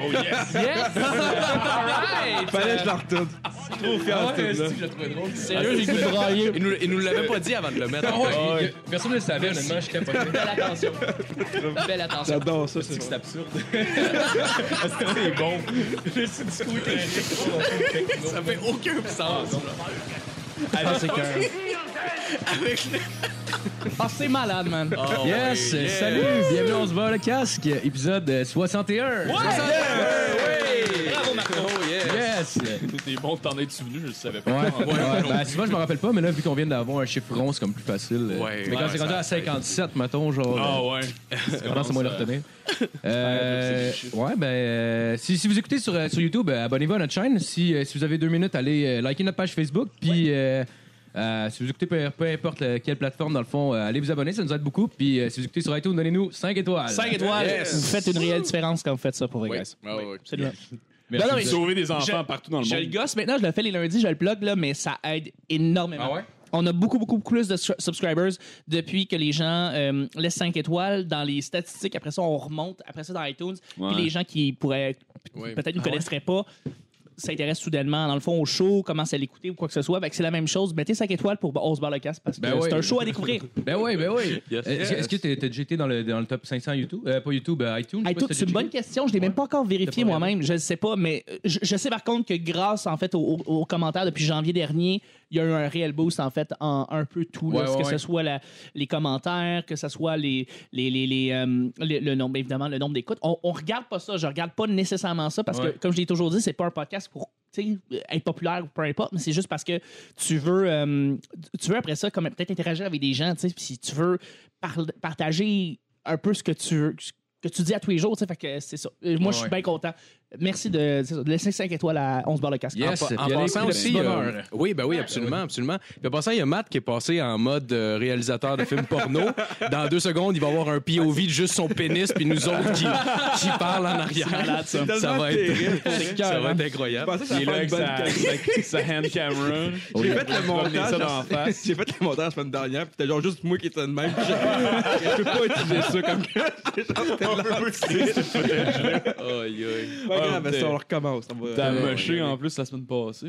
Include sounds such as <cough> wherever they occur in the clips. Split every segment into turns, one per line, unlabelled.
Oh yes!
Yes! Alright!
Fallait que je la retourne. Trop
Ah
fier de ce
c'est
là
que je l'ai trouvé drôle.
Sérieux, j'ai goût de brailler.
Il nous, il nous l'avait pas dit avant de le mettre.
Ah ouais,
Ah ouais.
il- il- Personne ne le savait, honnêtement, j'étais pas
Belle attention. Belle attention.
J'adore ça, c'est
C'est absurde. Est-ce que Ah, c'est bon? Je suis discours
Ça fait aucun sens. Avec le...
Ah, c'est malade, man.
Oh,
Yes,
ouais,
salut,
yes.
bienvenue, on se bat le casque, épisode euh, 61.
Bravo, Marco. Oh, yes.
Yes!
<laughs> T'es bon de t'en être souvenu, je le savais
Ouais,
<laughs> pas.
ouais, ben, souvent je me rappelle pas, mais là, vu qu'on vient d'avoir un chiffre rond, c'est comme plus facile. euh.
Ouais,
mais quand
ouais,
c'est rendu
ça-
à 57, mettons, genre.
Ah ouais.
Comment c'est moi le
à- <laughs>
retenir? Euh, ouais, ben, euh, si, si vous écoutez sur, euh, sur YouTube, euh, abonnez-vous à notre chaîne. Si, euh, si vous avez deux minutes, allez euh, liker notre page Facebook. Puis, euh, euh, si vous écoutez peu, peu importe euh, quelle plateforme, dans le fond, euh, allez vous abonner, ça nous aide beaucoup. Puis, euh, si vous écoutez sur iTunes, donnez-nous 5 étoiles.
5 étoiles.
Yes.
Vous faites une réelle différence quand vous faites ça pour les
Oui.
guys.
Ah, ouais.
Absolument.
Merci.
Ben Non, non, mais-
Sauver des enfants
Je-
partout dans le
Je
monde.
le gosse maintenant, je le fais les lundis, je le plug, là, mais ça aide énormément.
Ah ouais?
On a beaucoup, beaucoup plus de su- subscribers depuis que les gens euh, laissent 5 étoiles dans les statistiques. Après ça, on remonte. Après ça, dans iTunes.
Ouais. Ah
Puis les gens qui pourraient
Ouais.
peut-être ne connaîtraient pas s'intéressent soudainement, dans le fond, au show, commencent à l'écouter ou quoi que ce soit. Fait que c'est la même chose. Mettez 5 étoiles pour On se barre le casque parce que
Ben oui.
c'est un show à découvrir.
Ben oui, ben oui.
<laughs> Yes.
Euh, Est-ce que- est-ce que t'es t'as déjà été dans le, dans le top 500 YouTube? Euh, pas YouTube, euh, iTunes? je sais
Hey,
pas
tout,
si t'as
c'est une
déjà
bonne
checké.
question. Je l'ai même pas encore vérifié
T'as pas
moi-même. Je ne sais pas, mais euh, je, je sais par contre que grâce en fait au- au- aux, commentaires depuis janvier dernier, il y a eu un réel boost en fait en un peu tout, là.
Ouais, ouais,
que ce
ouais.
soit la- les commentaires, que ce soit les, les, les, les, euh, le, le nombre évidemment le nombre d'écoutes. On, on regarde pas ça. Je regarde pas nécessairement ça parce
Ouais.
que comme je l'ai toujours dit, c'est pas un podcast pour tu sais, euh, être populaire ou peu importe, mais c'est juste parce que tu veux, euh, tu veux après ça comme peut-être interagir avec des gens, tu sais, puis si tu veux par- partager un peu ce que tu veux, que tu dis à tous les jours, tu sais, fait que c'est ça. Euh, Moi, je suis
Ouais.
bien content. Merci de, c'est ça, de laisser 5 étoiles à 11 barre le casque.
Yes.
En, pa-
Puis
en
allez
passant
écouter le
aussi.
petit
euh,
bonheur.
oui, ben oui, absolument, absolument. Puis en passant, il y a Matt qui est passé en mode euh, réalisateur de films porno. Dans deux secondes, il va avoir un POV de juste son pénis, puis nous autres qui, qui parlent en arrière.
C'est tellement
<laughs> ça va être,
terrible.
ça
hein.
va être
Je
incroyable.
pensais que ça
Il est là
allait
avec
faire
sa,
une bonne
sa, sa hand camera.
J'ai fait le
Promener
montage.
ça d'en <laughs>
en-
face.
J'ai fait le montage la semaine dernière, pis c'était genre juste moi qui étais de même. Je je peux pas utiliser ça comme
Aïe, aïe.
Pas
Ouais,
grave,
t'es-
mais ça, on recommence. on va-
T'as
Euh,
moché en plus la semaine passée.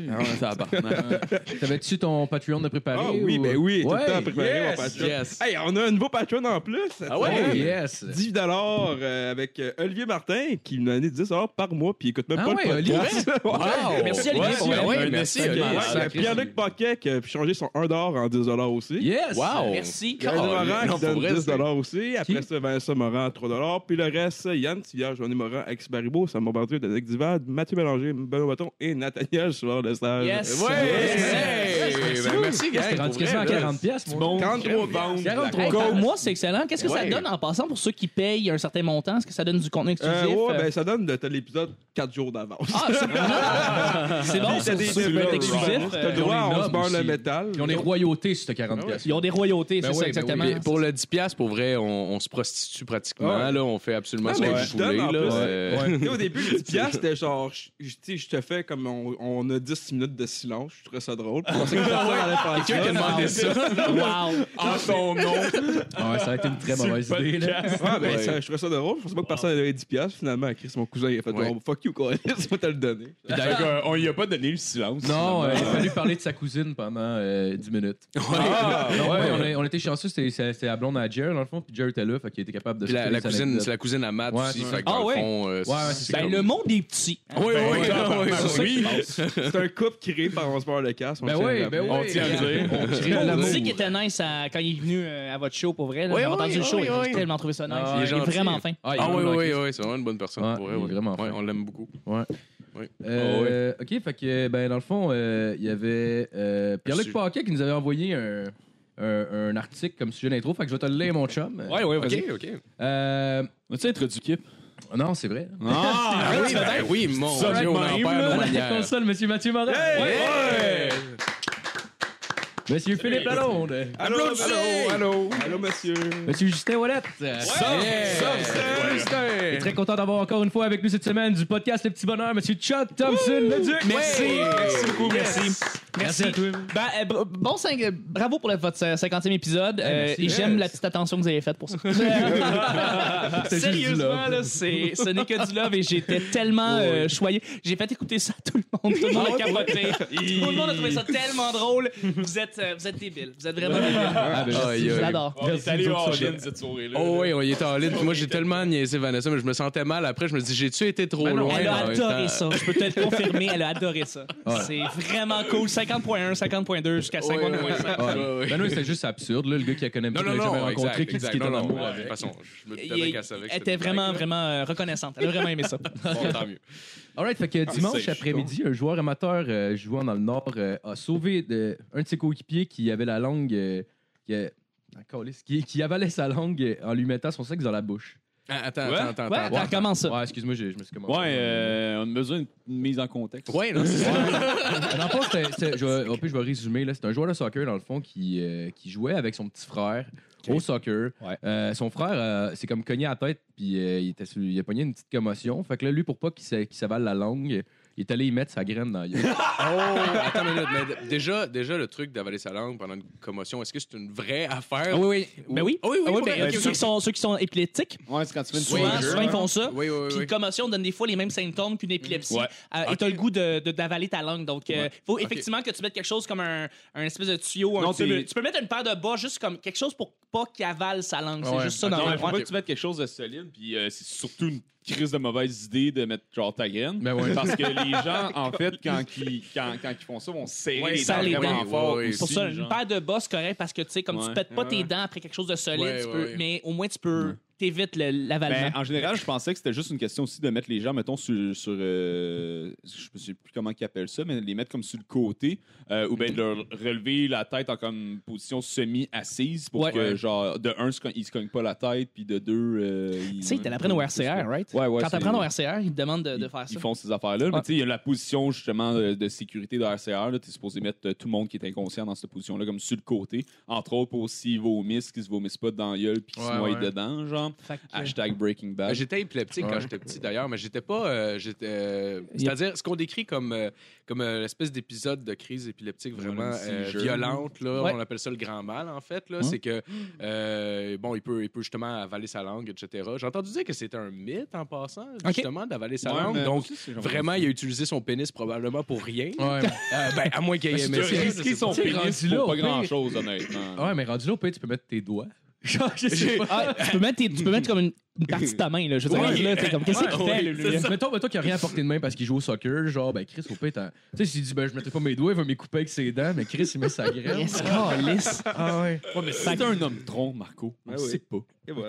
T'avais-tu ton Patreon de préparer?
Ah oui,
ou-
ben oui, tout le
Ouais.
temps préparé mon
Yes,
Patreon.
yes.
Hey, on a un nouveau Patreon en plus. cette
Ah ouais?
semaine.
Oh, yes.
10 dollars avec euh, Olivier Martin qui nous donné 10 dollars par mois puis il écoute même
Ah
pas
ouais,
le podcast. <laughs> Ouais.
Wow.
Merci,
Ouais,
Olivier, pour
ouais,
la-
ouais,
un
merci,
essai.
Olivier.
Ouais,
Sacré
il y a Pierre-Luc Paquet qui a changé son 1 dollar en 10 dollars aussi.
Yes.
Wow.
Merci.
Il y a Yann Morin
Non,
qui donne
pour vrai,
10
c'est-
aussi. Après
Qui?
ça, Vincent Morin, 3 Puis le reste, Yann Tivillard, Joanny Morin, Alex Baribeau, Sam Bombardier, Dominique Divade, Mathieu Mélanger, Benoît Bâton et Nathaniel Soulard de Sage. Euh,
Yes.
Ouais.
Yes.
Hey, ben, merci, gang.
T'es rendu
pour vrai,
quasiment à
là.
40 pièces, moi.
Bon,
43 bandes.
43
Hey, par mois, c'est excellent. Qu'est-ce que ça
Ouais.
donne en passant pour ceux qui payent un certain montant? Est-ce que ça donne du contenu exclusif?
Euh, ouais,
Euh,
ben ça donne de t'as l'épisode 4 jours d'avance.
Ah, c'est bon. c'est bon.
T'as
ça,
des
ça peut être
événements.
exclusif.
T'as le
Euh,
on
droit,
les
on, se
nomme
barre le
aussi.
métal.
Puis on est royauté sur ce
Ah
40 pièces.
Ils ont des royautés, c'est
Ben oui,
ça
ben
exactement.
oui.
Puis Pour le 10 piastres, pour vrai, on, on se prostitue pratiquement.
Ouais.
Là, on fait absolument
Non,
ce
mais
qu'on
je donne, en
voulait.
plus.
là.
Ouais. <laughs>
Tu sais, au début, le 10 piastres, c'était genre, je- je tu sais, je te fais comme on, on a 10 minutes de silence. Je trouvais ça drôle. Je pensais que personne allait faire ça.
Quelqu'un qui a demandé ça.
Wow.
En son nom.
Ah Ouais, ça a été une très mauvaise idée. là.
Ouais, ben,
Ouais.
ça- je trouvais ça drôle. Je pensais pas que personne allait donner 10 piastres. Finalement, Chris, mon cousin, il a fait
Ouais.
genre, fuck you, quoi. <laughs> Je vais te le donner.
Donc, euh, on lui a pas donné le silence.
Non, euh, il a fallu parler de sa cousine pendant euh, 10 minutes.
Ah,
Non, ouais, on, a- on était chanceux, c'était- c'était c'était la blonde à Jerry, dans le fond, puis Jerry était là, fait qu'il était capable de
Puis la,
sortir
la
des
cousine,
anecdotes.
c'est la cousine à Matt
Ouais,
aussi.
ouais.
Fait que dans
Ah
le
ouais?
fond, euh,
Ouais, ouais, c'est
comme-
Ben, le monde est petit.
Oui, oui,
Ben,
oui, oui,
ben,
c'est
oui.
ça qui se passe.
C'est un couple créé par On se barre le casse.
Ben oui, ben oui.
On tient à le dire.
On crie à
On
l'amour.
dit qu'il était nice à- quand il est venu euh, à votre show pour vrai. là.
Oui,
J'ai
oui,
entendu
oui,
le show,
oui,
et j'ai
oui.
tellement trouvé ça nice.
Ah,
il
il
est
est gentil.
vraiment fin.
Ah, il est
Ah oui,
vraiment
oui,
nice.
oui, c'est vraiment une bonne personne.
Ouais,
pour vrai,
il est
ouais.
vraiment
Ouais,
fin.
on l'aime beaucoup.
Ouais.
Oui.
Euh, Ok, fait que, ben, dans le fond, euh, il y avait euh, Pierre-Luc
Su-
Paquet qui nous avait envoyé un, un, un article comme sujet d'intro, fait que je vais te le lire, mon chum.
Ouais, ouais, vas-y.
OK, OK.
Euh,
Vas-tu être du kip?
non, c'est vrai.
Ah,
oui, ben oui, mon
ça
Dieu,
de
on en
même,
perd
là.
<laughs>
nos
La
manières.
console, monsieur Mathieu Morin.
Ouais.
Monsieur Philippe Lalonde.
Allô,
Applaudissez!
allô, allô. Allô, monsieur.
Monsieur Justin Wallet.
Ça,
Yeah.
ça, c'est-
Et Très content d'avoir encore une fois avec nous cette semaine du podcast Le Petit Bonheur, Monsieur Chad Thompson, le Duc.
Merci. Merci beaucoup, merci.
Merci.
à toi.
Ben, euh, br- bon cinq- euh, bravo pour le- votre euh, 50e épisode. Euh,
merci.
et j'aime
Yes.
la petite attention que vous avez faite pour ça.
juste du
Sérieusement,
love.
là, c'est- ce n'est que du love et j'étais tellement
Ouais.
euh, choyé. J'ai fait écouter ça à tout le monde. Tout le monde a capoté. tout le monde a trouvé ça tellement drôle. Vous êtes, euh, vous êtes débiles. Vous êtes vraiment débiles.
Ah, ben,
Aïe,
Je
aïe.
l'adore.
On est allé
nous autres,
en
ça,
ligne cette soirée-là.
Oh oui, on y était en ligne. Puis moi, j'ai tellement niaisé Vanessa, mais je me sentais mal. Après, je me dis, j'ai-tu été trop
Ben non,
loin?
Elle a
en même
adoré
temps?
ça. Je peux peut-être confirmer, elle a adoré ça. C'est vraiment cool. 50.1, 50.2 jusqu'à 50.5.
Ouais, ouais, ouais.
Ben non, c'était juste absurde, là, le gars qui a connu
Non, non,
l'avait jamais
non,
rencontré,
exact,
qui dit
exact,
qu'il était
non,
en
non,
amour.
ouais, De toute façon, je me
Il-
doutais qu'elle savait que
Elle
c'était
était vraiment,
une blague,
vraiment euh, reconnaissante. Elle a vraiment aimé ça.
là. Bon, tant mieux.
Alright, fait
Ah,
que dimanche
safe,
après-midi, un joueur amateur euh, jouant dans le Nord euh, a sauvé de- un de ses coéquipiers qui avait la langue. euh, qui, a- Ah, câlisse, qui- qui avalait sa langue euh, en lui mettant son sexe dans la bouche.
Ah, Attends,
Ouais?
attends, attends,
Ouais,
attends.
attends, comment ça?
Ouais, excuse-moi, je, je me suis commencé.
Ouais, euh, on a besoin d'une mise en contexte.
Ouais, non, c'est ça.
Dans le fond, c'était- c'était- je vais, au pire, je vais résumer. là. C'est un joueur de soccer, dans le fond, qui, euh, qui jouait avec son petit frère au soccer.
Ouais.
Euh, son frère euh, s'est comme cogné à la tête, puis euh, il, était, sur- il a pogné une petite commotion. Fait que là, lui, pour pas qu'il s'a- qu'il s'avale la langue, il est allé y mettre sa graine dans la gueule.
Ah
<laughs> Attends une minute, mais d- déjà, déjà le truc d'avaler sa langue pendant une commotion, est-ce que c'est une vraie affaire?
oui, oui.
Ben oui.
Ah oui, oui,
Ah
oui,
ben,
ok,
ceux,
ok, ok.
Qui sont, ceux qui sont épileptiques,
Ouais, c'est quand tu fais une
Oui,
souvent,
soirée.
je-
souvent, ils font ça.
Oui, oui,
Puis
oui.
une commotion donne des fois les mêmes symptômes qu'une épilepsie.
Ouais.
Euh, Et
Ok.
t'as le goût de, de- d'avaler ta langue. Donc, il faut effectivement que tu mettes quelque chose comme un, un espèce de tuyau. un
Non,
petit-
tu
tu,
le-
peux mettre une paire de bas, juste comme quelque chose pour pas qu'il avale sa langue. C'est
Ouais.
juste ça
Ok,
dans
Non,
le
il faut
ouais.
pas que tu mettes quelque chose de solide, puis euh, c'est surtout une crise de mauvaise idée de mettre genre ta graine.
Ben ouais.
Parce que les gens, en fait, quand ils, quand, quand ils font ça, vont serrer
Ouais,
les
ils
dents
serrent les
vraiment
dents.
fort.
Ouais, ouais,
aussi,
Pour ça,
genre.
une paire de bas, c'est correct parce que, tu sais, comme tu
Ouais.
pètes pas tes
Ouais.
dents après quelque chose de solide,
Ouais,
tu
ouais,
peux,
ouais.
mais au moins tu peux, t'évites le- l'avalement.
Ben, en général, je pensais que c'était juste une question aussi de mettre les gens, mettons, sur. sur euh, je ne sais plus comment ils appellent ça, mais les mettre comme sur le côté,
Euh, ou bien de leur relever la tête en comme position semi-assise pour
Ouais.
que,
Ouais.
genre, de un, se con- ils se cognent pas la tête, puis de deux, euh, ils.
tu sais, ils te l'apprennent au RCR, right?
Ouais, ouais,
Quand
c'est-
t'apprends au RCR, ils te demandent de, de
ils-
faire ça.
Ils font ces affaires-là. Mais tu sais, il y a la position justement euh, de, de sécurité de RCR. Tu es supposé mettre euh, tout le monde qui est inconscient dans cette position-là, comme sur le côté. Entre autres, pour s'ils vomissent, qu'ils se vomissent pas dans la gueule puis qu'ils se
Ouais,
noient
ouais.
dedans, genre.
Fait que-
Hashtag Breaking
Euh,
Bad.
J'étais épileptique quand j'étais petit d'ailleurs, mais j'étais pas. euh, j'étais, euh,
Il y a-
C'est-à-dire, ce qu'on décrit comme, euh, comme euh, l'espèce d'épisode de crise épileptique vraiment
Voilà,
euh,
seizure.
violente, là,
Ouais. Hein?
on appelle ça le grand mal en fait, là, c'est que, euh, bon, il peut, il peut justement avaler sa langue, etc. J'ai entendu dire que c'était un mythe en passant,
Ok.
justement, d'avaler sa
Ouais,
langue.
mais
Donc,
aussi, c'est genre-
vraiment, il a utilisé son pénis probablement pour rien.
<laughs> Ouais.
Euh, ben, à moins qu'il ait
Ils
aimé ça, je sais
risqué son
pas.
pénis
rendu là,
pour
au
pas
pire.
grand-chose, honnêtement.
Ouais, mais rendu là, au pays, tu peux mettre tes doigts. <laughs> Genre, je sais pas.
Ah, tu, peux mettre tes- tu peux mettre comme une, une partie de ta main, là. Je veux dire,
Ouais.
rendu là, t'es comme, qu'est-ce qu'il
Ouais,
fait, le
c'est
lui?
ça.
Mettons, mettons qu'il a rien à portée de main parce qu'il joue au soccer, genre, ben Chris, au pire, t'as- tu sais, s'il dit, ben je mettrai pas mes doigts, il va m'écouper avec ses dents, mais Chris, il met sa graine.
Yes, calisse.
Ah ouais.
C'est un homme tronc, Marco. On
Ouais,
sait
ouais.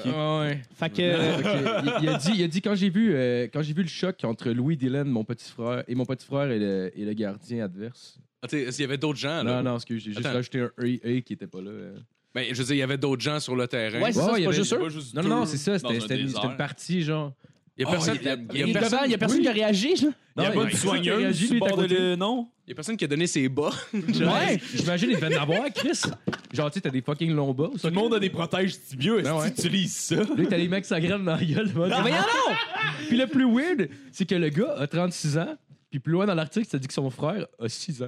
pas.
Ah ouais.
Fait que. euh,
Ok, il, il a dit, il a dit quand j'ai vu, euh, quand j'ai vu le choc entre Louis Dylan, mon petit frère, et mon petit frère et le, et le gardien adverse.
Ah, tu sais, S'il y avait d'autres gens,
non,
là.
non, excuse, j'ai juste
Attends.
rajouté un EA qui était pas là. euh.
Ben, je veux dire, il y avait d'autres gens sur le terrain.
Ouais, c'est
Ouais,
ça,
il
c'est
y
pas
avait-
juste eux.
Pas juste
Non, non, non,
deux
c'est ça,
dans
c'était
un
c'était une,
désert.
c'était une partie, genre.
Il y a personne,
Oh, il y a-
il y a
Il
personne-
y a personne qui a réagi, là.
Non,
Il y a
mais-
pas de
c'est ça qui a
soigneuse
réagi,
sur
lui,
le
était
bord
à
de
côté.
le... Non?
il y a personne qui a donné ses bas. Genre,
Ouais, j'imagine, il devait en avoir, Chris. Genre, tu sais, t'as des fucking longs bas.
Tout le monde a des protèges tibiaux. Est-ce
Ah Ben ouais.
que tu utilises ça?
Là, t'as les mecs sa graine dans la gueule. le monde.
Ah, voyons donc!
Puis le plus weird, c'est que le gars a 36 ans, puis plus loin dans l'article, ça dit que son frère a 6 ans.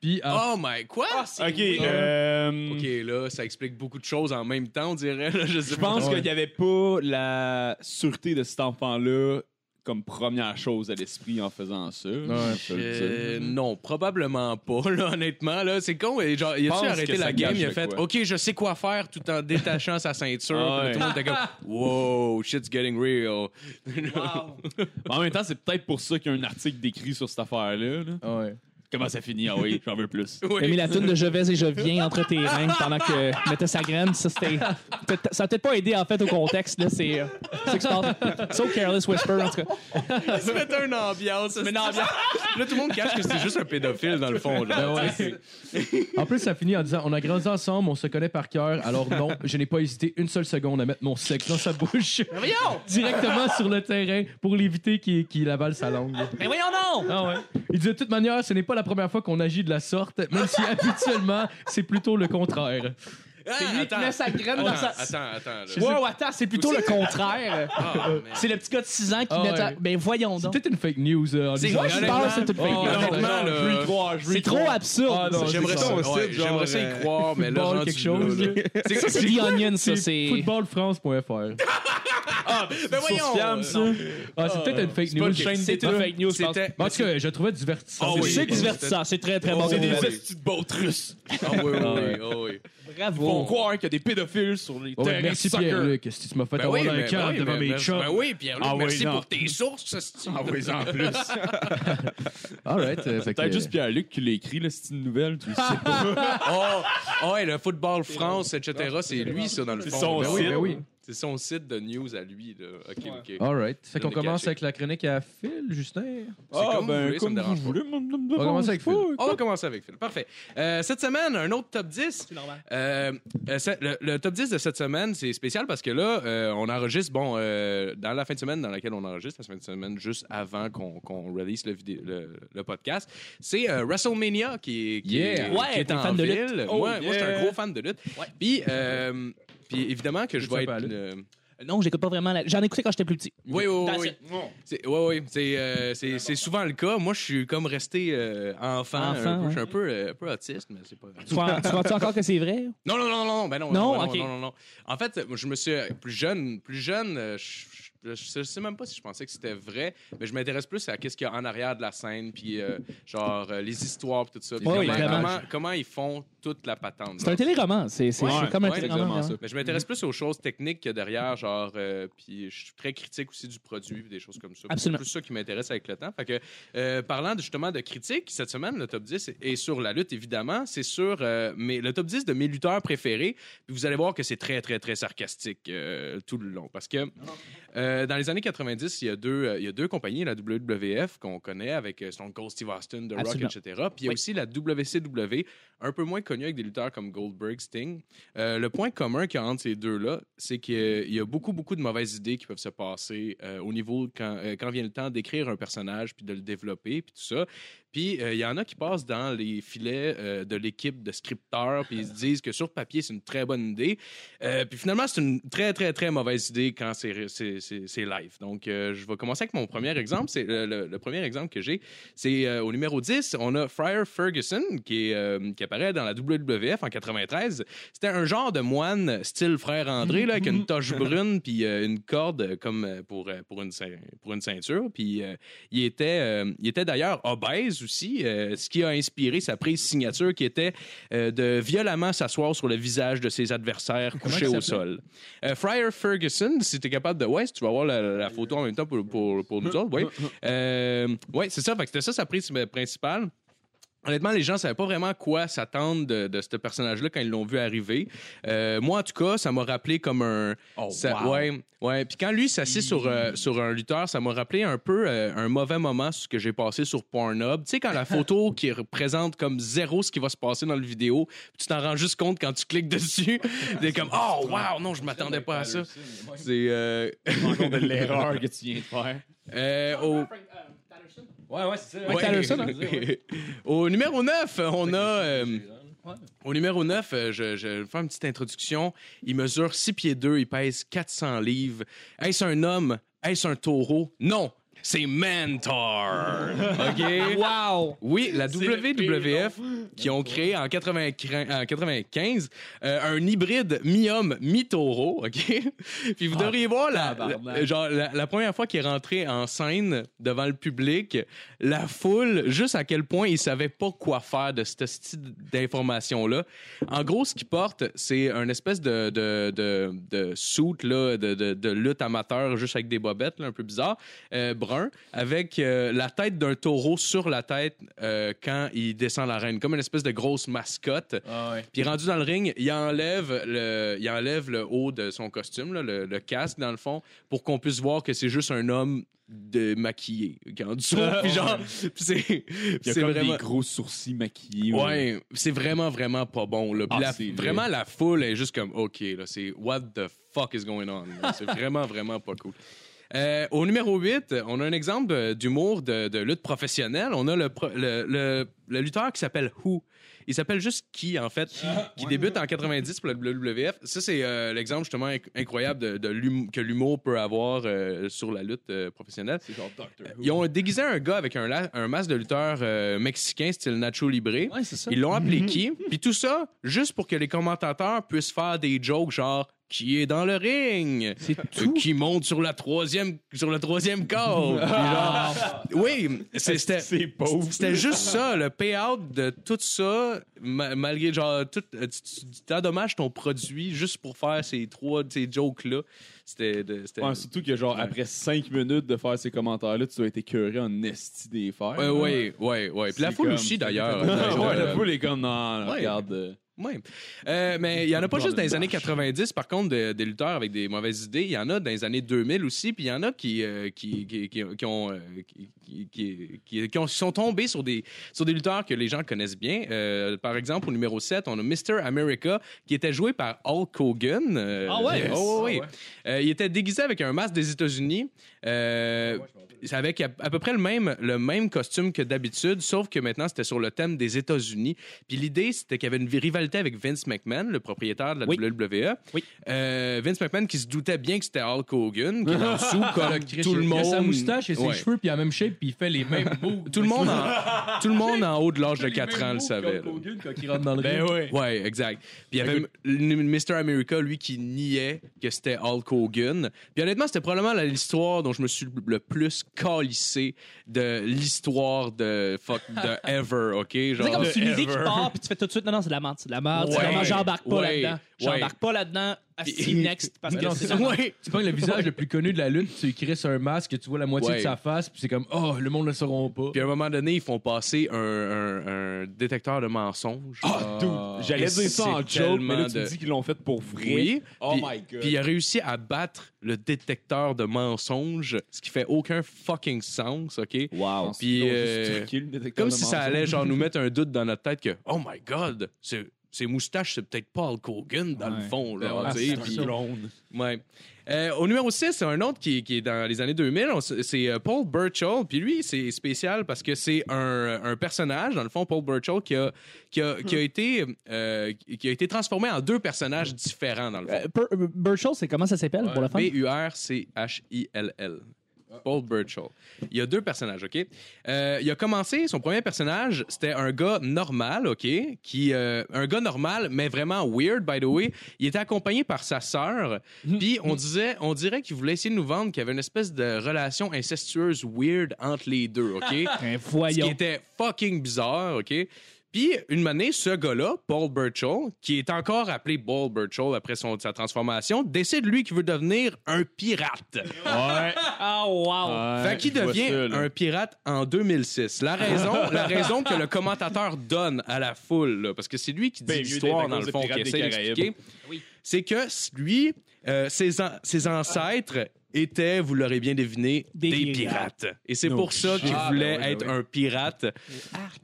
Puis ah, en
Ah.
Oh my, quoi?
OK. euh,
Ok, là, ça explique beaucoup de choses en même temps, on dirait. là, je sais
Je
pas.
pense
Ouais.
qu'il n'y avait pas la sûreté de cet enfant-là comme première chose à l'esprit en faisant ça. Je te le dis.
Euh, non, probablement pas, là, honnêtement. Là, c'est con. et genre, il
Je pense
a-tu arrêté
que ça
la game?
cache
Il a
de
fait
quoi.
OK, je sais quoi faire tout en détachant sa ceinture.
Ah
Puis là, Tout le monde était
<laughs>
comme Wow, shit's getting real.
Mais En même temps, c'est peut-être pour ça qu'il y a un article décrit sur cette affaire-là. là.
Ouais.
Comment ça finit? Ah oui, j'en veux <laughs> plus.
T'as mis
Oui.
la toune de Je vais et je viens entre tes reins pendant que mettait sa graine. Ça, c'était. peut-être- Ça a peut-être pas aidé, en fait, au contexte, là. C'est. euh, c'est que je parle. So Careless Whisper, en tout cas.
Il se met une ambiance. Une ambiance. là, tout le monde cache que c'est juste un pédophile, dans le fond. Genre,
Ben ouais.
tu sais.
En plus, ça finit en disant On a grandi ensemble, on se connaît par cœur, alors non, je n'ai pas hésité une seule seconde à mettre mon sexe dans sa bouche
Voyons!
directement sur le terrain pour l'éviter qu'il qu'il avale sa langue.
Mais voyons non!
Ah ouais. Il dit de toute manière, ce n'est pas la première fois qu'on agit de la sorte, même si habituellement, c'est plutôt le contraire.
C'est lui qui met sa graine
Ah, attends,
dans sa.
Attends, attends. là.
Wow, attends, c'est plutôt le contraire.
Ah, man.
C'est le petit gars de 6 ans qui
Ah
met.
ouais.
ta- Ben voyons
C'est
donc.
peut-être une fake news. euh, en
C'est-
disant-
Moi, je
honnêtement,
pense que c'est une fake
oh,
news.
honnêtement,
Genre,
là,
je veux y croire, je veux y croire. C'est trop
Ah,
absurde.
non,
ça.
J'aimerais
c'est
ça,
ça,
ouais,
on cite, genre,
j'aimerais ça y
euh,
croire, mais là,
football,
rendu
quelque chose,
là, là.
Ça, c'est The Onion, ça.
C'est
C'est.
footballfrance.fr.
Ben voyons!
ça. Ah, c'est peut-être une fake
pas
news.
une chaîne
C'était-
C'est une fake news. je pense.
C'était.
Mais En tout cas, je le trouvais divertissant.
Ah
C'est
oui.
c'est divertissant. C'est très, très bon.
C'est des
Bravo.
petites bottes russes. Ah oui, oui, oui, ah oui.
Bravo.
croire qu'il y a des pédophiles sur les
Ouais, merci Pierre-Luc, si tu m'as fait
Ben
avoir
oui,
un
mais- ben
cœur
oui,
devant
mais-
mes
mais-
chats.
Ben oui, Pierre,
Ah oui,
merci
non.
pour tes sources. ce style.
Ah oui, en plus. Peut-être
All right, euh,
<laughs>
fait que-
juste Pierre-Luc qui l'a écrit, là, c'est une nouvelle, tu le sais pas.
<laughs>
<laughs> Oh, oh, ouais, le football France, etc., c'est lui, ça, dans le fond.
son
Ben oui,
site.
ben oui.
Ouais.
C'est son site de news à lui. Là. OK, Ah. OK.
All right. Fait qu'on
l'ai
commence
caché.
avec la chronique à Phil, Justin.
C'est Ah,
Ah,
ben, comme
ben,
vous voulez, ça me
On
dérange pas.
va commencer avec Phil.
On va commencer avec Phil. Parfait. Euh, cette semaine, un autre top 10.
C'est normal.
Euh, euh, ça- le, le top 10 de cette semaine, c'est spécial parce que là, euh, on enregistre, bon, euh, dans la fin de semaine dans laquelle on enregistre, la fin de semaine juste avant qu'on qu'on release le, vidéo, le, le podcast, c'est euh, WrestleMania qui est, qui est-
Yeah.
qui
Ouais,
est
t'es
en
fan de
ville.
lutte.
Ouais,
Oh,
Moi, je suis
yeah.
un gros fan de lutte.
Ouais.
Puis, euh, puis évidemment que je
Lutte
vais
sympa,
être...
lutte.
euh,
Non, j'écoute pas vraiment. la- J'en écoutais quand j'étais plus petit.
oui, oui,
Dans-
oui. oui. C'est, ouais, ouais, c'est, euh, c'est, c'est souvent le cas. Moi, je suis comme resté euh, enfant. un
Enfant,
peu. Je suis
ouais.
un peu, euh, un peu autiste, mais c'est pas grave.
Tu crois- tu crois-tu encore que c'est vrai?
Non, non, non, non, non, ben non,
Non,
ben non,
ok.
non, non, non. En fait, euh, je me suis euh, plus jeune, plus jeune, euh, je, je- je- je sais même pas si je pensais que c'était vrai, mais je m'intéresse plus à qu'est-ce qu'il y a en arrière de la scène, puis euh, genre euh, les histoires, puis tout ça. puis
Oui,
comment,
vraiment.
comment, comment ils font toute la patente.
C'est un
genre.
téléroman. C'est c'est-
Ouais,
c'est comme un téléroman.
ouais,
exactement
vraiment.
ça.
Mais je m'intéresse plus aux choses techniques que derrière, genre, euh, puis je suis très critique aussi du produit, puis des choses comme ça.
Absolument.
C'est plus ça qui m'intéresse avec le temps. Fait que, euh, parlant de- justement de critique, cette semaine, le top 10 est sur la lutte, évidemment. C'est sur euh, mes- le top 10 de mes lutteurs préférés. Puis vous allez voir que c'est très, très, très sarcastique euh, tout le long. Parce que euh, dans les années 90, il y a deux, euh, il y a deux compagnies, la WWF qu'on connaît avec euh, Stone Cold Steve Austin, The
Absolument.
Rock, etc. Puis il y a
Oui.
aussi la WCW, un peu moins connue avec des lutteurs comme Goldberg, Sting. Euh, le point commun qu'il y a entre ces deux-là, c'est qu'il y a beaucoup, beaucoup de mauvaises idées qui peuvent se passer euh, au niveau de quand, euh, quand vient le temps d'écrire un personnage, puis de le développer, puis tout ça. Puis euh, il y en a qui passent dans les filets euh, de l'équipe de scripteurs, puis ils se disent que sur papier, c'est une très bonne idée. Euh, puis finalement, c'est une très, très, très mauvaise idée quand c'est c'est- c'est- c'est live. Donc, euh, je vais commencer avec mon premier exemple. C'est le, le- le premier exemple que j'ai. C'est euh, au numéro 10, on a Friar Ferguson qui, est, euh, qui apparaît dans la WWF en 93. C'était un genre de moine style frère André, là, avec une toche brune puis euh, une corde euh, comme euh, pour, euh, pour, une, cein- pour une ceinture. Puis euh, il était, euh, il était d'ailleurs obèse aussi, euh, ce qui a inspiré sa prise signature qui était euh, de violemment s'asseoir sur le visage de ses adversaires couchés
il
au sol. Euh, Friar Ferguson, si tu es capable de. Ouais, si tu vas voir la, la photo en même temps pour, pour, pour nous autres, oui. Euh, ouais, c'est ça. Fait que C'était ça sa prise euh, principale. Honnêtement, les gens savaient pas vraiment à quoi s'attendre de, de ce personnage-là quand ils l'ont vu arriver. Euh, moi, en tout cas, ça m'a rappelé comme un.
Oh,
ça- Ouais, ouais. Puis quand lui s'assit sur euh, sur un lutteur, ça m'a rappelé un peu euh, un mauvais moment ce que j'ai passé sur Pornhub. Tu sais quand
<laughs>
la photo qui représente comme zéro ce qui va se passer dans le vidéo, puis tu t'en rends juste compte quand tu
<laughs>
cliques dessus. T'es comme
Ah,
oh wow non je m'attendais pas à ça. C'est euh,
Encore de l'erreur que tu viens de faire.
<laughs> euh, au-
Ouais, ouais, c'est ça.
Ouais. hein. <laughs> Au numéro 9, on a. euh, Au numéro 9, euh, je, je fais une petite introduction. Il mesure 6 pieds 2, il pèse 400 livres. Est-ce un homme? Est-ce un taureau? Non! C'est Mantar! <laughs> OK?
Wow!
Oui, la WWF qui ont créé en 95, en 95, euh, un hybride mi-homme, mi-taureau, OK? Puis vous devriez voir la,
Ah, tabarnak.
la- genre, la, la première fois qu'il est rentré en scène devant le public, la foule, juste à quel point il savait pas quoi faire de cette style d'information-là. En gros, ce qu'il porte, c'est un espèce de, de, de, de suit, là, de, de, de lutte amateur, juste avec des bobettes, là, un peu bizarre, euh, brun, avec euh, la tête d'un taureau sur la tête euh, quand il descend l'arène, comme une espèce de grosse mascotte.
Ah,
Puis rendu dans le ring, il enlève le, il enlève le haut de son costume, là, le, le casque dans le fond, pour qu'on puisse voir que c'est juste un homme de maquillé. qui est
<laughs>
en dessous, puis genre, puis c'est,
Il y a
c'est
comme
vraiment.
des gros sourcils maquillés.
Ouais, c'est vraiment, vraiment pas bon. Là.
E.
Puis
Ah,
la-
c'est vrai.
vraiment, la foule est juste comme, OK, là, c'est what the fuck is going on? là. C'est vraiment, vraiment pas cool. Euh, au numéro 8, on a un exemple euh, d'humour de, de lutte professionnelle. On a le, pro- le, le- le lutteur qui s'appelle Who. Il s'appelle juste Qui, en fait,
Ah,
qui débute en 90 pour la WWF. Ça, c'est euh, l'exemple justement inc- incroyable de, de l'hum- que l'humour peut avoir euh, sur la lutte euh, professionnelle.
C'est genre Doctor Who.
Ils ont déguisé un gars avec un, la- un masque de lutteur euh, mexicain, style Nacho Libre.
hein. Ouais, c'est ça.
Ils l'ont
Mm-hmm.
appelé qui? Puis tout ça, juste pour que les commentateurs puissent faire des jokes genre qui est dans le ring?
C'est
Euh,
tout.
Qui monte sur la troisième sur le troisième
<laughs>
corde. Puis
Ah.
genre, oui, c'est- c'était c'était juste ça, le payout de tout ça, ma- malgré genre tout, euh, tu- tu- tu t'endommages ton produit juste pour faire ces trois ces jokes là. C'était de- c'était-
Ouais, surtout que, genre,
Ouais.
après 5 minutes de faire ces commentaires-là, tu dois être écœuré en esti des fers.
Ouais, ouais, ouais, ouais. Puis la
C'est
foule
comme-
aussi d'ailleurs.
<laughs> ouais,
Euh,
la foule est comme, non, là,
Ouais.
regarde. euh,
Oui. Euh, mais il n'y en a pas
Genre
juste dans
une
les années
vache.
90, par contre, de- des lutteurs avec des mauvaises idées. Il y en a dans les années 2000 aussi, puis il y en a qui, euh, qui, qui, qui, qui ont, euh, qui, qui- qui- qui- qui ont- sont tombés sur des, sur des lutteurs que les gens connaissent bien. Euh, par exemple, au numéro 7, on a Mr. America, qui était joué par Hulk Hogan. Euh,
Ah ouais?
oh, oui, oui. Euh, il était déguisé avec un masque des États-Unis. Euh, c'est avec à, à peu près le même, le même costume que d'habitude, sauf que maintenant c'était sur le thème des États-Unis. Puis l'idée, c'était qu'il y avait une rivalité avec Vince McMahon, le propriétaire de la
Oui.
WWE.
Oui.
Euh, Vince McMahon qui se doutait bien que c'était Hulk Hogan, qui est
<laughs>
en dessous comme
Chris,
tout le
il a
monde.
sa moustache et ses
Ouais.
cheveux, puis il a la même shape, puis il fait les <laughs> mêmes moves.
Tout le monde en, tout le monde en haut de l'âge de 4 ans le savait. là.
qui rentre dans le
Ben
ring.
ouais. Ouais, exact. Puis il y avait m- Mr. America, lui, qui niait que c'était Hulk Hogan. Puis honnêtement, c'était probablement la- l'histoire dont je me suis le plus calissé de l'histoire de fuck de ever, ok?
C'est
Genre,
comme
de
c'est une idée qui
ever.
part, puis tu fais tout de suite, non, non, c'est de la merde, c'est de la merde, c'est de la
Ouais.
merde, j'embarque pas
Ouais.
là-dedans. J'embarque pas là-dedans, asti
Puis-
next, parce
Mais
que
non,
c'est
c'est-
ça.
Ouais.
Tu prends le visage le plus connu de la lutte, tu lui crisses un masque, tu vois la moitié
Ouais.
de sa face, puis c'est comme, oh, le monde ne le sauront pas.
Puis à un moment donné, ils font passer un, un- un détecteur de mensonges.
Ah, dude, j'allais
c'est
dire ça en joke, mais là,
tellement
tu me
de-
dis qu'ils l'ont fait pour vrai.
Oui.
Oh
Puis-
my God.
Puis il a réussi à battre le détecteur de mensonges, ce qui fait aucun fucking sens, OK?
Wow.
Puis, euh, Comme si ça allait genre nous mettre un doute dans notre tête que oh my god, c'est ces moustaches, c'est peut-être pas Hulk Hogan dans le fond. Là,
ouais,
tu sais,
c'est
puis-
ça.
ouais. Euh, au numéro 6, c'est un autre qui, qui est dans les années 2000. on s- C'est euh, Paul Burchell. Puis lui, c'est spécial parce que c'est un, un personnage, dans le fond, Paul Burchell, qui a, qui a, qui a
Hmm.
été, euh, qui a été transformé en deux personnages différents, dans le fond.
Euh, Bur- euh, Burchell, c'est comment ça s'appelle pour la fin?
B-U-R-C-H-I-L-L. Paul Burchell. Il y a deux personnages, OK? Euh, il a commencé, son premier personnage, c'était un gars normal, OK? Qui, euh, un gars normal, mais vraiment weird, by the way. Il était accompagné par sa sœur.
Mhm.
Puis on, disait, on dirait qu'il voulait essayer de nous vendre qu'il y avait une espèce de relation incestueuse weird entre les
<laughs>
deux, OK?
Ben,
Ce qui
voyons.
était fucking bizarre, OK? Puis, une année, ce gars-là, Paul Burchell, qui est encore appelé Paul Burchell après son, sa transformation, décide, lui, qu'il veut devenir un pirate.
Ah, wow!
fait qu'il devient un pirate en 2006. La raison,
<laughs>
la raison que le commentateur donne à la foule, là, parce que c'est lui qui dit
Ben,
l'histoire,
mieux d'être à
dans
cause
le fond,
des
qui
Pirates
essaie
des
d'expliquer, c'est que lui, euh, ses, an- ses ancêtres étaient, vous l'aurez bien deviné,
Des
des,
pirates.
pirates. Et c'est pour ça qu'il
Ah, ben
voulait
oui, ben
être
oui. Ah.
un pirate.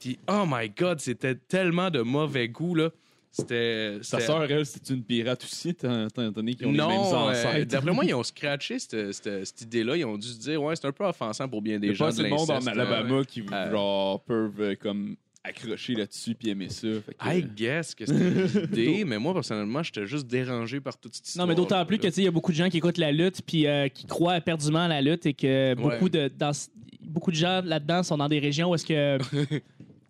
Puis, oh my God, c'était tellement de mauvais goût, là. C'était...
Sa
c'était-
sœur, elle, c'est une pirate aussi, tant- tant donné qu'ils ont les mêmes
non, euh,
ancêtres.
d'après moi, ils ont scratché cette, cette- cette idée-là. Ils ont dû se dire, ouais, c'est un peu offensant pour bien
Il y
des
a pas
gens.
assez
de
de monde en
l'inceste,
Alabama qui
Euh,
genre, peuvent euh, comme accrocher là-dessus puis aimer ça. Fait que, euh,
I guess que c'était
<laughs>
l'idée, mais moi, personnellement, j'étais juste dérangé par toute cette histoire.
Non, mais d'autant plus que, tu sais, il y a beaucoup de gens qui écoutent la lutte puis euh, qui croient éperdument à la lutte et que beaucoup, de, dans, beaucoup de gens là-dedans sont dans des régions où est-ce que.
<laughs>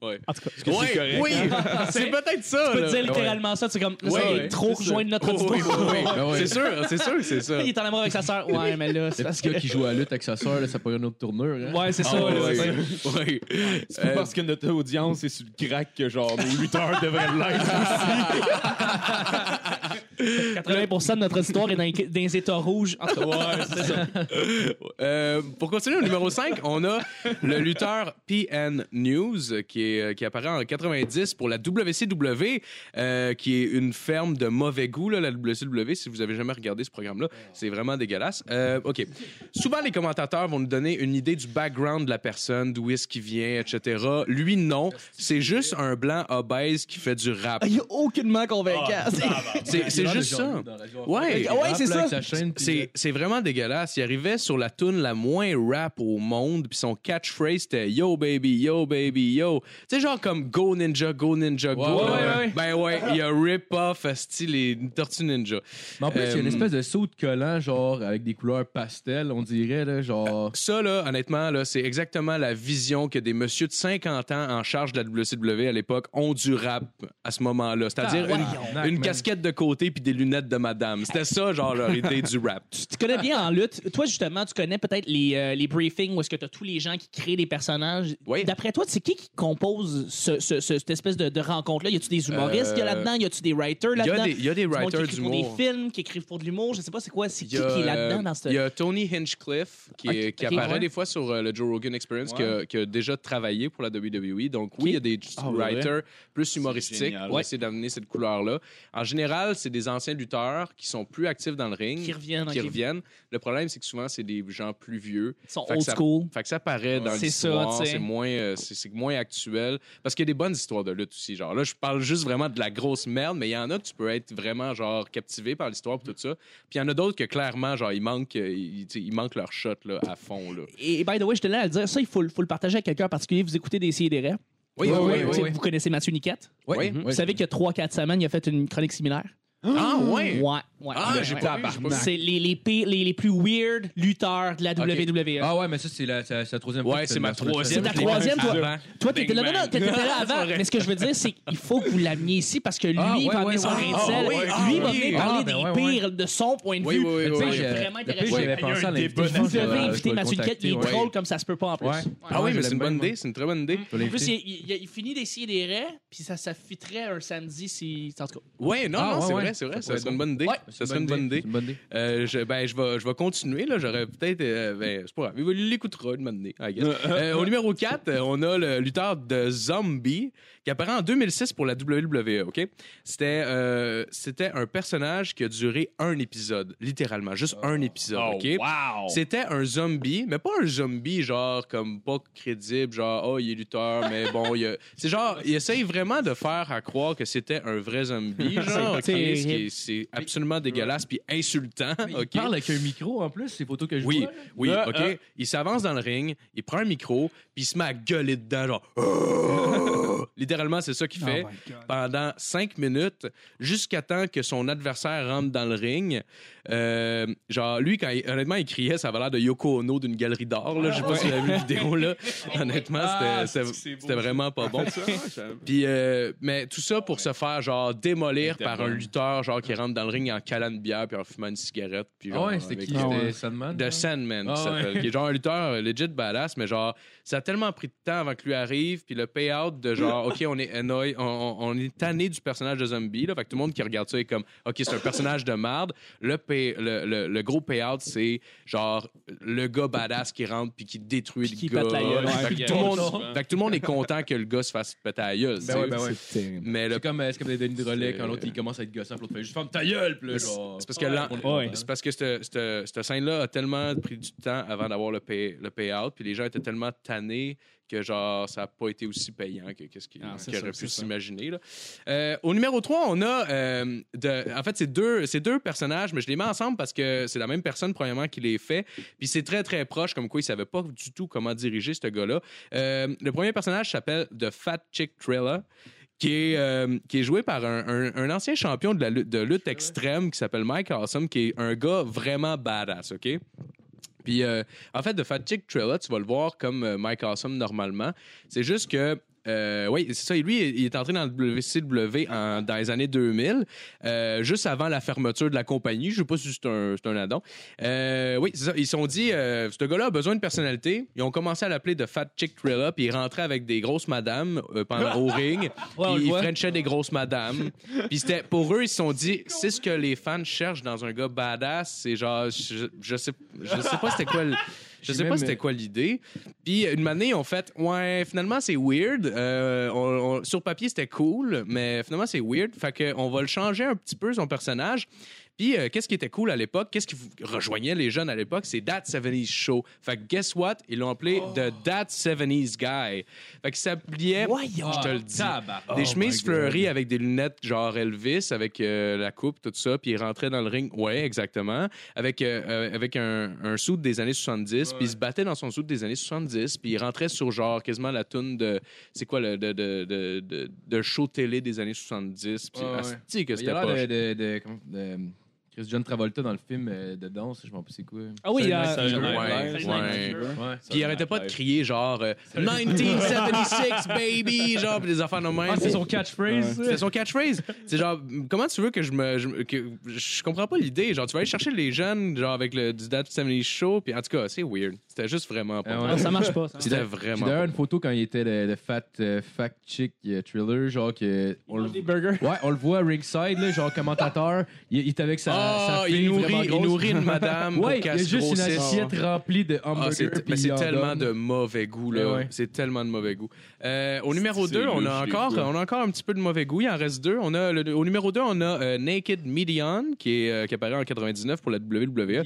Ouais.
En tout cas,
Ouais, oui, <laughs> c'est peut-être ça.
hein. tu peux
là.
te dire littéralement ça, tu es comme. ça,
Ouais,
il est
ouais,
trop rejoindre notre
Oh, oui,
auditoire.
oui, oui.
Ben oui.
C'est sûr, c'est sûr que c'est
<laughs>
ça.
Il est en amour avec sa sœur. Ouais, mais là, c'est
Le
parce
petit
que.
gars qui joue à la lutte avec sa sœur, là, ça pourrait une autre tournure. hein.
Ouais, c'est
Ah,
ça.
ouais,
là,
ouais,
c'est ça.
ouais. Ouais.
C'est pas
Euh,
parce que notre audience est sur le crack que genre nos lutteurs devraient
Ah,
l'être.
80% de notre histoire est dans les, dans les états rouges. En tout cas, c'est ça.
Euh, pour continuer au numéro 5, on a le lutteur PN News euh, qui, est, euh, qui apparaît en 90 pour la WCW, euh, qui est une ferme de mauvais goût, là, la WCW. Si vous avez jamais regardé ce programme-là, c'est vraiment dégueulasse. Euh, OK. Souvent, les commentateurs vont nous donner une idée du background de la personne, d'où est-ce qu'il vient, etc. Lui, non. C'est juste un blanc obèse qui fait du rap. Ah, bah,
Il est aucunement convaincant.
C'est c'est juste ça. Ouais.
Ah ouais, c'est ça.
C'est c'est vraiment dégueulasse. Il arrivait sur la tune la moins rap au monde, puis son catchphrase c'était Yo baby, yo baby, yo. Tu sais, genre comme Go Ninja, Go Ninja, Go.
ouais, ouais, ouais.
Ben ouais, il y a Rip Off, style les Tortues Ninja.
Mais en plus, il y a une
Euh,
espèce de saut de collant, genre, avec des couleurs pastel, on dirait, là, genre.
Ça, là, honnêtement, là, c'est exactement la vision que des messieurs de 50 ans en charge de la WCW à l'époque ont du rap à ce moment-là.
<laughs>
C'est-à-dire
Ah,
une,
ouais.
une
Man.
casquette de côté puis des lunettes de madame. C'était ça, genre, leur idée du rap.
tu connais bien en lutte. Toi, justement, tu connais peut-être les, euh, les briefings où est-ce que tu as tous les gens qui créent des personnages.
Oui.
D'après toi, c'est qui qui compose ce- ce- ce- cette espèce de, de rencontre-là? Y a-tu des humoristes
Euh,
qu'il y a là-dedans? Y a-tu des writers
Il y
<laughs>
a
là-dedans?
des- il y a des
Du monde qui
writers
écrit pour
d'humour.
des films, qui écrivent pour de l'humour. Je sais pas c'est quoi, c'est
Il
qui qui
y a,
est là-dedans
euh,
dans ce...
Il y a Tony Hinchcliffe qui, est-
Ok,
qui
ok,
apparaît
ouais.
des fois sur euh, le Joe Rogan Experience, qui, a, qui a déjà travaillé pour la WWE. Donc, oui, il y a des writers plus humoristiques
génial.
pour essayer d'amener cette couleur-là. En général, c'est des anciens lutteurs qui sont plus actifs dans le ring.
Qui reviennent,
qui
ok.
reviennent. Le problème, c'est que souvent, c'est des gens plus vieux.
Ils sont
Fait que
old
ça-
school.
Fait que ça paraît dans
C'est ça,
l'histoire,
tu sais.
c'est moins, euh, c'est c'est moins actuel. Parce qu'il y a des bonnes histoires de lutte aussi. Genre là, je parle juste vraiment de la grosse merde, mais il y en a que tu peux être vraiment genre captivé par l'histoire et tout ça. Puis il y en a d'autres que clairement, genre, ils manquent, euh, ils, tu sais, ils manquent leur shot là, à fond. Là.
Et, et by the way, je tenais à le dire, ça, il faut, le- faut le partager à quelqu'un en particulier. Vous écoutez des et des rêves.
Oui,
Ouais, ouais,
Tu sais,
ouais.
Vous connaissez Mathieu Niquette?
Oui.
Mhm.
Vous savez qu'il y a 3-4 semaines, il a fait une chronique similaire?
Ah, ouais.
Ouais, ouais.
Ah,
ouais,
j'ai
ouais.
pas vu, j'ai pas vu.
C'est les, les, pires- les, les plus weird lutteurs de la E. WWE.
Ah ouais, mais ça, c'est la, c'est la- c'est la troisième
Ouais,
fois que
c'est
tu
ma
le-
C'est
troisième.
ta
Je l'ai
troisième,
vu
toi.
avant.
Toi, t'étais là,
Bing
non, non,
bang.
t'étais
<laughs>
là avant. Mais ce que je veux dire, c'est qu'il faut que vous l'ameniez ici parce que lui,
Ah,
il
ouais,
va amener
ouais,
son
ouais.
grain de
Ah,
sel.
oui,
lui,
ah,
il va
oui.
venir parler
Ah, ben
des
ouais, ouais.
pires de son point de
Oui,
vue.
oui, oui,
Tu sais,
oui,
j'ai
oui.
vraiment
Le
intéressé.
pire, j'avais
Fait que
pensé à
il y a
l'inviter.
un débat.
Je vais-
Vous
je
avez
vais
invité
le
Mathieu Niquette, il est
contacter,
drôle
ouais.
comme ça se peut pas en plus.
Ouais.
Ah oui,
je
mais c'est
l'aime
une
bien,
bonne
moi. Mm.
idée, c'est une très bonne idée.
Je vais
En plus, il,
l'inviter.
il- il finit des si et des raies, puis ça, ça fitterait un samedi. Si... En tout cas,
Ouais, non,
Ah,
non,
ouais,
c'est
ouais.
vrai, c'est vrai,
Ça
ça
pourrait
serait
être
une bonne idée.
Ouais.
Ça serait une bonne idée.
C'est une bonne idée.
Euh, je, ben, je vais, je vais continuer. Là. J'aurais peut-être. euh, ben, c'est pas grave. Il l'écoutera de m'amener. I guess. Euh, au numéro 4, euh, on a le lutteur de Zombie qui apparaît en 2006 pour la WWE. OK? C'était, euh, c'était un personnage qui a duré un épisode, littéralement. Juste un épisode. OK? C'était un zombie, mais pas un zombie genre comme pas crédible, genre oh il est lutteur, mais bon il. a- C'est genre il essaye vraiment de faire à croire que c'était un
<laughs>
vrai zombie, genre ok, ce qui est- c'est absolument dégueulasse puis insultant.
Il
Ok.
parle avec un micro en plus, ces photos que je
Oui,
vois. là.
oui,
Euh,
ok.
euh.
Il s'avance dans le ring, il prend un micro, puis il se met à gueuler dedans, genre. <laughs> Littéralement, c'est ça
Oh
qu'il fait pendant cinq minutes, jusqu'à temps que son adversaire rentre dans le ring. Euh, genre, lui, quand il- honnêtement, il criait, ça avait l'air de Yoko Ono d'une galerie d'art. là. Je sais pas si vous avez vu la
<laughs>
vidéo. Là. Honnêtement,
Ah,
c'était-
c'est
c'était
beau,
c'était vraiment
<laughs>
pas bon.
Ça, ouais, ça-
Puis, euh, mais tout ça
Ah,
pour se faire genre démolir par un
Interview.
lutteur genre qui rentre dans le ring en calant de bière puis en fumant une cigarette. Puis,
Ah
genre,
ouais, c'était
avec-
qui
Ah ouais.
C'était Sandman
de
genre?
Sandman, qui
Ah
s'appelle,
ouais.
qui est
<laughs>
genre un lutteur euh, legit badass, mais genre, ça a tellement pris de temps avant que lui arrive, puis le payout de genre, OK, on est annoy- on, on- on est tanné du personnage de zombie, là, fait que tout le monde qui regarde ça est comme, OK, c'est un personnage de marde. Le, pay- le, le- le gros payout, c'est genre le gars badass qui rentre puis qui détruit
Puis qui
le gars.
pète la gueule.
Fait que
Ouais,
tout le monde-
souvent.
fait que tout le monde est content que le gars se fasse péter la gueule. tu sais.
Ben ouais, ben ouais.
Mais le
C'est comme, euh, c'est comme des Denis Drolet
C'est-
quand l'autre il commence à être gossant, puis l'autre fait juste ferme ta gueule, puis là,
Mais c'est-
genre.
c'est parce que là-
on- on-
Ouais.
C'est parce que cette- cette cette scène-là a tellement pris du temps avant d'avoir le, pay, le payout, puis les gens étaient tellement tannés que genre ça n'a pas été aussi payant que quest ce qu'ils
Ah, c'est
qu'ils
sûr,
auraient
c'est
pu
sûr.
s'imaginer. là. Euh, au numéro 3, on a... euh, de, en fait, c'est deux, c'est deux personnages, mais je les mets ensemble parce que c'est la même personne, premièrement, qui les fait. Puis c'est très, très proche, comme quoi il ne savait pas du tout comment diriger ce gars-là. Euh, le premier personnage s'appelle The Fat Chick Trailer qui est, euh, qui est joué par un, un- un ancien champion de, la lutte, de lutte extrême qui s'appelle Mike Awesome, qui est un gars vraiment badass, OK? Puis, euh, en fait, de Fat Chick Trailer, tu vas le voir comme euh, Mike Awesome normalement. C'est juste que, euh, oui, c'est ça. Lui, il est entré dans le WCW en- dans les années 2000, euh, juste avant la fermeture de la compagnie. Je sais pas si c'est un, c'est un addon. Euh, oui, c'est ça. Ils se sont dit, euh, ce gars-là a besoin de personnalité. Ils ont commencé à l'appeler de Fat Chick Trailer, puis il rentrait avec des grosses madames euh, pendant, au
<laughs>
ring.
on le
puis il
voit.
frenchait des grosses madames. puis c'était, pour eux, ils se sont dit, c'est ce que les fans cherchent dans un gars badass. C'est genre, je, je sais, je sais pas c'était quoi le- Je
J'ai
sais pas
même-
c'était quoi l'idée. Puis une année, on fait ouais, finalement c'est weird. Euh, on- on- sur papier c'était cool, mais finalement c'est weird. Fait que on va le changer un petit peu son personnage. Puis, euh, qu'est-ce qui était cool à l'époque? Qu'est-ce qui vous- rejoignait les jeunes à l'époque? C'est That 70s Show. Fait que, guess what? Ils l'ont appelé
Oh.
The That 70s Guy. Fait que ça s'appelait, je te le dis,
Oh
des chemises fleuries avec des lunettes genre Elvis, avec euh, la coupe, tout ça. Puis, ils rentraient dans le ring. Ouais, exactement. Avec, euh, euh, avec un, un suit des années 70. Puis, ils se battaient dans son suit des années 70. Puis, ils rentraient sur genre quasiment la toune de. C'est quoi le. de, de, de, de- de show télé des années 70. Puis,
Ouais, ouais.
asti que
Il y
c'était
a
pas.
l'air de, de, de- comment- de Chris John Travolta dans le film euh, de danse, je m'en rappelle c'est quoi.
Ah oui, euh,
Saturday
Saturday
Night
Night
Live.
Live.
Ouais.
Ouais.
Puis il arrêtait pas de crier
<laughs>
genre euh, 1976 baby genre pis des affaires de même.
Ah, c'est son catchphrase.
C'est son catchphrase. C'est genre m- comment tu veux que je me je, me- que- je comprends pas l'idée genre tu vas aller chercher les jeunes genre avec le du That 70 show puis en tout cas c'est weird. C'était juste vraiment pas.
Ah
bon.
ouais.
Ah, Ça marche pas.
<laughs>
ça.
C'était
J'ai
vraiment.
d'ailleurs
pas
une photo quand il était le, le fat euh, fact chick euh, thriller, genre que. on le-
Des burgers.
Ouais, on le voit ringside, là, genre commentateur. Il, il est avec sa,
Ah,
sa
il
fille vraiment
nourrit, il
grosse.
nourrit
<laughs>
une madame
Ouais,
pour
il y a
qu'elle se
juste une
grossisse.
assiette remplie de
Ah,
hamburgers.
c'est
puis
mais
il
c'est
en
tellement
donne.
de mauvais goût là,
Eh ouais.
c'est tellement de mauvais goût. Euh, au numéro
C'est
2, on a
louche, des
encore
fois.
on a encore un petit peu de mauvais goût, il en reste deux. On a le- au numéro 2, on a euh, Naked Midian qui est euh, qui apparaît en 99 pour la WWE.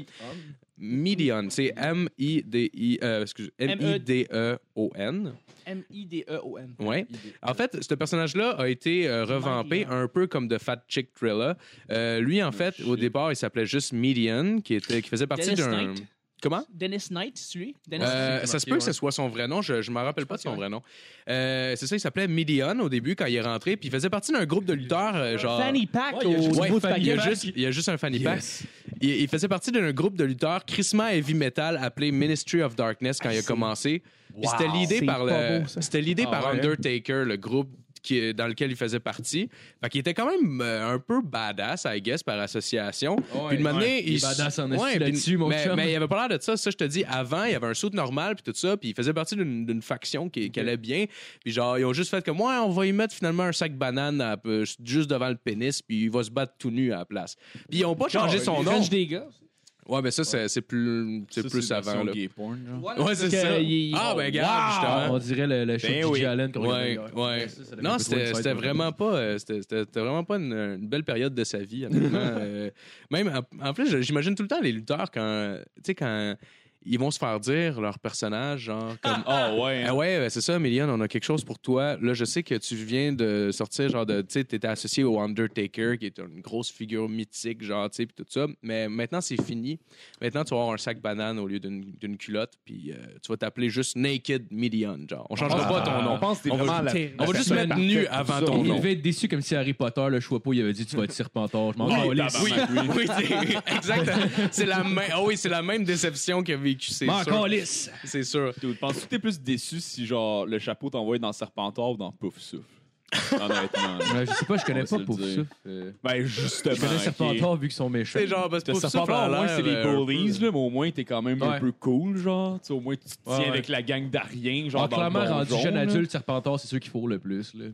Midian, c'est M I D I euh, excuse M I D E O N.
E
M-I-D-E-O-N.
Ouais. En fait, ce personnage-là a été euh, revampé un peu comme de Fat Chick Thriller. Euh, lui
Oh,
en fait, au départ, il s'appelait juste Midian qui était qui faisait partie
Dennis
d'un
Knight.
Comment
Dennis Knight, c'est lui? Dennis
euh,
c'est
ça se
marqué,
peut
ouais.
que ce soit son vrai nom, je ne me rappelle pas
pense
de
que
son
ouais.
vrai nom. Euh, c'est ça, il s'appelait Midian au début quand il est rentré, puis il faisait partie d'un groupe de lutteurs euh, genre.
Fanny Pack
Ouais,
au
il y a juste-
niveau du
Ouais, il, y
paquet.
a juste, il y a juste un fanny pack. Il, il faisait partie d'un groupe de lutteurs Chrisma Heavy Metal appelé Ministry of Darkness quand il a commencé. Puis C'était l'idée
c'est
par,
pas
le,
beau, ça.
c'était l'idée
Ah
par
ouais.
Undertaker, le groupe qui, dans lequel il faisait partie. Fait qu'il était quand même euh, un peu badass, I guess, par association. Puis de m'amener,
ouais. Il est
s-
badass en esti
puis-
là-dessus, mon
mais,
chum.
mais il avait pas l'air de ça. Ça, je te dis, avant, il y avait un saut normal, puis tout ça, puis il faisait partie d'une d'une faction qui, qui allait bien. Puis genre, ils ont juste fait comme, ouais, on va y mettre finalement un sac banane à- euh, juste devant le pénis, puis il va se battre tout nu à la place. Puis ils ont pas changé son nom.
French des gars.
Ouais, mais ça, c'est c'est plus, c'est
Ça,
plus
c'est une
avant.
version
Là.
gay porn, genre.
Ouais, c'est
Parce que
ça.
il-
Ah, ben, regarde,
Ah,
justement.
on dirait le, le show
Ben
de
oui.
G. Allen qu'on
Ouais,
regardait.
ouais.
Ça, ça l'avait
Non,
un peu trop
c'était
inside,
c'était
ouais.
vraiment pas, euh, c'était- c'était c'était vraiment pas une, une belle période de sa
<laughs>
vie. honnêtement. Euh, même en, en plus, je- j'imagine tout le temps les lutteurs quand, tu sais, quand ils vont se faire dire leur personnage, genre comme
Ah ouais.
ah ouais, ben c'est ça, Méliane, on a quelque chose pour toi. Là, je sais que tu viens de sortir, genre, de, tu sais, t'étais associé au Undertaker, qui est une grosse figure mythique, genre, tu sais, puis tout ça. Mais maintenant, c'est fini. Maintenant, tu vas avoir un sac banane au lieu d'une d'une culotte, puis euh, tu vas t'appeler juste Naked Million, genre. On changera pas ton nom.
Ah. On pense que
On
t'es vraiment
va,
la-
on va juste
personne
mettre nu
parfaite pour
avant
ça.
ton
Il
nom.
devait être déçu comme si Harry Potter, le choix pas, il avait dit Tu vas être serpentor. Je m'en
Oui,
calisse.
Ah, tabarnak.
Oui, oui, c'est-
Ah.
exactement. C'est la, même- ah oui, c'est la même déception qu'il a vécu, c'est
M'en
sûr.
calisse.
C'est sûr.
Dude, Penses-tu que t'es plus déçu si genre le chapeau t'envoie dans Serpentor ou dans Pouf Souffle?
<laughs>
Honnêtement. là.
Ouais, Je sais pas, je connais
On va
pas
se le
pour ça.
dire.
Euh,
ben justement.
Je connais
ok.
serpentor vu qu'ils sont méchants.
C'est genre, parce que
Le
pour ça,
Serpentor, au moins, c'est des
euh,
bullies, là, mais au moins, t'es quand même
Ouais.
un peu cool, genre. Tu sais, au moins, tu te tiens
Ouais, ouais.
avec la gang d'Ariens, genre.
Genre
dans le
Ah, clairement rendu
donjon,
jeune
là.
adulte, serpentor, c'est ceux qui faut le plus. là.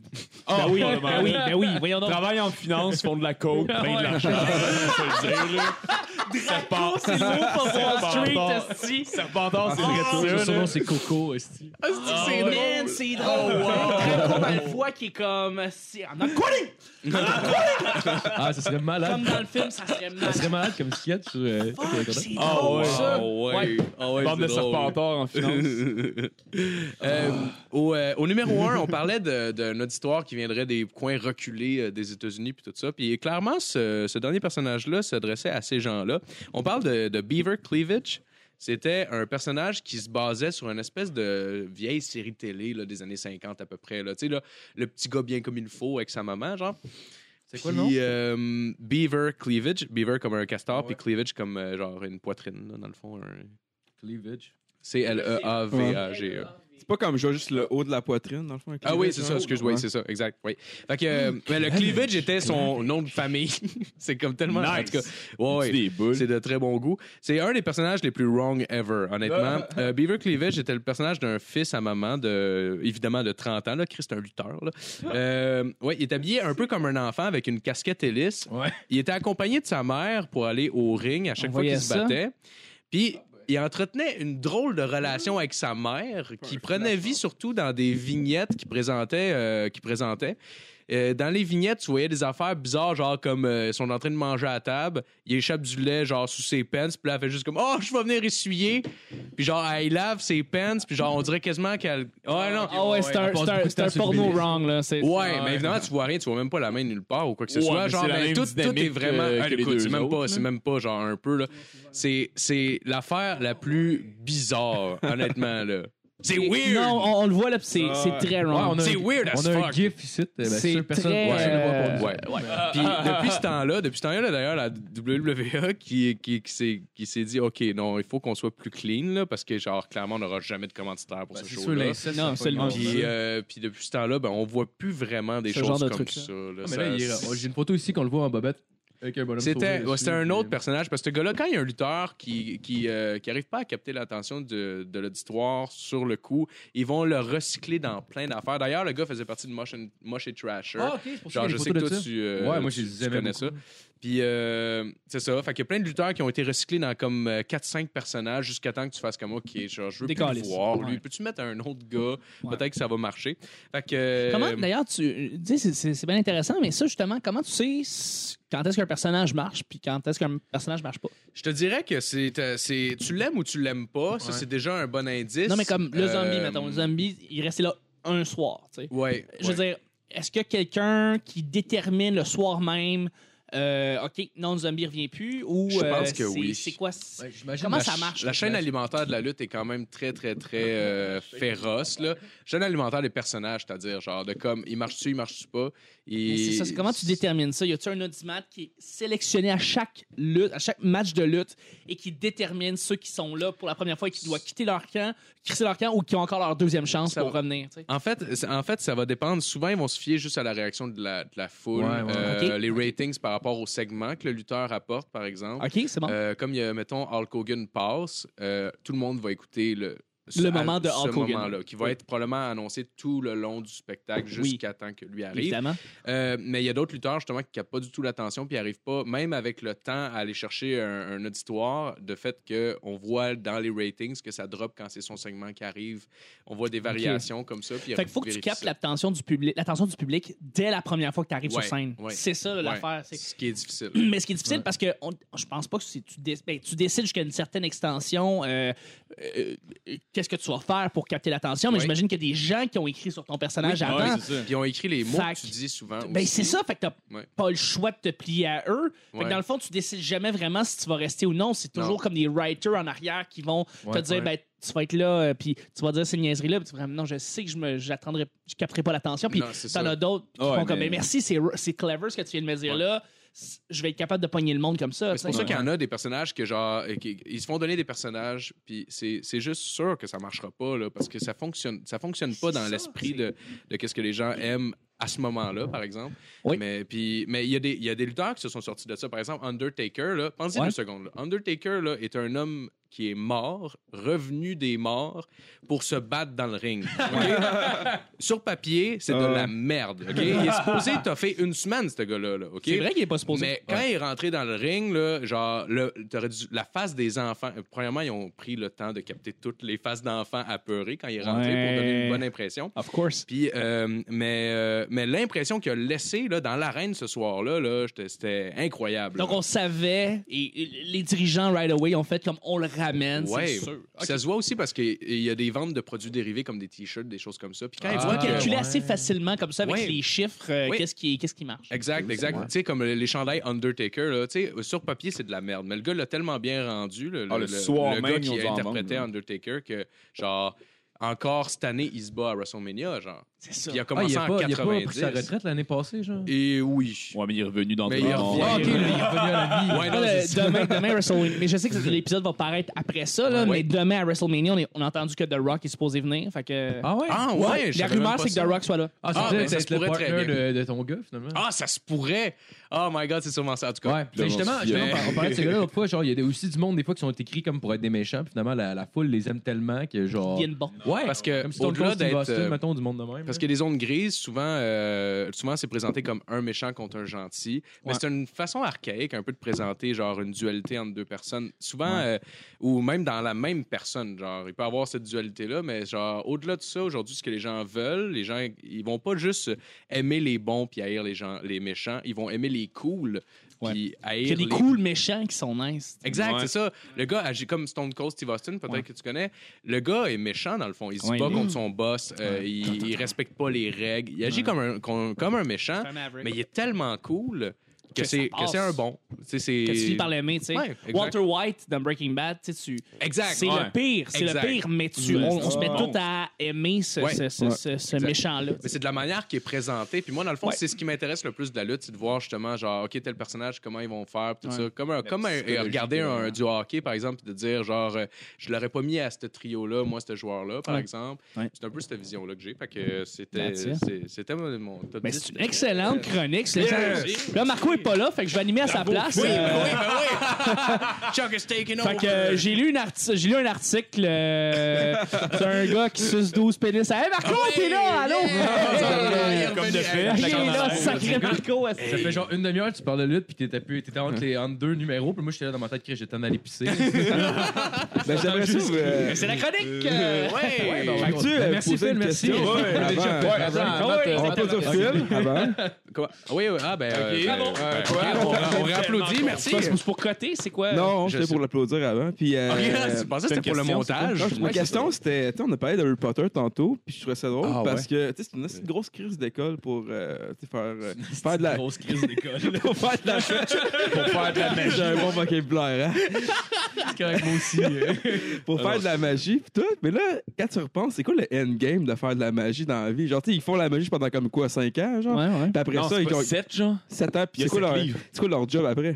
Ah oui,
Ben oui, ben oui, voyons
<laughs>
donc.
Travaillent en finance, font de la coke, prennent de l'argent. faut le dire, là. Serpent-
C'est le mot pour
Serpentor.
Wall Street, esti.
Serpentor, c'est vrai
Son
de ça.
surnom,
là.
c'est Coco. esti.
Ah, c'est-tu que
Oh,
c'est
man,
drôle.
c'est drôle. Draco Malfoy qui est comme... c'est- I'm not quitting!
Ah, ça serait malade.
Comme dans le film, ça serait
Ça serait
mal.
malade comme sketch. sur, euh,
Fuck, c'est
Ah
drôle,
ouais.
ça.
Ah ouais. Ah ouais,
Bande
c'est
de
drôle.
Serpentor en finance.
Euh, au, euh, au numéro
<laughs>
1, on parlait de- d'un auditoire qui viendrait des coins reculés euh, des États-Unis puis tout ça. Puis clairement, ce, ce dernier personnage-là s'adressait à ces gens-là. On parle de, de Beaver Cleavage. C'était un personnage qui se basait sur une espèce de vieille série télé là, des années 50 à peu près. Là. Tu sais, là, le petit gars bien comme il faut avec sa maman, genre.
C'est quoi le
Puis,
nom?
euh, Beaver Cleavage. Beaver comme un castor, puis Cleavage comme euh, genre une poitrine, là, dans le fond. un- E
Cleavage.
C-L-E-A-V-A-G-E.
C'est pas comme genre juste le haut de la poitrine, dans le fond. un
Ah
cleavage,
oui, c'est ça,
hein?
excuse, oui,
Ouais.
c'est ça, exact. Oui. Fait que euh, mais le cleavage était son nom de famille. <laughs> c'est comme tellement. En tout cas, ouais, ouais.
C'est des boules.
C'est de très bon goût. C'est un des personnages les plus wrong ever, honnêtement.
Ah.
Euh, Beaver Cleavage était le personnage d'un fils à maman de, évidemment, de 30 ans. Là. Chris, c'est un lutteur. Là. Euh, ouais, il est habillé un peu comme un enfant avec une casquette hélice.
Ouais.
Il était accompagné de sa mère pour aller au ring à chaque
On
fois
voyait
qu'il se
ça.
battait. Puis il entretenait une drôle de relation avec sa mère qui prenait vie surtout dans des vignettes qu'il présentait. euh, qu'il présentait. Euh, dans les vignettes, tu voyais des affaires bizarres, genre comme euh, ils sont en train de manger à table, il échappe du lait, genre sous ses pants, puis là, elle fait juste comme Oh, je vais venir essuyer. Puis genre, elle lave ses pants, puis genre, on dirait quasiment qu'elle. Oh, non.
Ah ouais, c'est un,
passe
c'est un-
beaucoup de
c'est un
temps sur le
porno
pénis.
wrong, là. c'est-
Ouais,
Ouais.
mais évidemment, tu vois rien, tu vois même pas la main nulle part ou quoi que ce
Ouais,
soit.
mais
Genre,
c'est la
ben,
même
tout, tout est
dynamique
vraiment.
que-
Ah,
que les
écoute,
deux
c'est même,
autres,
pas- c'est même pas genre un peu, là. C'est c'est l'affaire la plus bizarre, honnêtement, là. C'est weird!
Non, on, on le voit, là, puis c'est
Ah
c'est
ouais.
très
Ouais,
wrong.
on a
C'est
un-
weird as
On a un
fuck.
gif ici. Ben,
C'est
sûr, personne
très-
personne le voit pas.
Euh,
Ouais. Puis depuis ce temps-là, depuis ce temps-là, là, d'ailleurs, la WWE qui, qui, qui s'est, qui s'est dit, OK, non, il faut qu'on soit plus clean, là, parce que, genre, clairement, on n'aura jamais de commanditaire pour
Ben,
ce
c'est sûr,
show-là.
l'inceste,
Non,
ça pogne.
absolument.
Puis, euh, puis depuis ce temps-là, ben, on voit plus vraiment des
Ce
choses
genre de
comme
truc-là.
ça. là.
Ah, mais là,
Ça-
il est- oh, J'ai une photo ici qu'on le voit en bobette. Ah, Avec un bonhomme
C'était
sauvé
ouais,
dessus,
c'était un
puis-
autre personnage parce que ce gars-là, quand il y a un lutteur qui qui, euh, qui arrive pas à capter l'attention de, de l'auditoire sur le coup, ils vont le recycler dans plein d'affaires. D'ailleurs, le gars faisait partie de Mosh, and- Mosh et Trasher.
Ah, ok, c'est pour ça
Genre,
qu'il y
je
a
sais
des
que
photos
toi,
de ça.
tu, euh,
Ouais, moi,
tu-
je les
tu
aimais
connais ça. Puis, euh, c'est ça. Fait qu'il y a plein de lutteurs qui ont été recyclés dans comme euh, 4-5 personnages jusqu'à temps que tu fasses comme OK, genre, je veux plus le
Décaliste.
voir. Lui,
Ouais.
peux-tu mettre un autre gars
Ouais.
Peut-être que ça va marcher. Fait que. euh,
Comment, d'ailleurs, tu dis, c'est- c'est c'est bien intéressant, mais ça, justement, comment tu sais s- quand est-ce qu'un personnage marche, puis quand est-ce qu'un personnage marche pas?
Je te dirais que c'est, euh, c'est tu l'aimes ou tu l'aimes pas, ça c'est déjà un bon indice.
Non, mais comme le zombie,
Euh,
mettons, le zombie, il restait là un soir, tu sais.
Ouais.
Je veux dire, est-ce que quelqu'un qui détermine le soir même, euh, OK, non, le zombie revient plus, ou
Je pense
euh,
que
c'est-
oui.
c'est quoi? c'est-
Ouais, j'imagine
Comment
la
ça
ch-
marche?
La chaîne alimentaire de la lutte est quand même très très très euh, féroce là. Chaîne alimentaire des personnages, c'est-à-dire genre de comme il marche tu, il marche tu pas.
Mais
Et...
c'est ça, c'est comment tu détermines ça? Y a-tu un audimat qui est sélectionné à chaque lutte, à chaque match de lutte et qui détermine ceux qui sont là pour la première fois et qui doivent quitter leur camp, crisser leur camp ou qui ont encore leur deuxième chance
Ça
pour
va.
revenir? tu sais?
En fait, c'est- en fait, ça va dépendre. Souvent, ils vont se fier juste à la réaction de la, de la foule,
Ouais, ouais.
euh,
Ok.
les ratings par rapport au segment que le lutteur apporte, par exemple.
OK, c'est bon.
Euh, comme il y a, mettons, Hulk Hogan passe, euh, tout le monde va écouter le,
Le moment de Hulk Hogan.
moment-là, qui va être probablement annoncé tout le long du spectacle
Oui.
jusqu'à temps que lui arrive.
Évidemment.
Euh, mais il y a d'autres lutteurs, justement, qui captent pas du tout l'attention puis n'arrivent pas, même avec le temps, à aller chercher un, un auditoire. De fait qu'on voit dans les ratings que ça drop quand c'est son segment qui arrive. On voit des variations comme ça. Puis
Fait qu'il faut que tu
vérifie
captes
ça.
l'attention du public, l'attention du public dès la première fois que tu arrives
Ouais,
sur scène.
ouais.
c'est ça là,
Ouais,
l'affaire. c'est-
Ce qui est difficile.
<clears throat> Mais ce qui est difficile parce que on- je pense pas que si tu, dé- ben, tu décides jusqu'à une certaine extension euh, euh, euh, qu'est-ce que tu vas faire pour capter l'attention, mais
Oui.
j'imagine qu'il y a des gens qui ont écrit sur ton personnage
Ah,
avant.
ouais, c'est ça.
Puis on écrit les mots
Fait
que tu
que-
dis souvent.
Ben,
aussi.
c'est ça, fait que t'as
Ouais.
pas le choix de te plier à eux. Fait que
Ouais.
dans le fond, tu décides jamais vraiment si tu vas rester ou non. C'est toujours
Non.
comme des writers en arrière qui vont te
Ouais,
dire
ouais.
ben, tu vas être là, euh, puis tu vas dire ces niaiseries-là, puis tu vas dire non, je sais que je me, j'attendrai, je capterai pas l'attention. Puis
Non, c'est
t'en
ça.
as d'autres qui
Ouais,
font comme
mais-
ben, merci, c'est, c'est clever ce que tu viens de me dire là. C- Je vais être capable de pogner le monde comme ça.
Mais C'est
tu
pour
sais.
ça qu'il y en a des personnages que genre euh, qui- ils se font donner des personnages puis c'est c'est juste sûr que ça marchera pas là parce que ça fonctionne ça fonctionne pas dans
ça,
l'esprit de de qu'est-ce que les gens aiment à ce moment-là par exemple.
Oui.
Mais puis mais il y a des il y a des lutteurs qui se sont sortis de ça par exemple Undertaker là pensez
Ouais.
deux secondes. là. Undertaker là est un homme qui est mort, revenu des morts pour se battre dans le ring. OK? Sur papier, c'est de
Euh.
la merde. OK? Il est supposé toffer une semaine, ce gars-là. là, OK?
C'est vrai qu'il est pas supposé.
Mais quand il est rentré dans le ring, là, genre, le, t'aurais dû- la face des enfants. euh, Premièrement, ils ont pris le temps de capter toutes les faces d'enfants apeurés quand il est rentré
Ouais. Ah.
pour donner une bonne impression.
Of course.
Puis, euh, mais, euh, mais l'impression qu'il a laissée là, dans l'arène ce soir-là, là, j'étais- c'était incroyable.
Donc on savait, et et les dirigeants right away ont fait comme on le ramène,
Ouais.
c'est sûr.
Puis Ça se voit aussi parce qu'il il y a des ventes de produits dérivés comme des t-shirts, des choses comme ça. Puis quand
Ah,
ils voient
On
que-
calculait assez facilement comme ça avec
Ouais.
les chiffres, euh,
Oui.
qu'est-ce qui, qu'est-ce qui marche.
Exact, exact. Tu sais, comme les chandails Undertaker, là, tu sais, euh, sur papier, c'est de la merde. Mais le gars l'a tellement bien rendu, le,
Ah, le soir même,
gars
ils ont ah,
qui
dû en
interprétait
vendre,
Undertaker, que genre, encore cette année, il se bat à WrestleMania, genre.
C'est ça.
Puis il a
Ah,
commencé
il a
en
pas, il a pas
90.
pris sa retraite l'année passée, genre.
Et oui.
Ouais, mais il est revenu dans
Mais
le
il
monde.
revient.
Ah, ok, là, il est revenu à la vie.
Ouais,
Ah,
non,
le-
c'est ça.
demain, demain WrestleMania. Mais je
<laughs>
sais que l'épisode va paraître après ça, là,
Ouais.
mais demain à WrestleMania, on, est- on a entendu que The Rock est supposé venir. Fait que...
Ah ouais?
Ah ouais, je
la
savais même
rumeur,
pas
c'est que
ça.
The Rock soit là.
Ah,
Ah,
c'est
ben, ça
peut-être
se
le
pourrait très
partner de, de ton gars, finalement.
Ah, ça se pourrait. Oh my god, c'est sûrement ça, en tout cas.
Ouais, puis justement,
bon,
justement,
mais-
par- on parlait de ces gars-là l'autre fois, genre, il y a des- aussi du monde des fois qui sont écrits comme pour être des méchants, puis finalement, la, la foule les aime tellement que genre.
Bien bon.
Ouais,
Parce que
comme si
au-delà
au-delà
d'être, euh,
mettons, du monde de même.
Parce que les zones grises, souvent, euh, souvent c'est présenté comme un méchant contre un gentil. Mais
Ouais.
c'est une façon archaïque un peu de présenter genre une dualité entre deux personnes. Souvent, euh, ou même dans la même personne. Genre, il peut avoir cette dualité-là, mais genre, au-delà de ça, aujourd'hui, ce que les gens veulent, les gens, ils vont pas juste aimer les bons puis haïr les, gens, les méchants. Ils vont aimer les cools
Ouais.
puis haïr
Il y a des
les...
cool méchants qui sont nice.
Exact,
Ouais.
c'est ça. Le gars agit comme Stone Cold Steve Austin, peut-être
Ouais.
que tu connais. Le gars est méchant, dans le fond. Il se
Ouais,
bat
il est-
contre son boss. euh, il, il respecte pas les règles. Il agit comme, un, com- comme un méchant, mais il est tellement cool que,
Que
c'est,
ça
que c'est
passe.
un bon. Tu sais, c'est...
que tu finis par l'aimer, tu sais.
Ouais, exact.
Walter White dans Breaking Bad, tu sais, tu.
Exact.
C'est
ouais.
le pire, c'est le
Exact.
pire, mais tu,
Ouais,
on, on
c'est
se met
bon.
tout à aimer ce,
Ouais.
ce- ce-
Ouais.
ce- ce
Exact.
méchant-là.
Mais c'est de la manière qui est présentée. Puis moi, dans le fond,
Ouais.
c'est ce qui m'intéresse le plus de la lutte, c'est de voir justement, genre, OK, tel personnage, comment ils vont faire, puis tout
Ouais.
ça. Comme, un- comme un-
psychologie,
euh, regarder un,
ouais.
du hockey, par exemple, puis de dire, genre, euh, je l'aurais pas mis à ce trio-là, moi, ce joueur-là, par
Ouais.
exemple.
Ouais.
C'est un peu cette vision-là que j'ai. Fait que c'était,
That's it.
c'est- c'était mon, mon top
Ben,
10.
c'est une excellente chronique. c'est excellent. Là, Marco est pas là, fait que je vais animer à sa place. Euh, <laughs>
Chuck is taking
Fait que euh, j'ai lu, une arti- j'ai lu un article
<laughs>
euh, d'un gars qui suce 12 pénis. Hey Marco,
Ah,
t'es là, allô? ah,
Comme de fait,
Hey,
la
il est là,
camarade.
sacré Marco. est-ce que-
Ça fait genre une demi-heure, tu parles de lutte, puis t'étais, plus, t'étais entre, les, entre deux numéros, puis moi j'étais là dans ma tête, Chris, j'étais en aller pisser.
Ben, j'aimerais ça. euh,
C'est la chronique! euh,
Ouais,
ben,
Fait que tu,
Ben,
euh,
merci
poser
Phil,
une
merci.
question.
On
Ouais,
l'a déjà
avant,
fait.
avant,
ben,
On va
Attends,
pas dire
attends,
Phil avant.
Quoi? Oui, oui, ah, ben. euh,
Ah bon?
euh, on- on réapplaudit, merci.
C'est pour- pour coter, c'est quoi?
Non,
je
c'était
sais.
pour l'applaudir avant. Puis,
<laughs>
euh,
Ok, Tu pensais que c'était pour le montage?
Non, je- ma
Ouais,
question, c'était. tu sais, On a parlé d'Harry Potter tantôt, puis je trouvais ça drôle
Ah,
parce que tu sais, c'est une assez grosse crise d'école pour euh, tu sais, faire, euh, faire de la.
Grosse crise d'école.
<laughs> Pour faire de la
pour faire de la magie.
J'ai un bon vocabulaire, hein?
C'est correct, moi aussi. euh.
Pour faire de la magie, pis tout. Mais là, quand tu repenses, c'est quoi le endgame de faire de la magie dans la vie? Genre, tu sais, ils font la magie pendant comme quoi, 5 ans, genre?
Ouais, ouais.
Puis après
Non,
ça,
c'est
ils ont
pas 7, genre.
7 ans,
Il
puis
y a
c'est quoi,
sept
leur...
livres.
c'est quoi leur job après?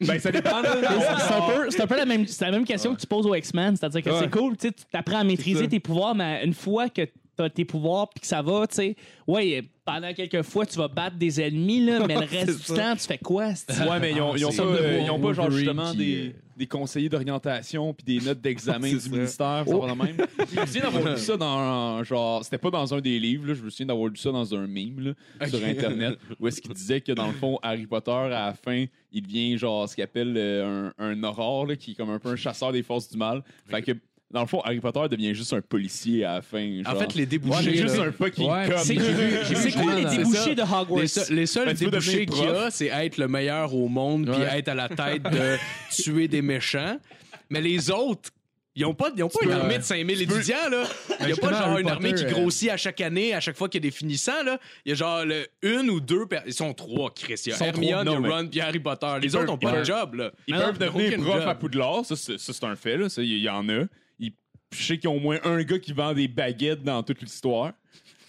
Ben, ça dépend.
C'est un, peu, c'est un peu la même, c'est la même question que tu poses aux X-Men. C'est-à-dire que
Ouais.
c'est cool, tu sais, tu apprends à
C'est
maîtriser
ça.
tes pouvoirs, mais une fois que tu as tes pouvoirs puis que ça va, tu sais, ouais, euh, pendant quelques fois, tu vas battre des ennemis, là, mais le reste du
ça.
temps, tu fais quoi? c'est-tu?
Ouais, mais ils ont, ils ont
c'est
pas,
comme
euh,
de
ils ont pas genre
Wolverine
justement
qui,
des, des conseillers d'orientation puis des notes d'examen du
C'est ça.
ministère, ça va de même. Je me souviens d'avoir lu ça dans un- genre, c'était pas dans un des livres, là, je me souviens d'avoir lu ça dans un meme là, sur internet où est-ce qu'il disait que dans le fond Harry Potter à la fin, il devient genre ce qu'il appelle euh, un, un aurore là, qui est comme un peu un chasseur des forces du mal. Fait que dans le fond, Harry Potter devient juste un policier à la fin.
En
genre.
fait, les
Ouais,
débouchés.
j'ai juste
là,
un fucking
Ouais,
cop.
C'est,
J'ai vu- j'ai
<laughs>
vu
c'est quoi les
justement, c'est
débouchés de Hogwarts?
les, seuls- les seuls
Ben, tu peux
débouchés
devenir
qu'il y a,
prof.
c'est être le meilleur au monde puis
Ouais.
être
<laughs>
à la tête de tuer des méchants. Mais les autres, ils n'ont pas, ils ont pas une
peux,
armée
euh,
de 5000 étudiants. Là.
Ben,
Il n'y a
justement,
pas genre
Harry
une armée qui
Potter, euh,
grossit à chaque année, à chaque fois qu'il y a des finissants. Là. Il y a genre le- une ou deux. per- Ils sont trois, Chris. Il y a
sont
Hermione,
trois, non,
il y
mais-
a Ron puis Harry Potter. Les
Ils peuvent-
autres n'ont pas
ils
de
peuvent-
job. Là.
Ils
Ah non,
peuvent devenir
aucune
prof
job.
à Poudlard, ça, c'est ça, c'est un fait, là. Ça, il y en a. Il- je sais qu'il y a au moins un gars qui vend des baguettes dans toute l'histoire.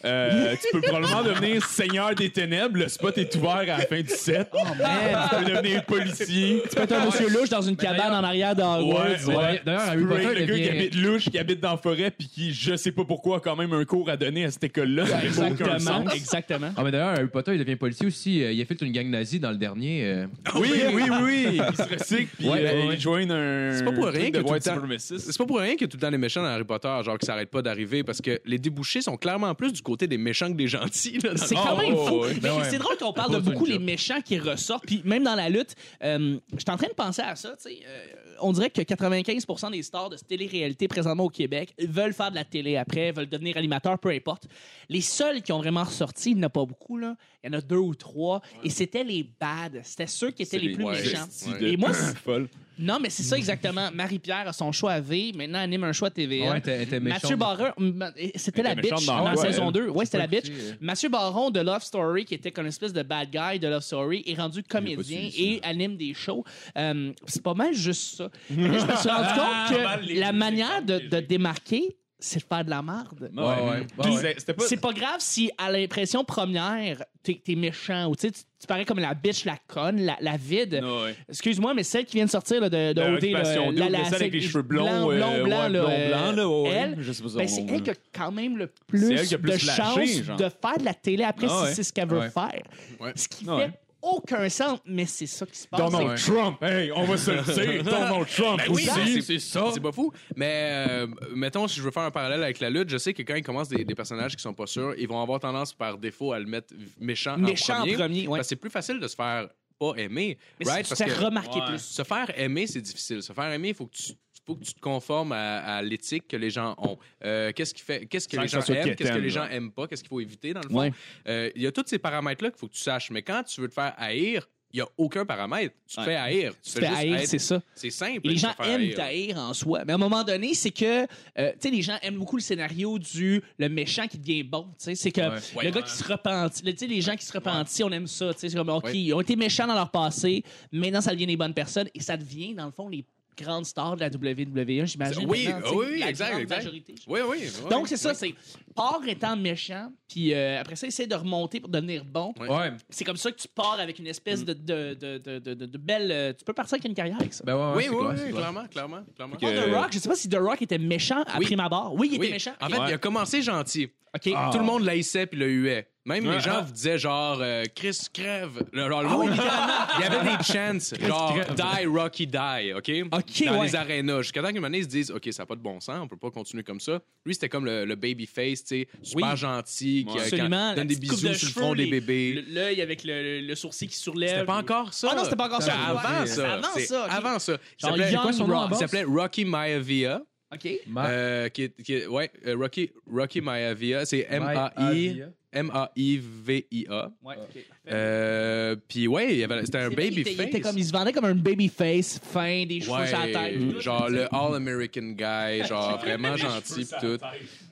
Euh, tu peux probablement devenir seigneur des ténèbres, le spot est ouvert à la fin du set. tu peux devenir policier.
Tu peux être un monsieur louche dans une cabane en arrière de Hogwarts.
Ouais, ouais.
D'ailleurs,
Tu
Ah, Harry
peux être
Potter
le gars qui
devient.
habite louche, qui habite dans la forêt, puis qui, je sais pas pourquoi, a quand même un cours à donner à cette école-là. Ça fait aucun
Exactement.
sens.
Exactement.
Ah, mais d'ailleurs, Harry Potter, il devient policier aussi. euh, Il a fait une gang nazie dans le dernier. euh.
Oui, oui, oui, oui. Il se recycle, puis
Ouais,
euh,
ouais.
il joint un.
C'est pas pour
truc
rien
de
que tout
white
le temps-
supremacist.
C'est pas pour rien que tout le temps les méchants dans Harry Potter, genre, qui s'arrêtent pas d'arriver, parce que les débouchés sont clairement plus du côté des méchants que des gentils. là,
<laughs>
dans
C'est
le-
quand
Oh,
même
oh,
fou.
ouais.
Mais
Ben ouais.
C'est drôle qu'on parle de
Pose une
beaucoup les
job.
méchants qui ressortent. Puis même dans la lutte, euh, je suis en train de penser à ça. tu sais, euh, on dirait que 95% des stars de télé-réalité présentement au Québec veulent faire de la télé après, veulent devenir animateurs, peu importe. Les seuls qui ont vraiment ressorti, il n'y en a pas beaucoup. Là. Il y en a deux ou trois. Et c'était les bads. C'était ceux qui étaient les, plus
ouais.
méchants.
Esti
Ouais.
de
Et moi, c'est-
folle.
Non, mais c'est ça exactement. Marie-Pierre a son choix à V. Maintenant, anime un choix à TVA.
Ouais, t'es t'es méchant.
Mathieu Barron, m- c'était la
était méchante
bitch
dans
dans,
la-
la
Ouais,
saison
elle.
2. Ouais, c'était la bitch.
aussi, euh.
Mathieu Baron de Love Story, qui était comme une espèce de bad guy de Love Story, est rendu comédien et anime des shows. Euh, c'est pas mal juste ça. je me suis rendu compte que
Ah, mal les-
la manière de, de
les-
démarquer, c'est de faire de la merde.
Ouais, ouais.
ouais.
Puis c'est- C'était pas.
C'est pas grave si à l'impression première, t'es es méchant ou tu, sais, tu tu parais comme la bitch, la conne, la, la vide.
Non, ouais.
Excuse-moi, mais celle qui vient de sortir là, de, de
La
OD, là,
occupation double, celle avec les cheveux blonds,
blanc,
euh,
blond, blanc,
ouais,
là,
blond,
euh,
blanc, là, ouais, ouais.
elle,
Je sais pas si
ben,
on-
c'est elle qui a quand même le
C'est
plus,
elle qui a plus
de
lâché,
chances
genre.
de faire de la télé après
Ah
si
ouais.
c'est ce qu'elle veut
Ouais.
faire.
Ouais.
Ce qui
Ah
fait
ouais.
aucun sens, mais c'est ça qui se passe.
Donald
ouais.
Trump, hey, on va se le dire. Donald Trump
oui,
aussi.
c'est- c'est
Oh.
ça. C'est pas fou. Mais euh, mettons, si je veux faire un parallèle avec la lutte, je sais que quand ils commencent des, des personnages qui sont pas sûrs, ils vont avoir tendance par défaut à le mettre v- méchant,
Méchant en
en premier.
premier, ouais.
Parce que c'est plus facile de se faire pas aimer.
Mais
right?
c'est-
Parce
c'est
que
remarqué
Ouais.
plus.
se faire aimer, c'est difficile. Se faire aimer, il faut que tu faut que tu te conformes à, à l'éthique que les gens ont. Euh, qu'est-ce qui fait, qu'est-ce que
Sans
les
que ça
gens
soit
aiment, qu'est-ce que
quétaine,
les gens
là.
aiment pas, qu'est-ce qu'il faut éviter dans le fond.
Ouais.
Euh, Il y a tous ces paramètres-là qu'il faut que tu saches. Mais quand tu veux te faire haïr, il n'y a aucun paramètre. Tu te
Ouais.
fais haïr. Tu,
Tu te fais haïr,
être-
c'est ça.
C'est simple.
Et les
de se
gens
faire
aiment
haïr.
taïr en soi. Mais à un moment donné, c'est que, euh, tu sais, les gens aiment beaucoup le scénario du le méchant qui devient bon. Tu sais, c'est que
Ouais.
le
Ouais.
gars qui se repentit, le- tu sais, les gens qui se repentissent, on aime ça. Tu sais, c'est comme, OK,
Ouais.
ils ont été méchants dans leur passé, maintenant ça devient des bonnes personnes et ça devient, dans le fond, les grandes stars de la WWE, j'imagine.
Oui,
maintenant, tu sais,
oui, oui,
la
exact,
grande
exact.
majorité, je
Oui, oui. oui.
Donc, c'est ça,
Oui.
c'est part étant méchant, puis euh, après ça, essaie de remonter pour devenir bon.
Ouais. Mm.
Ouais.
C'est comme ça que tu pars avec une espèce de, de, de, de, de- de- de belle. euh, tu peux partir avec une carrière avec ça.
Ben ouais, ouais,
Oui,
c'est
oui,
clair,
oui,
c'est clair.
clairement, clairement, clairement.
que-
Ah, The Rock, je sais pas si The Rock était méchant à
Oui.
prime abord. Oui, il était
Oui. Ah.
méchant.
En fait, il a commencé gentil. Ah.
OK.
Tout le monde l'haïssait puis le huait. Même
Ouais,
les gens
ah.
vous disaient genre euh, Chris crève. Le- Genre, le monde- il y avait des chants genre Die Rocky Die, OK?
OK,
Dans
ouais.
les arénas. Jusqu'à temps qu'une année, ils se disent OK, ça n'a pas de bon sens, on peut pas continuer comme ça. Lui, c'était comme le, le baby face, tu sais, super
Oui.
gentil, qui, euh, qui
Absolument.
donne des
La petite coupe
bisous
de
sur le
cheveux,
front des
les-
bébés.
le- L'œil avec le, le sourcil qui surlève.
C'était pas encore ça.
Ah non, c'était pas encore ça.
C'était avant
Ouais, c'est
ça.
avant
C'est
ça, ok.
Avant ça. Il
Genre
s'appelait-
Young
quoi son nom à
Rock.
Il
base?
s'appelait Rocky Maivia.
OK.
Ma-
Euh, qui est, qui est- ouais, euh, Rocky, Rocky Maivia, c'est M-A-I,
Maivia.
M-A-I-V-I-A.
Ouais, OK.
Ah. Euh, Puis ouais, il y avait- c'était un
C'est vrai, il
baby
était- il,
face.
était comme, il se vendait comme un babyface fin, des cheveux sur la tête.
Ouais, mm, genre le All-American guy, genre
<laughs>
vraiment gentil pis tout.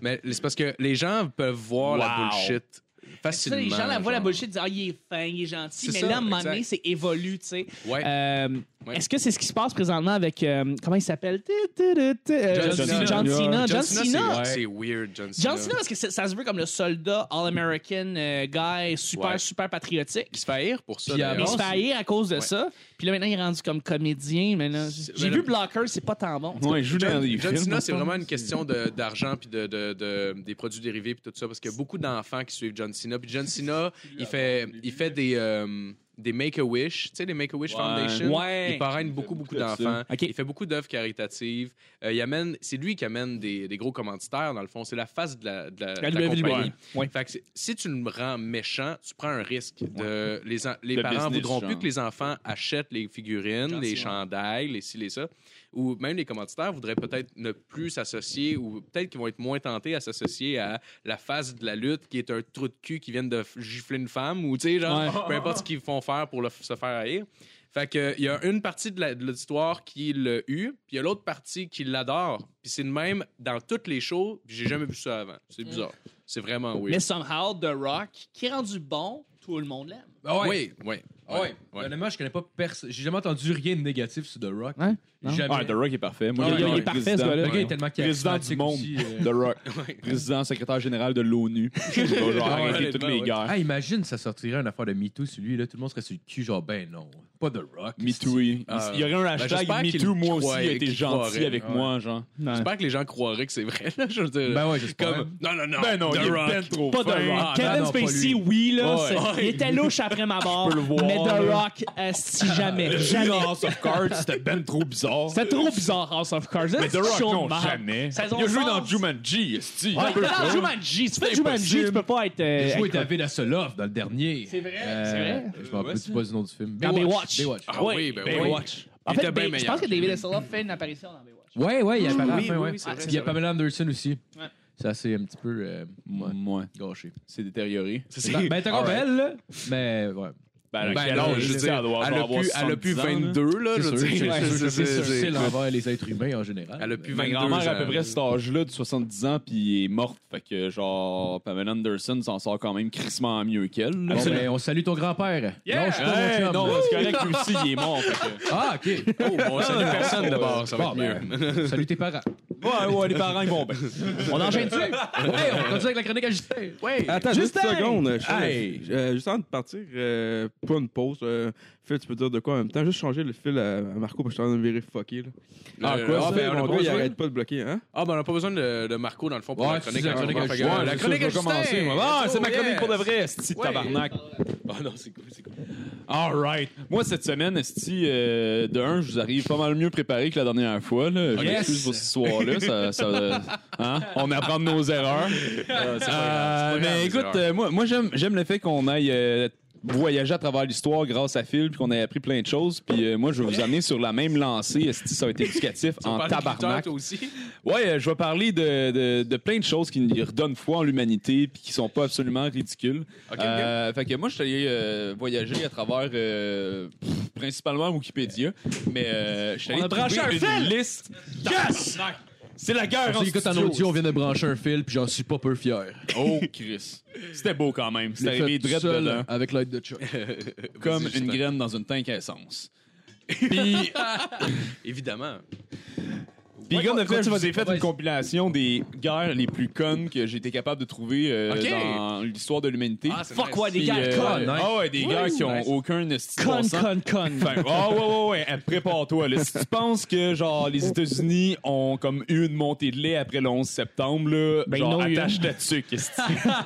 Mais c'est parce que les gens peuvent voir la
Wow.
bullshit
Ça,
facilement.
les gens la voient la
genre.
bullshit, disent Ah, il est fin, il est gentil.
C'est
Mais
ça,
là, à un moment
exact.
donné, c'est évolué, tu sais.
Ouais.
Euh,
Ouais.
Est-ce que c'est ce qui se passe présentement avec. euh, comment il s'appelle Tu- tu- tu- tu- euh,
John Cena.
John Cena. John
c'est-
Cena.
c'est weird, John Cena.
John Cena, parce que c'est- ça se veut comme le soldat all-American euh, guy, super,
Ouais.
super patriotique.
Il se fait haïr pour ça.
Puis
Mais euh,
à
il
d'ailleurs.
se fait haïr à cause de
Ouais.
ça. Puis là, maintenant, il est rendu comme comédien. mais là,
C'est-
J'ai
mais
vu
le-
Blocker, c'est pas tant bon.
Ouais, il joue dans des
John
films.
Cena, c'est vraiment une question de- d'argent puis de, de- de- des produits dérivés puis tout ça parce qu'il y a beaucoup d'enfants qui suivent John Cena. Puis John Cena, il fait, il fait des, euh, des Make-A-Wish, tu sais, les Make-A-Wish
Ouais.
Foundation.
Ouais.
Il parraine beaucoup,
beaucoup
beaucoup
de
d'enfants.
ça. Ok.
Il fait beaucoup d'œuvres caritatives. Euh, il amène, c'est lui qui amène des, des gros commanditaires, dans le fond. C'est la face de la, de la, de la
WWE.
compagnie.
Ouais.
Fait que c'est- si tu le rends méchant, tu prends un risque. De, les en- les
Le
parents
business,
voudront plus
genre.
que les enfants achètent les figurines, les chandails, les ci, les ça. Ou même les commanditaires voudraient peut-être ne plus s'associer ou peut-être qu'ils vont être moins tentés à s'associer à la phase de la lutte qui est un trou de cul qui vient de f- gifler une femme ou tu sais, genre, peu importe ce qu'ils font faire pour le f- se faire haïr. Fait que il y a une partie de la- de l'auditoire qui l'a eu, puis il y a l'autre partie qui l'adore. Puis c'est le même dans toutes les shows, puis j'ai jamais vu ça avant. C'est bizarre. C'est vraiment weird.
Mais somehow, The Rock, qui est rendu bon, tout le monde l'aime.
Ah ouais.
Oui, oui.
Ah ouais. Honnêtement, je connais pas personne. J'ai jamais entendu rien de négatif sur The Rock.
Ouais? Non.
Jamais.
Ah, The Rock est parfait. Moi,
Il-
j'adore
il est
le
parfait, ce
président.
gars-là.
Le gars est tellement
Président du
charismatique
monde,
aussi,
<laughs>
euh.
The Rock. Président, secrétaire général de l'ONU. Il va genre arrêter toutes les
Ouais.
guerres.
Ah, imagine, ça sortirait une affaire de MeToo sur lui. Là, tout le monde serait sur le cul, genre, ben non. Pas The Rock.
MeToo. Il
Ah,
il y aurait un hashtag
j'espère qu'il
MeToo, moi aussi,
croirait,
il a été
qu'il
gentil
croirait.
avec
Ouais.
moi, genre.
J'espère que les gens croiraient que c'est vrai. Là, je veux dire,
Ben ouais, j'espère.
Comme, non, non, non.
Ben non,
The
il est
Rock.
ben trop
Pas The
fin.
Rock.
Ah,
Kevin
non, non, pas
Spacey,
lui.
oui, là.
Ouais.
c'est- Il était louche après ma barre.
le voir,
Mais The
là.
Rock, euh, si
<laughs>
jamais.
Jamais.
Jamais.
House of Cards, c'était ben trop bizarre.
C'était trop bizarre, House of Cards.
Mais The Rock, non, jamais.
Saison
Il a joué
16.
dans Jumanji, esti.
Ouais,
Il peut
mais dans
pas.
Jumanji, tu fais
C'est
Jumanji,
impossible.
tu peux pas être. euh,
Il a joué
incroyable.
David Asseloff dans le dernier. Euh,
C'est vrai, c'est vrai.
Je m'en rappelle pas du nom du film.
Dans Baywatch.
Baywatch.
Ah oui, ben oui.
Baywatch. En
Il
fait,
était bien
Bay- je
meilleur.
pense que David Hasselhoff fait une apparition dans Baywatch.
Ouais, ouais, il y a Pamela,
oui,
enfin, ouais.
oui, c'est
Ah,
vrai,
puis il y a
c'est
Pamela Anderson aussi.
Ouais.
Ça, c'est un petit peu euh, ouais,
Ouais,
gâché.
c'est détérioré.
C'est-
Ben, ben, t'es encore belle, là. Mais, ouais.
Ben,
Ben
quel
non,
âge,
je veux
tu sais,
dire,
elle doit
elle
genre
a
avoir
pu- elle a pu
70 ans, là.
22, là,
C'est
je veux
sûr,
dire.
c'est sûr,
C'est-
c'est
c'est-
difficile
c'est-
envers les êtres humains en général.
Elle a pu
Ma
22
grand-mère, Ben, à peu
ans.
près cet âge-là, de 70 ans, puis est morte. Fait que, genre, Pamela Anderson s'en sort quand même crissement mieux qu'elle. là. ben,
Bon, ben, on salue ton grand-père. Non, je suis pas
Hey,
mon chum,
non,
là.
c'est correct, lui aussi, il est mort. fait que-
Ah, OK.
Oh, bon, ça n'est personne d'abord, ça va
Bon,
être mieux.
ben, salut tes parents.
Ouais, ouais, les parents, ils vont bien.
On enchaîne-tu? hey,
<laughs>
on continue avec la chronique à Justin. Ouais.
Attends, juste une
Justin!
seconde. je-
Hey!
euh, juste avant de partir, euh, pas une pause. euh, Phil, tu peux dire de quoi en même temps? Juste changer le fil à, à Marco parce que je suis en train de me virer fucké. Là.
Ah,
Euh,
quoi?
ah, ben,
on a
mon
pas
gars, il
besoin-
arrête pas de bloquer. Hein?
Ah, ben on n'a pas besoin de, de Marco, dans le fond, pour
Ouais,
la chronique.
c'est la
à
chronique à
Justin. Fait que,
Justin.
euh,
Ouais,
La
c'est
chronique à Justin.
Ah, c'est ma
Oh,
chronique
yeah.
pour de vrai, c'est
Ouais.
tabarnak.
Ah, non, c'est cool, c'est cool.
Alright. Moi, cette semaine, esti, euh, de un, je vous arrive pas mal mieux préparé que la dernière fois. Là. Je
Yes.
m'excuse pour ce soir-là. Ça, ça- hein? On apprend de nos erreurs.
Ah, grave,
Euh,
c'est pas grave,
mais
les
écoute,
erreurs.
euh, moi, moi j'aime, j'aime le fait qu'on aille euh, voyager à travers l'histoire grâce à Phil, puis qu'on ait appris plein de choses. Puis euh, moi, je vais vous amener sur la même lancée. Esti, ça va être éducatif en
Parle de lutteur,
tabarnak.
toi aussi.
Ouais, euh, je vais parler de, de- de plein de choses qui nous redonnent foi en l'humanité puis qui sont pas absolument ridicules.
Ok,
Euh, fait que moi, je suis allé euh, voyager à travers euh, pff, principalement Wikipédia, mais euh, je suis allé
a branché
trouver
un
une liste. Yes! C'est la guerre en
Si écoute en
studio.
audio, on vient de brancher un fil, puis j'en suis pas peu fier.
Oh, Chris. C'était beau quand même.
Je
C'était
l'ai fait
arrivé
tout
direct
seul
dedans.
avec l'aide de Chuck.
Comme
Vas-y,
une
Justin.
graine dans une tank à essence. Puis,
<laughs> Évidemment.
Puis gars,
ouais,
de fait, je
continue,
vous ai fait
vas-y.
une compilation des guerres les plus connes que j'ai été capable de trouver euh,
Ok.
dans l'histoire de l'humanité.
Ah, c'est
Fuck,
nice.
ouais, des
Puis,
gars,
euh,
con.
nice.
Ah ouais, des
Ouais,
gars qui ont
nice.
aucun esti de
Con,
bon sens.
con, con.
Enfin, ah ouais, ouais, ouais, hey, prépare-toi. là. Si tu penses que genre les États-Unis ont comme eu une montée de lait après le 11 septembre, là,
Ben,
genre
non, il y a-
attache ta tuque. esti.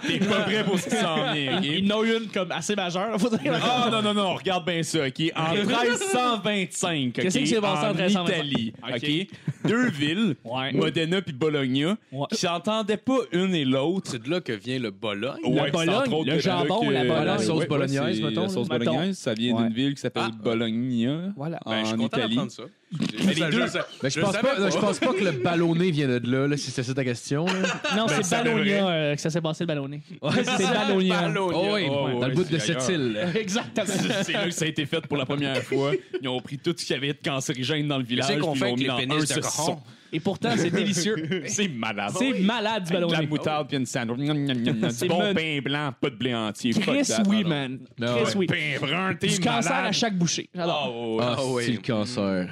T'es pas prêt pour ce qui s'en
<laughs>
vient. ok?
Il y en a une comme assez majeure. Faut dire.
Ah non, non, non, regarde bien ça, OK? En 1325, OK?
Qu'est-ce que c'est passé en
en
1325?
Italie, OK? Deux villes, Modena puis Bologna,
Ouais.
qui s'entendaient pas une et l'autre.
C'est de là que vient le Bologne.
Ouais, c'est
Bologne,
entre autres
le
que- euh,
jambon,
que-
la Bologne.
La sauce
Ouais, ouais,
bolognaise,
c'est-
mettons,
La sauce
là, mettons.
bolognaise, ça vient
Ouais.
d'une ville qui s'appelle
Ah.
Bologna.
Voilà.
Ben, je suis
en
content
Italie.
d'apprendre ça. Mais
les deux-
Ben, je, pense pas, je pense pas que le ballonné vient de là, là, si c'est ça ta question.
<laughs>
là.
Non, c'est
Ben, ça
Ballonia
devrait.
euh, que ça s'est passé le ballonné.
<laughs>
c'est Ballonia.
Oh, oui,
ouais,
dans le
ouais,
bout de
c'est
cette
ailleurs.
île.
Exactement.
C'est là que ça a été fait pour la première fois. Ils ont pris tout ce qu'il y avait de cancérigène dans le village.
C'est qu'on
puis
fait
ils l'ont
avec
mis dans
les
un
pénis de
saucisson.
cochon.
Et pourtant, c'est
<laughs>
délicieux.
C'est malade.
C'est malade du
Avec de la
ballonné.
moutarde puis une sandwich. Gnam, gnam, gnam, gnam.
C'est
Du bon
mon-
pain blanc, pas de blé entier. Fuck
Chris,
that.
oui,
Alors,
man.
Ah
Chris,
ouais.
oui.
Pain brun, t'es
Du cancer
malade.
à chaque bouchée.
Ah,
J'adore.
ouais, ouais.
Ah,
Ah oui.
c'est le cancer.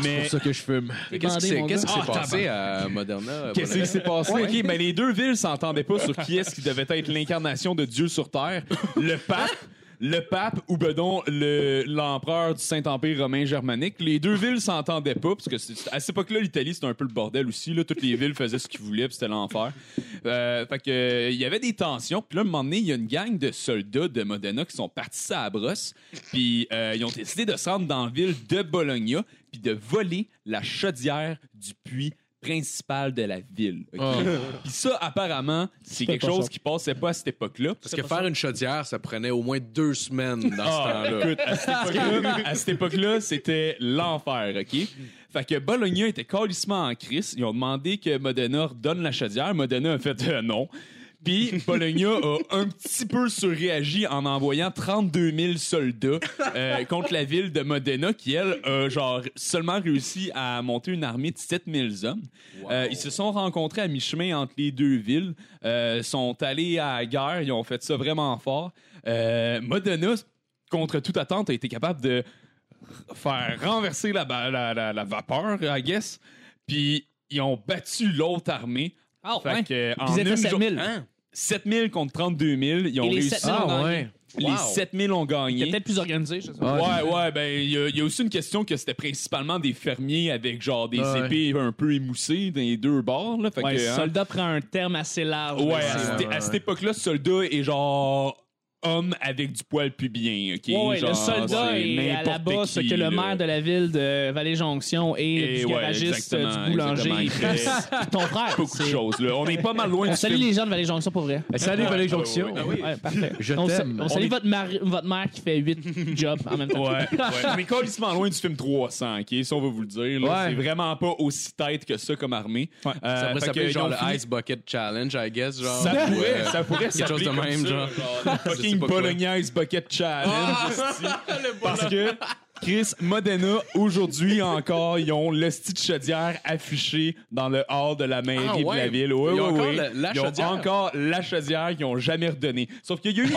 C'est
Mais
pour ça que je fume.
Qu'est-ce qui
Demandez,
s'est
mon
qu'est-ce
gars.
qui s'est
Ah,
passé à Moderna?
Qu'est-ce qui s'est passé? OK, ben les deux villes s'entendaient pas sur qui est-ce qui devait être l'incarnation de Dieu sur Terre. Le pape, le pape ou ben donc le- l'empereur du Saint-Empire romain germanique. Les deux villes s'entendaient pas, parce que c'est- à cette époque-là, l'Italie, c'était un peu le bordel aussi. Là. Toutes les villes faisaient ce qu'ils voulaient, puis c'était l'enfer. Euh, fait que, euh, il y avait des tensions. Puis là, un moment donné, il y a une gang de soldats de Modena qui sont partis à la brosse. Puis euh, ils ont décidé de se rendre dans la ville de Bologna, puis de voler la chaudière du puits principal de la ville. ok?
Oh.
Puis ça, apparemment, c'est quelque
Ah. pas
chose
ça.
qui passait pas à cette époque-là.
Parce que faire une chaudière, ça prenait au moins deux semaines dans
Ah,
ce temps-là.
écoute, à cette époque-là, à cette époque-là, c'était l'enfer, OK? Fait que Bologna était calissement en crise. Ils ont demandé que Modena redonne la chaudière. Modena a fait euh, non. Puis Bologna a un petit peu surréagi en envoyant 32 000 soldats euh, contre la ville de Modena, qui, elle, a genre seulement réussi à monter une armée de 7 000 hommes. Euh, ils se sont rencontrés à mi-chemin entre les deux villes, euh, sont allés à la guerre, ils ont fait ça vraiment fort. Euh, Modena, contre toute attente, a été capable de faire renverser la, ba- la, la- la vapeur, I guess. Puis ils ont battu l'autre armée.
Ah,
Fait
ouais.
que, en
Ils étaient
une
7
jour-
000.
Hein?
7000 contre 32 000. Ils ont
Et les
réussi. Ah,
7000 ont gagné.
Les 7000 ont
Il était
gagné.
peut-être plus organisé, je sais pas.
Ah,
Ouais, ouais, ben, il y, a- il y a aussi une question que c'était principalement des fermiers avec genre des
Ouais.
épées un peu émoussées dans les deux bords, là. Fait
Ouais,
que, hein,
soldat prend un terme assez large.
Ouais,
là,
à,
c'est-
cette-
ouais, ouais.
à cette époque-là, soldat est genre homme avec du poil pubien, ok?
Ouais, ouais,
Genre,
le soldat
c'est
est à la
n'importe
bosse
qui,
que le
là.
maire de la ville de Vallée-Jonction et,
Et
du
ouais,
garagiste euh,
exactement,
du boulanger.
exactement. Il
<laughs> C'est ton frère.
Beaucoup de
c'est-
choses, là. On est pas mal loin
On
du
salue
film.
les gens de Vallée-Jonction pour vrai.
Eh, Salut, Valérie Jonction.
Ah
Ouais, parfait.
Je
on, sa-
t'aime.
on
On
salue
est-
votre, mari- votre mère qui fait 8 <laughs> jobs en même temps.
<laughs>
Ouais, ouais. On est calissement loin du film 300, ok? Ça, on va vous le dire. là.
Ouais.
C'est vraiment pas aussi tête que ça comme armée. Euh,
Ça pourrait
fait
s'appeler
que
genre
ils ont fini-
le Ice Bucket Challenge, I guess. Genre,
Ça pourrait,
Ouais.
ça pourrait
quelque chose
s'appeler
de
comme
même,
ça,
genre.
le
Je sais
Fucking
pas quoi. Ah!
Bolognaise Bucket Challenge.
<laughs>
esti. parce que Chris Modena, aujourd'hui encore, ils ont le style de chaudière affiché dans le hall de la mairie
Ah, ouais.
de la ville. Ouais,
Ils
ouais,
ont encore
ouais.
la- la
ils ont
chaudière. Oh,
encore la chaudière qu'ils ont jamais redonnée. Sauf qu'il y a eu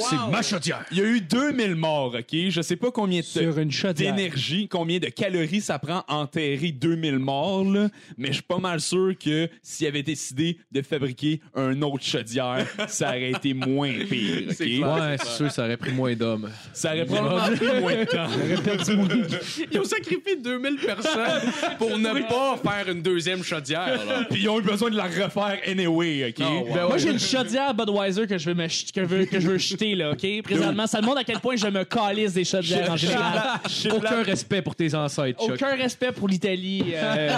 C'est ma chaudière.
il y a eu 2000 morts, OK? Je sais pas combien de
Sur une chaudière.
d'énergie, combien de calories ça prend enterrer 2000 morts, là, mais je suis pas mal sûr que s'il avait décidé de fabriquer un
<laughs>
autre chaudière, ça aurait été moins pire, OK?
C'est clair.
Ouais, c'est sûr, ça aurait pris moins d'hommes.
Ça aurait probablement pris moins de temps.
répète du Moody.
Ils ont sacrifié 2000 <laughs> personnes pour ne pas faire une deuxième chaudière. là.
Puis ils ont eu besoin de la refaire anyway, OK? Ben,
Oh, wow.
Moi, j'ai une chaudière Budweiser que je veux, me ch- que je veux, que je veux jeter, là, OK? Présentement, ça demande à quel point je me calisse des chaudières en général.
Aucun respect pour tes ancêtres, Chuck.
Aucun respect pour l'Italie.
<laughs>
euh,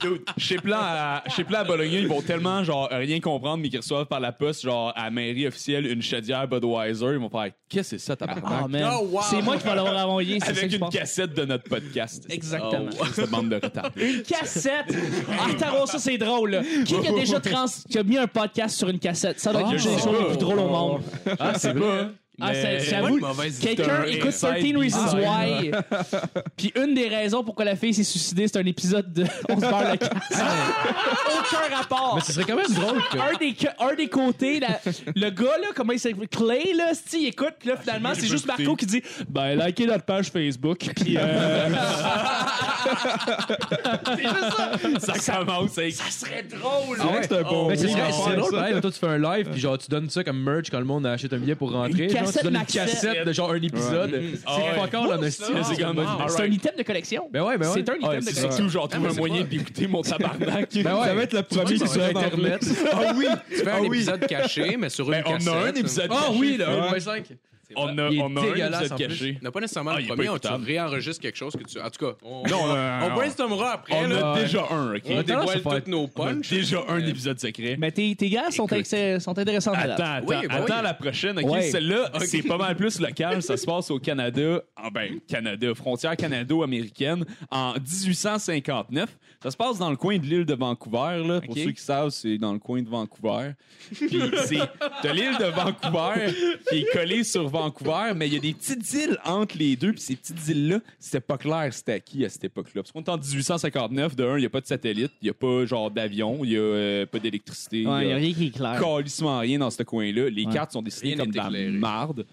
Dude, Chez Plan à, chez Plan à Bologne, ils vont tellement genre rien comprendre, mais qu'ils reçoivent par la poste, genre à la mairie officielle, une chaudière Budweiser. Ils vont faire Qu'est-ce que c'est ça, tabarnak?
oh, man.
Oh, wow.
C'est moi qui vais l'avoir envoyé, c'est ça
Avec
que je
une
pense.
cassette de notre podcast.
Exactement.
Oh, cette bande de retardés.
Une cassette! Ah, Taro, ça c'est drôle, là. Qui qui a déjà trans... qui a mis un podcast sur une cassette? Ça doit être
Ah,
une des
je sais
choses les
pas.
plus drôles au monde.
Ah, c'est vrai.
Ah, c'est-
Mais-
j'avoue,
mauvaise
quelqu'un
hein?
écoute 13 Reasons Why. Puis une des raisons pourquoi la fille s'est suicidée, c'est un épisode de <laughs> On se barre le casse. Aucun rapport.
Ah! Mais ce serait quand même drôle que.
un des, que- un des côtés, la- le gars, là, comment il s'appelle Clay, là, c'ti, il écoute, puis là,
Ah,
finalement, c'est juste Marco qui dit Ben, likez notre page Facebook, puis.
<laughs>
euh, c'est juste ça.
ça commence avec
Ça serait drôle,
C'est vrai que c'est un bon
Mais c'est
move
vrai,
à
c'est
faire,
drôle,
ça.
pareil. mettons, tu fais un live, puis genre, tu donnes ça comme merch quand le monde achète un billet pour rentrer.
Une
Genre,
cassette
tu donnes une
Maxette.
cassette de genre un épisode. C'est pas encore là, style.
C'est comme-
C'est un item de collection.
Ben ouais, ben ouais.
C'est un item
Ah,
Ouais,
de
c'est
collection.
tout, genre, trouve
mais
un
c'est
moyen
pas-
d'écouter mon tabarnak.
Ben ouais.
Ça va être le premier
Tu vois,
qui
sur
sort dans
Internet. <laughs>
Ah oui!
Tu fais un
Ah oui.
épisode caché, mais sur
Ben,
une
on
cassette.
a un épisode
Ah
caché.
oui, là,
Ouais.
1.5.
On a,
Il est
on a un
dégueulasse, en
épisode
plus.
caché.
Non, pas nécessairement
Ah,
le
il est
premier,
pas
on- tu
écoutable.
réenregistres quelque chose que tu. En tout cas, on,
Non, non, non,
on
non.
brainstormera après.
Euh, On
là.
a
Ouais.
déjà un, OK?
a
on
tendance à
dévoile
faire-
toutes nos
On a
punches.
déjà un épisode secret.
Mais Ben, tes, tes gars sont,
Écoute.
ex- sont intéressants.
Attends, attends,
Oui, bah
attends
oui.
la prochaine. ok?
Ouais.
Celle-là, <laughs> c'est pas mal plus local. Ça se passe au Canada, en ben, Canada, frontière canado-américaine, en 1859. Ça se passe dans le coin de l'île de Vancouver. Là. Pour
Ok.
ceux qui savent, c'est dans le coin de Vancouver. Puis c'est de l'île de Vancouver qui est collée sur Vancouver, mais il y a des petites îles entre les deux. Puis ces petites îles-là, c'était pas clair c'était à qui à cette époque-là. Parce qu'on est en 1859, de un, il n'y a pas de satellite, il n'y a pas genre d'avion, il n'y a euh, pas d'électricité. il y a-
il a rien qui est clair.
calissement rien dans ce coin-là. Les
Ouais.
cartes sont dessinées
Rien
comme de
n'est
la
éclairé.
marde.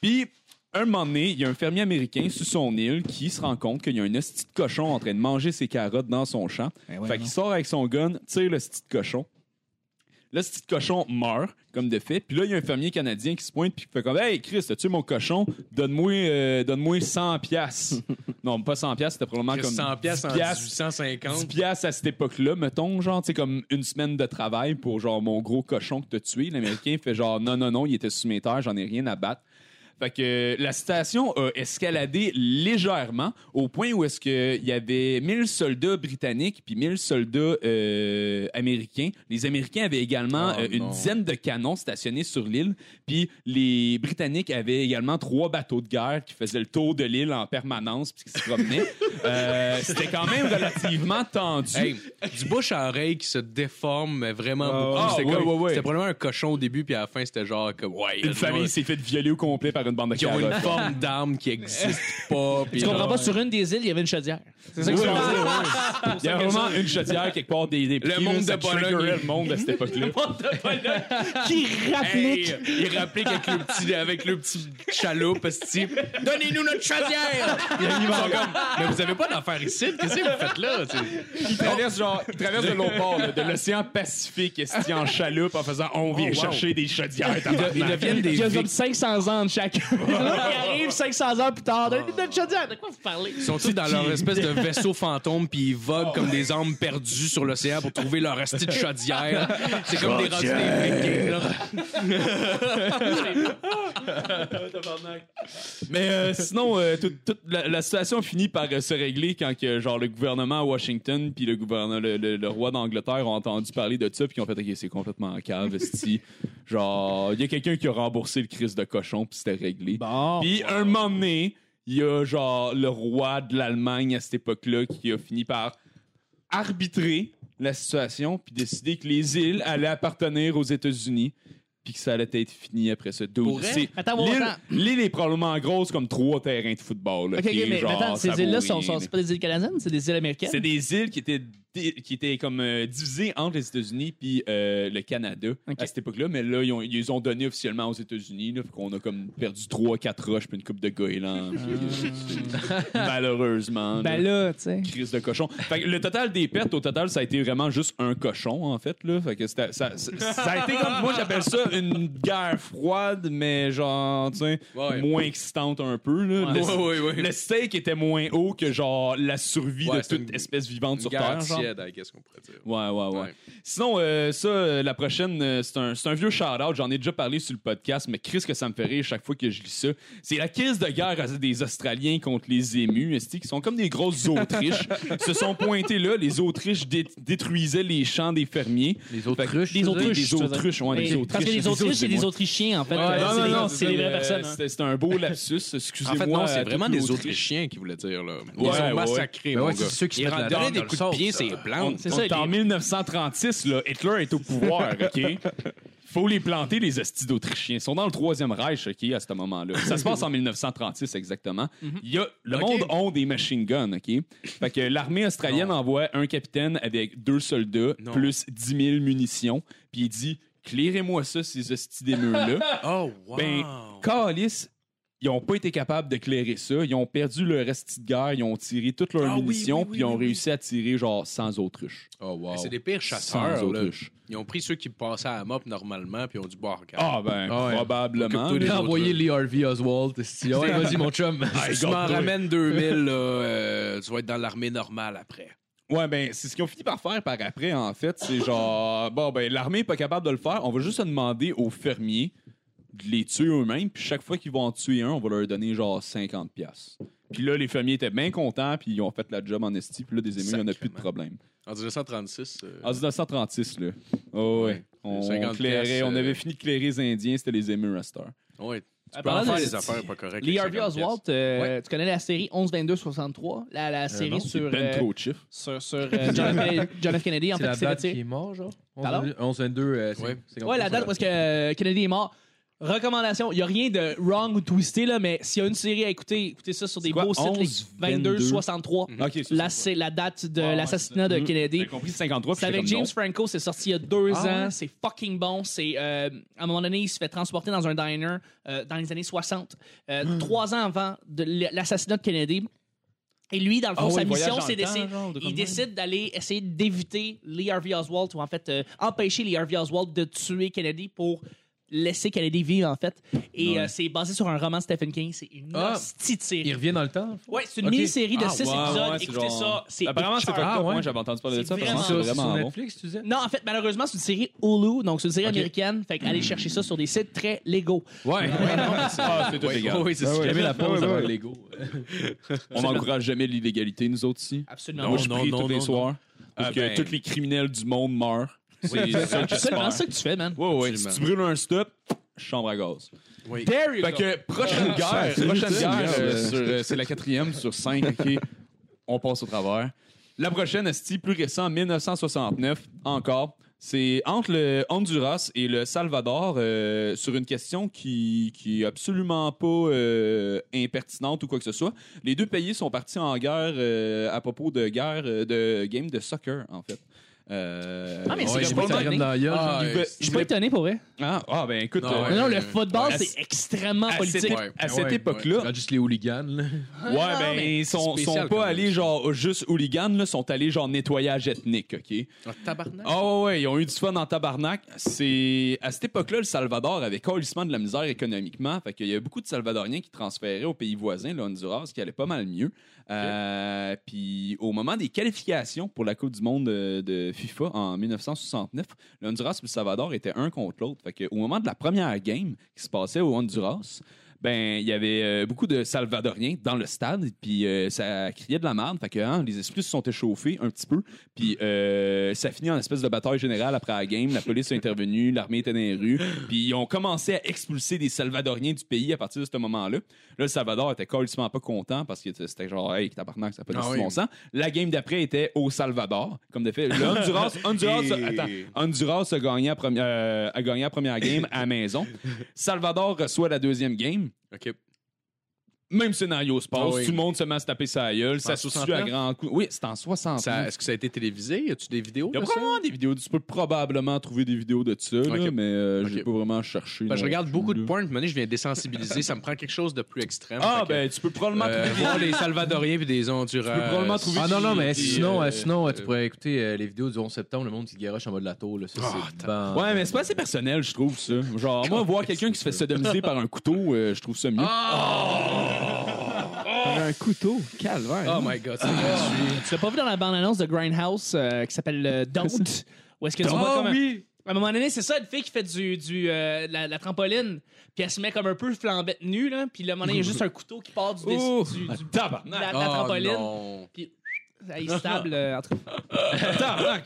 Puis, un moment donné, il y a un fermier américain sur son île qui se rend compte qu'il y a un hostie de cochon en train de manger ses carottes dans son champ.
Eh
fait qu'il sort avec son gun, tire le hostie de cochon. Le hostie de cochon meurt, comme de fait. Puis là, il y a un fermier canadien qui se pointe puis qui fait comme « Hey, Chris, t'as tué mon cochon? Donne-moi euh, donne-moi 100 piastres. »
<laughs>
Non, pas 100 piastres, c'était probablement
Chris,
comme
100 piastres
10
en
piastres. 10
1850.
piastres à cette époque-là, mettons, genre, tu sais, comme une semaine de travail pour, genre, mon gros cochon que t'as tué. L'Américain fait genre, non, non, non, il était sous mes terres, j'en ai rien à battre. Fait que euh, la situation a escaladé légèrement au point où est-ce que il y avait 1000 soldats britanniques puis 1000 soldats euh, américains. Les Américains avaient également
Oh
euh, une
non.
dizaine de canons stationnés sur l'île, puis les Britanniques avaient également trois bateaux de guerre qui faisaient le tour de l'île en permanence puis qui se promenaient. Euh, C'était quand même relativement tendu.
Hey, du bouche à oreille qui se déforme mais vraiment
Ah,
beaucoup.
ah,
C'était
ouais,
comme-
ouais, ouais.
c'était probablement un cochon au début, puis à la fin, c'était genre comme. Ouais,
une famille s'est fait violer au complet par une bande de
qui ont une
carottes. <laughs>
forme d'arme qui <laughs> n'existe pas. puis
Tu comprends
genre-
pas, sur une des îles, il y avait une chaudière. C'est ça que
Oui,
tu
oui,
veux dire.
Il y a vraiment une chaudière quelque part des, des pieds,
monde
là,
de
ça
Bologne.
triggerait le monde à cette époque-là.
Qui
Hey,
rapplique
il rappelait avec le petit, avec le petit chaloupe, parce que, tu sais, donnez-nous notre chaudière! Ils sont comme, mais vous avez pas d'affaires ici, qu'est-ce que vous faites là? tu sais?
Il traverse, genre, il traverse <laughs> de l'autre bord, là, de l'océan Pacifique, esti en chaloupe, en faisant on vient chercher des chaudières. <laughs> tabarnak.
Ils deviennent des
Il y a comme
victimes.
500 ans de chacun. Là, il arrive 500 ans plus tard. De, de, de- de- de quoi vous parlez?
Ils sont tous dans leur espèce de vaisseau fantôme, puis ils voguent comme des âmes perdues sur l'océan pour trouver leur hostie de chaudière. C'est comme des rendus des vikings, là.
Mais euh, sinon, euh, tout- toute la, la situation finit par euh, se régler quand que, genre, le gouvernement à Washington puis le, gouverneur, le, le- le roi d'Angleterre ont entendu parler de ça puis ils ont fait « Ok, c'est complètement en cave, esti. Genre, il y a quelqu'un qui a remboursé le crise de cochon puis c'était réglé.
Bon.
Puis un moment donné, il y a genre le roi de l'Allemagne à cette époque-là qui a fini par arbitrer la situation puis décider que les îles allaient appartenir aux États-Unis puis que ça allait être fini après ce
Pour
dude.
vrai?
C'est-
Attends, attends.
l'île- L'île est probablement grosse comme trois terrains de football. là,
Ok,
qui
ok,
est
mais
genre,
attends,
ça
ces
vaut
îles-là,
rien,
sont, sont,
mais-
c'est pas des îles canadiennes, c'est des îles américaines.
c'est des îles qui étaient t- qui était comme euh, divisé entre les États-Unis puis euh, le Canada
Ok.
à cette époque-là. Mais là, ils, ont, ils les ont donné officiellement aux États-Unis. Là, fait qu'on a comme perdu trois, quatre roches puis une coupe
<laughs>
de goéland. Malheureusement. là.
Ben là, tu sais.
Crise de cochon. Fait que le total des pertes, au total, ça a été vraiment juste un cochon, en fait. Là. Fait que c'était- ça, ça- ça a été comme, moi, j'appelle ça une guerre froide, mais genre, tu sais,
Ouais.
moins excitante un peu. Là. Le,
Ouais, ouais, ouais.
le steak était moins haut que, genre, la survie
Ouais,
de
c'est
toute
une-
espèce vivante
Une
sur
guerre
Terre. genre.
tiède, I guess qu'on pourrait dire.
Ouais, ouais, ouais.
Ouais.
Sinon, euh, ça, euh, la prochaine, euh, c'est un, c'est un vieux shout-out. J'en ai déjà parlé sur le podcast, mais Chris, que ça me fait rire chaque fois que je lis ça. C'est la crise de guerre à- des Australiens contre les émus, esti, qui sont comme des grosses Autriches. se sont pointés là. Les Autriches dé- détruisaient les champs des fermiers.
Les
Fait que-
autruches.
des
je veux dire.
autruches, des autruches, ouais, des
Mais-
autruches.
Parce que les Autriches, c'est des Autrichiens, en fait.
Ouais,
Euh,
non,
c'est
non,
les-
non,
c'est les vraies personnes. hein.
C'était c'était un beau lapsus. Excusez-moi.
En fait, non,
à
c'est
tous
vraiment
euh, les
des
Autriches.
Autrichiens qui voulaient dire, là. Ils
Ouais,
ont
ouais.
massacrés,
Ben
mon
ouais, c'est
gars.
ceux qui se
Ils
mettent
leur
la
donnaient
dent
des
dans le
coups de
sol,
pied,
ça.
Ah c'est blanc.
On,
C'est
on
ça,
est en
les-
1936, là. Hitler est au
<laughs>
pouvoir, OK? Faut les planter, les hosties d'Autrichiens. Ils sont dans le Troisième Reich, OK, à ce moment-là. Ça se passe en 1936, exactement. Il y a, le monde ont des machine guns, OK? Fait que l'armée australienne envoie un capitaine avec deux soldats,
Non.
plus 10 000 munitions, puis il dit « Clérez-moi ça, ces hosties d'émeux-là. »
<laughs> Oh, wow.
Ben, Calice, ils n'ont pas été capables de clairer ça. Ils ont perdu leur reste de guerre, ils ont tiré toutes leurs
Ah oui,
munitions,
oui, oui,
puis ils ont
oui, oui.
réussi à tirer genre sans autruche.
Oh, wow. C'est des pires chasseurs,
Sans
là.
autruche.
Ils ont pris ceux qui passaient à la mop normalement, puis ils ont dit, bah, regarde.
Ah ben,
Ah ouais.
probablement.
Occupe-toi
Il a
là.
autres,
envoyé
là.
Lee Harvey Oswald. esti. Ouais, vas-y, mon chum.
Si tu m'en ramènes 2000, là, euh, tu vas être dans l'armée normale après.
Ouais, ben, c'est ce qu'ils ont fini par faire par après, en fait. C'est genre, bon, ben, l'armée n'est pas capable de le faire. On va juste demander aux fermiers de les tuer eux-mêmes. Puis chaque fois qu'ils vont en tuer un, on va leur donner genre 50$. piastres. Puis là, les fermiers étaient bien contents, puis ils ont fait la job en esti. Puis là, des émules, il n'y en a plus de
Sacrément.
problème. Ah,
En 1936. euh,
En 1936, là. Oh, ouais.
Ouais.
On,
50
clairait- on
euh,
avait fini de clairer les Indiens, c'était les émeux à cette heure.
ouais, tu
En
peux
parlant
en faire
de-
des affaires pas correctes.
Lee
avec
Harvey
50
Oswald, euh, tu connais la série 11, 22, 63, la, la série
non,
C'est
sur,
ben
euh,
trop de chiffres.
sur, sur,
<laughs>
euh, John, F. John F. Kennedy, en
C'est
fait,
la
qui s'est
date
retiré.
qui est mort, genre?
Pardon?
11-22. euh, c'est-
Ouais.
c'est
Ouais, la date, parce que euh, Kennedy est mort. Recommandation, il n'y a rien de wrong ou twisté, là, mais s'il y a une série à écouter, écoutez ça sur des
quoi,
beaux sites,
11,
les 22, 63.
Mm-hmm.
Ok,
Là, c'est la date de
ouais,
l'assassinat de Kennedy.
J'ai compris 53, puis
C'est
j'étais
avec
comme
James
non.
Franco, c'est sorti il y a deux
Ah
ans.
ouais?
C'est fucking bon. C'est euh, à un moment donné, il se fait transporter dans un diner euh, dans les années 60, euh,
Ah.
trois ans avant de l- l'assassinat de Kennedy. Et lui, dans le fond,
Ah ouais,
sa
il voyage
mission,
dans
c'est
le temps,
d'essayer.
genre, de
Il
comme
décide d'aller essayer d'éviter Lee Harvey Oswald ou en fait euh, empêcher Lee Harvey Oswald de tuer Kennedy pour laisser Kennedy vivre en fait. Et euh, c'est basé sur un roman de Stephen King. C'est une
Ah.
hostie de série.
Il revient dans le temps.
Ouais, c'est une
Ok.
mini-série de
Ah,
6
ouais,
épisodes.
ouais, c'est
Écoutez
genre-
ça. C'est
Apparemment, c'est pas
écœurant.
Ah,
top.
ouais.
Moi, j'avais entendu parler de
C'est
ça. apparemment,
vraiment-
C'est
C'est sur
vraiment bon.
Netflix, tu disais?
Non, en fait, malheureusement, c'est une série Hulu, donc c'est une série américaine. Fait qu'allez chercher ça sur des sites très légaux.
Ouais.
Ah, c'est tout
Oui,
égal.
oui, c'est
J'ai
ça.
aimé la pause
Ben ouais,
avant
ouais.
le Lego.
On n'encourage jamais l'illégalité, nous autres, ici.
Absolument.
Moi, je
non,
prie
non,
tous les
non,
soirs pour
Ah,
que
ben.
tous les criminels du monde meurent. C'est ça que
Absolument,
j'espère.
c'est ça que tu fais, man.
Ouais, ouais. Si
Absolument.
tu brûles un stop, chambre à gaz.
Oui.
There you
Fait
go.
que prochaine guerre, prochaine
Ah, c'est
guerre,
une
euh,
guerre.
sur, euh, c'est la quatrième sur cinq. ok. On passe au travers. La prochaine, esti, plus récent, 1969, encore. C'est entre le Honduras et le Salvador euh, sur une question qui, qui est absolument pas euh, impertinente ou quoi que ce soit. Les deux pays sont partis en guerre euh, à propos de guerre euh, de game de soccer, en fait. Euh,
Ah, mais
ouais,
c'est
ils
pas
voulaient-
mal.
Ah,
ils
euh,
voulaient-
Je suis pas étonné pour vrai.
Ah, ah, ben écoute,
Non,
euh,
ouais.
non, non, le football,
Ouais. Ah,
c'est extrêmement
à
Ah,
cette,
politique.
Ouais.
à cette
Ouais.
époque-là,
Juste les hooligans, là.
Ouais,
Ah,
ben,
mais
ils sont,
spécial
sont
quand
pas
même.
allés genre juste hooligan, là, sont allés genre nettoyage ethnique, OK?
Ah, tabarnak.
Ah ouais, ouais, ils ont eu du fun en tabarnak. C'est à cette époque-là, le Salvador avait colissement de la misère économiquement, fait qu'il y a beaucoup de Salvadoriens qui transféraient aux pays voisins, le Honduras, qui allait pas mal mieux. Euh, Puis au moment des qualifications pour la Coupe du Monde de, de FIFA en 1969, le Honduras et le Salvador étaient un contre l'autre. Fait que, au moment de la première game qui se passait au Honduras, ben il y avait euh, beaucoup de Salvadoriens dans le stade, puis euh, ça criait de la merde. Fait que hein, les esprits se sont échauffés un petit peu, puis euh, ça finit en espèce de bataille générale après la game. La police est intervenue, <laughs> l'armée était dans les rues, puis ils ont commencé à expulser des Salvadoriens du pays à partir de ce moment-là. Là, le Salvador était complètement pas content parce que c'était genre, hey, tabarnak, ça n'a pas de
Ah
bon
oui.
sens. La game d'après était au Salvador, comme de
<laughs>
fait. Le Honduras, Honduras,
Et-
Ah, attends, Honduras a gagné, la première, euh, a gagné la première game à la maison. Salvador reçoit la deuxième game.
OK.
Même scénario se passe,
Ah oui.
tout le monde se met à se taper sa gueule, ça se tue à
69?
grands coups. Oui, c'est en 60.
Ça- Est-ce que ça a été télévisé? Y a-tu des vidéos?
Il y a
de ça?
probablement des vidéos, tu peux probablement trouver des vidéos de ça, là,
Ok.
mais euh, j'ai
Ok.
pas vraiment cherché.
Ben, je
non
regarde
plus,
beaucoup de
là.
porn, puis maintenant je viens désensibiliser, ça me prend quelque chose de plus extrême.
Ah,
Fait que,
ben, tu peux probablement
euh,
trouver.
voir les Salvadoriens puis des Hondurans.
Tu peux probablement
euh,
trouver-
Ah non, non, mais
Puis,
sinon,
euh,
euh, sinon euh, tu pourrais écouter euh, les vidéos du 11 septembre, le monde qui garoche en mode de la tour. Là, ça,
Oh,
c'est ben...
Ouais, mais c'est pas assez personnel, je trouve ça. Genre, moi, voir quelqu'un qui se fait sodomiser par un couteau, euh, je trouve ça mieux.
Ah,
un couteau, calvaire.
Oh my
Ah,
god, c'est gratuit.
Tu l'as pas vu dans la bande-annonce de Grindhouse euh, qui s'appelle euh, Don't? Où est-ce que tu vois comme un- À un moment donné, c'est ça, une fille qui fait du, du, euh, de la, de la trampoline, puis elle se met comme un peu flambette nue, là, puis là, à un moment donné, il y a juste un couteau qui part du,
Ouh!
dessus du,
Ah,
du- de la, de la
Oh
trampoline,
Ah,
non.
elle est stable, euh, en tout cas.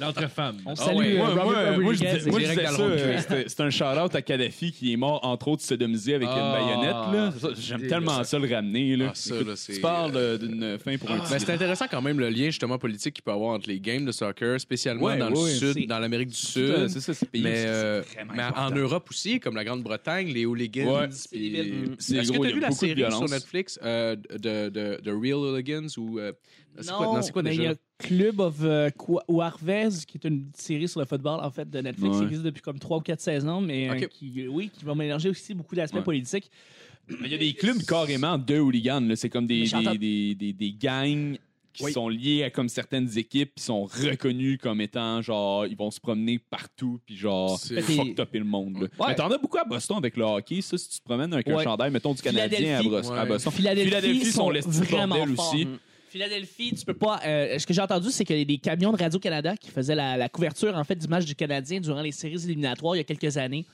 L'entre-femme.
On
Ah
salue
ouais.
euh,
Moi,
Robert
moi, moi, je
Rodriguez
disais,
et
moi, je
Greg
disais ça,
Dalrymple.
euh, c'était- c'est un shout-out à Kadhafi qui est mort, entre autres, sodomisé avec
Ah,
une baïonnette. là. C'est ça, J'aime
dégueulasse.
tellement ça le ramener. Là.
Ah, ça,
Écoute,
là, c'est- Ah,
tu parles euh, d'une fin pour un
Mais
petit.
Ben, c'est intéressant quand même le lien justement politique qu'il peut y avoir entre les games de soccer, spécialement
Ouais,
dans
ouais,
le
c'est-
sud, dans l'Amérique
Euh,
du Sud.
C'est ça, c'est payé.
Mais, euh,
extrêmement
mais en
important.
Europe aussi, comme la Grande-Bretagne, les hooligans.
Ouais.
C'est des villes.
puis-
C'est
Est-ce que
gros, il y
tu as
a
vu la
beaucoup de
série sur
violence.
Netflix euh, de, de, de Real Hooligans ou. euh, c'est quoi-
Non,
c'est quoi
mais il y
déjà?
a Club of euh, Qua- Warvez, qui est une série sur le football, en fait, de Netflix,
Ouais.
qui existe depuis comme 3 ou 4 saisons, mais euh,
Ok.
qui, oui, qui va mélanger aussi beaucoup d'aspects
Ouais.
politiques.
Il y a des clubs carrément de hooligans. là. C'est comme des,
Mais j'entends-
des, des, des- des gangs qui
Oui.
sont liés à comme certaines équipes qui sont reconnus comme étant genre ils vont se promener partout puis genre
C'est-
fuck topper le monde. là.
Ouais.
Mais t'en as beaucoup à Boston avec le hockey, ça si tu te promènes avec un
Ouais.
chandail mettons du Canadien à,
Philadelphie.
Bos- à
Ouais.
Boston.
Philadelphie, sont
les
vraiment
bordel
forts. Mm.
aussi.
Philadelphie, tu peux pas. euh, ce que j'ai entendu, c'est que les camions de Radio-Canada qui faisaient la, la couverture en fait du match du Canadien durant les séries éliminatoires il y a quelques années,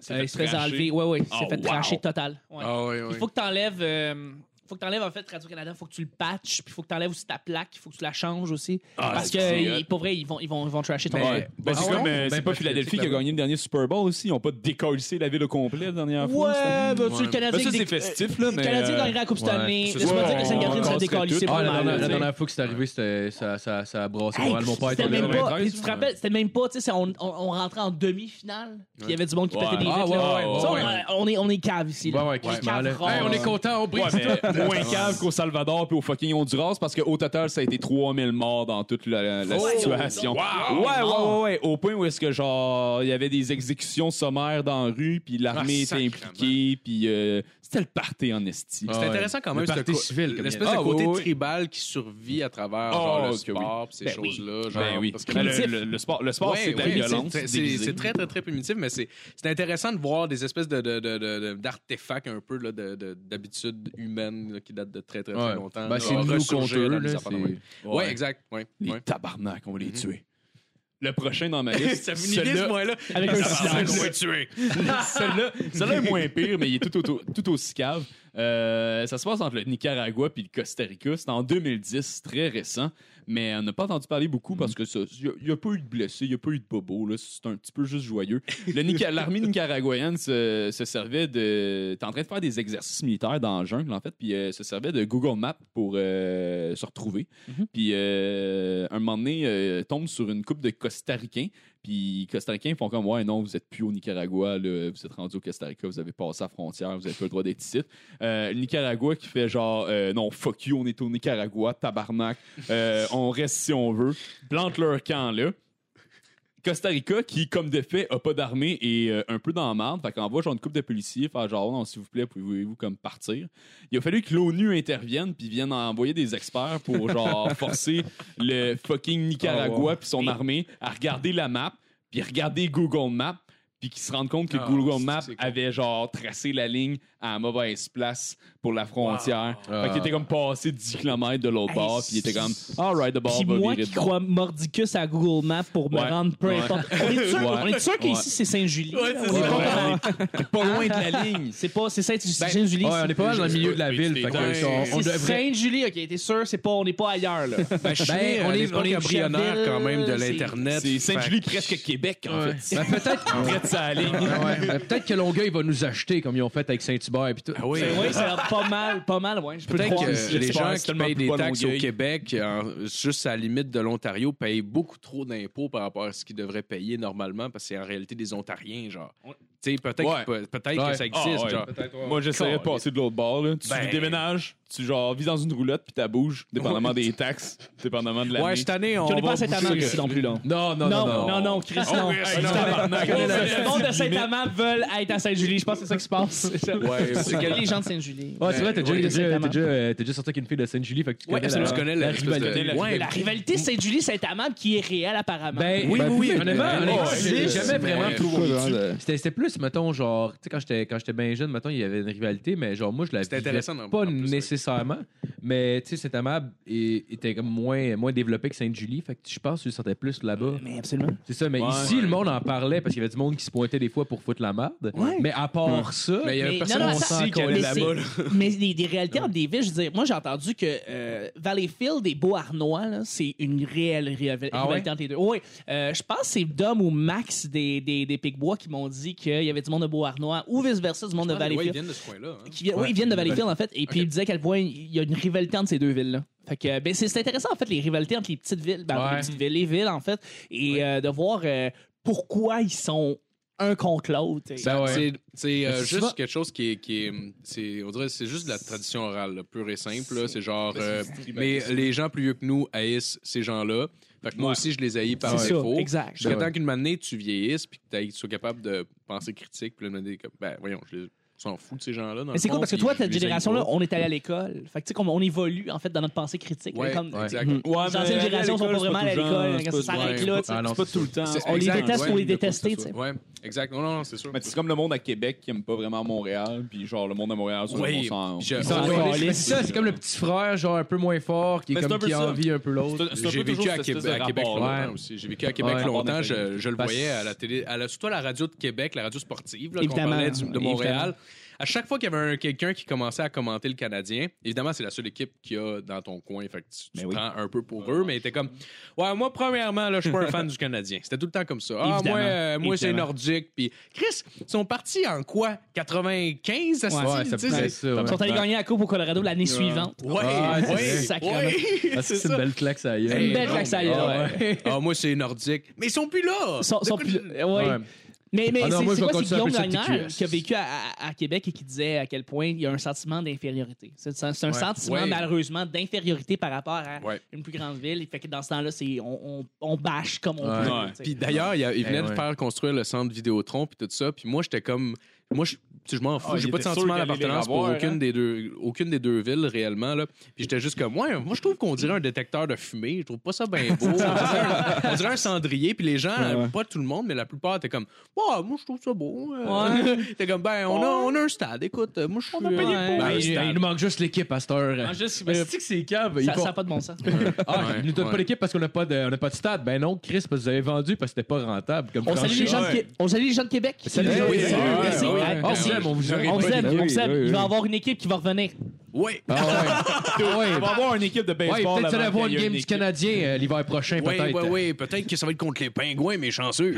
C'est
euh,
fait
ils se faisaient
tracher.
enlever. Ouais, ouais,
Oh,
c'est fait
wow.
tracher total. Ouais.
Ah oui, oui.
Il faut que t'enlèves. euh, faut que t'enlèves en fait Radio-Canada, faut que tu le patches, puis faut que t'enlèves aussi ta plaque, faut que tu la changes aussi.
Ah,
parce
c'est
que
vrai.
ils- pour vrai, ils vont, ils vont, ils vont trasher ton
Mais-
Ouais. Ben, c'est
Boston,
comme, euh,
ben,
c'est pas
Boston,
Philadelphie
c'est
qui a
clair.
gagné le dernier Super Bowl aussi. Ils n'ont pas décollissé la ville au complet la dernière fois.
Ouais, ben, tu
Ouais.
le Canadien.
Ben, ça, c'est
dé-
festif, là,
Le
mais,
Canadien
euh,
gagnera la Coupe Stanley.
ouais, c'est
Laisse-moi
ça.
dire que Sainte-Catherine
Ouais,
se
on
décolle.
casserait
C'est
tout.
Ah,
pas
la,
mal.
dernière-
tu
la
sais.
dernière fois que c'est arrivé, c'était- ça, ça, ça a brassé
Hey,
moral. Mon père était
c'était
là.
même pas,
93,
tu te rappelles, c'était même pas, tu sais, c'est- on, on, on rentrait en demi-finale, puis il y avait du monde qui
Ouais.
pétait des
Ah,
vitres,
ouais,
là.
ouais, ouais,
Ça, on-
ouais.
on, est, on est cave ici. là.
Ouais, ouais,
est
quasiment, là.
cave rare.
Hey, on est
content, Ben, on brise
Ouais, mais <laughs> moins cave qu'au Salvador puis au fucking Honduras parce qu'au total, ça a été 3000 morts dans toute la, la
Oh!
situation.
Wow!
Ouais, ouais, ouais, ouais. Au point où est-ce que, genre, il y avait des exécutions sommaires dans la rue puis l'armée
Ah,
était
sacrément.
impliquée puis euh, c'était le party en esti.
C'est intéressant quand même,
Le
ce
parti
co-
civil, comme
il
l'espèce
y a.
de
Ah,
côté
oui, oui.
tribal qui survit à travers
Oh,
genre, le
que
sport, pis ces
Ben oui.
choses-là. genre,
Ben oui.
parce que-
Ben,
primitif.
le, le- le sport, le sport
Ouais,
c'est de la
ouais,
violence.
c'est- C'est
déguisée.
c'est très, très, très primitif, mais c'est c'est intéressant de voir des espèces de- de- de- de- de- d'artefacts un peu là, de- de- d'habitudes humaines là, qui datent de très, très, très
Ouais.
longtemps.
Ben,
là,
c'est nous contre
ressurgir
eux,
dans
là,
des affaires de
c'est-
même.
Ouais. Mhm.
Ouais, exact. Ouais,
Les <laughs>
ouais.
tabarnak, on va les tuer. Le prochain
<laughs>
dans ma liste.
Ça finit
celui-là-
ce point-là.
<laughs>
Avec un
Ça
silence.
Ah, va tuer.
Celle-là celle-là est moins pire, mais il est tout, auto- tout aussi cave. Euh, ça se passe entre le Nicaragua et le Costa Rica. C'est en 2010, très récent. Mais on n'a pas entendu parler beaucoup parce que ça- il n'y a, pas eu de blessés, il n'y a pas eu de bobos. là. C'est un petit peu juste joyeux. Le Nica- L'armée nicaraguayenne se, se servait de. T'es en train de faire des exercices militaires dans la jungle, en fait, puis euh, se servait de Google Maps pour euh, se retrouver. Puis euh, un moment donné, euh, tombe sur une coupe de Costaricains. Puis les Costaricains font comme Ouais, non, vous êtes plus au Nicaragua, là, vous êtes rendu au Costa Rica, vous avez passé la frontière, vous avez pas le droit d'être ici. Euh, le Nicaragua qui fait genre euh, Non, fuck you, on est au Nicaragua, tabarnak, Euh, on reste si on veut, plante leur camp là. Costa Rica, qui, comme de fait, a pas d'armée et euh, un peu dans la marde, fait qu'on envoie genre une coupe de policiers, faire genre, non, s'il vous plaît, pouvez-vous comme partir. Il a fallu que l'ONU intervienne puis vienne envoyer des experts pour
<laughs>
genre forcer le fucking
Ah
Nicaragua puis son armée à regarder la map puis regarder Google Maps puis qu'ils se rendent compte que
Ah,
Google
c'est-
Maps
c'est con.
avait genre tracé la ligne à la mauvaise place pour la frontière.
Wow.
Fait qu'il était comme passé 10 km de l'autre
Hey,
bord puis il était comme alright the ball
Puis
va
moi
virer
qui
de bord.
crois mordicus à Google Maps pour me
Ouais.
rendre peu
Ouais.
importe. On est sûr,
Ouais.
on est sûr qu'ici c'est Saint-Julie. là. On est pas
ça.
dans-
pas loin de la ligne.
C'est pas c'est Saint-
Ben,
Saint-Julie.
Ouais, on est pas mal dans le milieu de la
Oui,
ville.
c'est-
fait que,
ouais.
ça, on- on
c'est
devrait.
Saint-Julie, ok, t'es sûr, c'est pas, on n'est pas ailleurs, là.
Ben, je suis
Ben,
né à
on est-
l'époque
on est
embryonnaire quand même de
Boucherville, c'est-
l'Internet.
C'est Saint-Julie
Fait que-
presque Québec en
Ouais.
fait.
Ben, peut-être.
Près de sa ligne.
Ouais, ben, peut-être que Longueuil va nous acheter comme ils ont fait avec Saint-Hubert et tout.
Ah oui.
C'est- oui, Ben, ça a l'air pas mal, pas mal, ouais. Je peux le
Peut-être
croire.
que
ici,
les
j'espère,
gens
c'est
qui
tellement
payent
plus
des
pas
taxes au
Longueuil.
Québec, en- juste à la limite de l'Ontario, payent beaucoup trop d'impôts par rapport à ce qu'ils devraient payer normalement, parce que c'est en réalité des Ontariens, genre. Tu sais, peut-être
Ouais.
que, peut-être
Ouais.
que ça existe.
Ah, ouais.
genre.
Moi, j'essaierais de passer de l'autre bord. Là. Tu
Ben-
déménages, tu genre vis dans une roulotte puis ta bouge, dépendamment des taxes, dépendamment de la
Ouais, cette année, on.
Tu n'es
va
pas à Saint-Amand
pousser-
ici non plus, là.
Non, non,
Non,
non, non.
non, non, Chris,
Oh,
non.
yes,
Hey,
non.
tabarnak.
Hey,
Le monde de Saint-Amand veulent être à Sainte-Julie. Je pense que c'est ça qui se passe.
Ouais,
C'est
ouais.
les gens de Saint-Julie.
Ouais, c'est vrai, t'as
Ouais,
déjà, t'as déjà,
Saint-Amand.
t'as déjà, euh, t'as déjà sorti avec une fille de Sainte-Julie, fait que tu connais
Ouais,
la-
absolument, je connais la
la
espèce de-
rivalité.
Ouais, ben,
La rivalité Saint-Julie-Saint-Amand qui est réelle apparemment.
Ben,
Oui,
ben,
oui, oui.
Honnêtement,
Euh,
honnêtement,
ouais,
j'ai
c'est-
jamais vraiment
ouais.
trouvé. C'était c'était plus, mettons, genre, tu sais, quand j'étais quand j'étais bien jeune, mettons, il y avait une rivalité, mais genre, moi, je la
C'était
vivais
intéressant d'en-
pas
en plus, ouais.
nécessairement. Mais, tu sais, cet amable et- était comme moins, moins développé que Sainte-Julie, fait que je pense que tu le sentais plus là-bas.
Mais absolument.
C'est ça, mais ici, le monde en parlait parce qu'il y avait du monde qui se pointait des fois pour foutre la merde. Mais à part ça,
Mais il y
Mais
a personne
non, non,
on
ça-
sait qui allait
mais
là-bas. là.
c'est- <laughs> Mais des, des réalités entre des villes, je veux dire, moi j'ai entendu que euh, Valleyfield et Beauharnois, là, c'est une réelle réal-
Ah ouais?
rivalité entre les deux. Oui, euh, je pense que c'est Dom ou Max des, des, des Picbois qui m'ont dit qu'il y avait du monde de Beauharnois ou vice-versa du monde de
Ah, Ouais, ils
Valleyfield.
viennent de ce coin-là. hein.
Qui vient- oui, ils viennent de Valleyfield en fait, et puis ils disaient qu'elle voit il y a une rivalité entre ces deux villes-là. Fait que euh, ben, c'est c'est intéressant en fait les rivalités entre les petites villes, ben, entre
Ouais.
les petites villes, les villes en fait, et euh, de voir euh, pourquoi ils sont un contre l'autre. Et-
Ben ouais.
C'est- C'est euh,
Mais c'est
juste
souvent-
quelque chose qui est. Qui est, c'est- on dirait c'est juste de la tradition orale, là, pure et simple. là. C'est genre. euh, les, les gens plus vieux que nous haïssent ces gens-là. Fait que moi aussi, je les haïs par
C'est ça,
défaut.
exact.
Jusqu'à
Ben ouais.
temps qu'une année, tu vieillisses puis que t'ailles- tu sois capable de penser critique. Puis là, de me dire comme, ben voyons, je les- je s'en fous de ces gens-là. dans
Mais
le
c'est cool
fond,
parce que
puis
toi,
je
cette
les haïs
génération-là,
pas.
on est allé à l'école. Fait que tu sais, comme on évolue en fait dans notre pensée critique.
Ouais,
comme
exact.
Mhm.
Ouais,
Les
mais
anciennes
aller à
générations sont pas
l'école,
vraiment allées à
c'est pas tout le
l'école.
genre,
Ça
c'est pas-
s'arrête
ouais,
là.
pas-
tu sais.
ah non,
C'est pas tout le temps.
C'est-
On les
exact,
déteste
ouais,
pour les
il y a pas de
détester.
ça,
tu sais.
Ouais, exact. Non, non, non, c'est sûr.
Mais c'est comme le monde à Québec qui aime pas vraiment Montréal, puis genre le monde à Montréal, c'est
Oui,
bon
je-
sens.
Ils
on
sont-
va
ouais,
aller-
mais c'est ça, c'est comme le petit frère, genre un peu moins fort, qui, est
Mais c'est
comme,
un peu
qui
ça.
envie un peu l'autre.
C'est un- c'est un
J'ai
peu
vécu
toujours
à
cette
Québec,
espèce de
à Québec
rapport,
là.
longtemps aussi. J'ai vécu à Québec
Ouais.
longtemps. Je, je le
Parce-
voyais à la télé, à la, surtout à la radio de Québec, la radio sportive, là, qu'on
Évidemment.
parlait du- de
Évidemment.
Montréal. À chaque fois qu'il y avait un- quelqu'un qui commençait à commenter le Canadien, évidemment, c'est la seule équipe qu'il y a dans ton coin. Fait que tu,
Ben
tu
oui.
prends un peu pour eux, mais il était comme Ouais, moi, premièrement, là, je suis pas un fan <laughs> du Canadien. C'était tout le temps comme ça. Ah,
Évidemment.
moi, euh, moi c'est
Évidemment.
nordique. Puis, Chris, ils sont partis en quoi 95 asti?
Ouais, ça
Tu
peut
sais,
être
c'est-
ça. ouais.
Ils sont allés gagner la Coupe au Colorado l'année suivante.
Ouais,
Ah,
ouais,
c'est
sacrément.
ouais,
Ah, c'est
c'est
une
ça.
belle claque, ça y est.
C'est une
Belle
non.
claque, ça y est,
Ah,
ouais.
Ah, moi, c'est nordique. Mais ils sont plus là!
Ils sont- sont
De quoi-
plus- ouais.
Ouais.
Mais, mais
Ah non,
c'est
moi,
c'est
je vais
quoi, c'est
continuer à
Guillaume
appeler ça
Lagnière
TQS.
qui a vécu à, à- à Québec et qui disait à quel point il y a un sentiment d'infériorité. C'est c'est un, c'est un sentiment,
Ouais.
malheureusement, d'infériorité par rapport à
Ouais.
une plus grande ville. Fait que dans ce temps-là, c'est on, on, on bâche comme on
Ouais.
peut.
Ouais.
tu sais.
Puis d'ailleurs, il, y a- il venait
Eh
de
ouais.
faire construire le centre Vidéotron puis tout ça. Puis moi, j'étais comme... Moi, je, tu sais, je m'en fous.
Ah,
J'ai
il
pas de
était sûr
sentiment
qu'il allait les
d'appartenance pour
revoir,
aucune,
hein?
des deux, aucune des deux villes, réellement. Là. Puis j'étais juste comme... Ouais, moi, je trouve qu'on dirait un détecteur de fumée. Je trouve pas ça bien beau. on, dirait un, on dirait un cendrier. Puis les gens, pas tout le monde, mais la plupart étaient comme... Ouais, moi, je trouve ça beau. Euh, <laughs> T'es comme... Ben, on a, on a un stade. Écoute, euh, moi, je suis...
payé
euh,
pour.
Ben,
ben,
il, il nous manque juste l'équipe à cette heure. Mais c'est que c'est cave.
Ça
ils font-
n'a pas de
<laughs>
bon sens.
Ah,
Ouais,
ils nous donnent
ouais.
pas l'équipe parce qu'on n'a pas, de- on n'a pas de stade. Ben non, Chris, parce que vous avez vendu parce que c'était pas rentable. Comme
On salue, les gens de,
franchise.
Qué- on salue les gens de Québec.
Salut,
Oui,
oui,
salut,
ouais,
merci.
ouais, ouais.
Hey,
On
merci.
vous aime, on vous aime.
On s'aime,
ben
oui,
on s'aime.
oui, oui.
Il va y avoir une équipe qui va revenir.
Ouais.
Ah
<laughs>
ouais. Ah ouais.
On va avoir une équipe de
Ouais,
baseball.
peut-être
avant
aller avoir
qu'il y
une
ait
game du
équipe.
Canadien euh, l'hiver prochain,
Oui,
peut-être.
oui, oui. Peut-être que ça va être contre les pingouins, mais chanceux.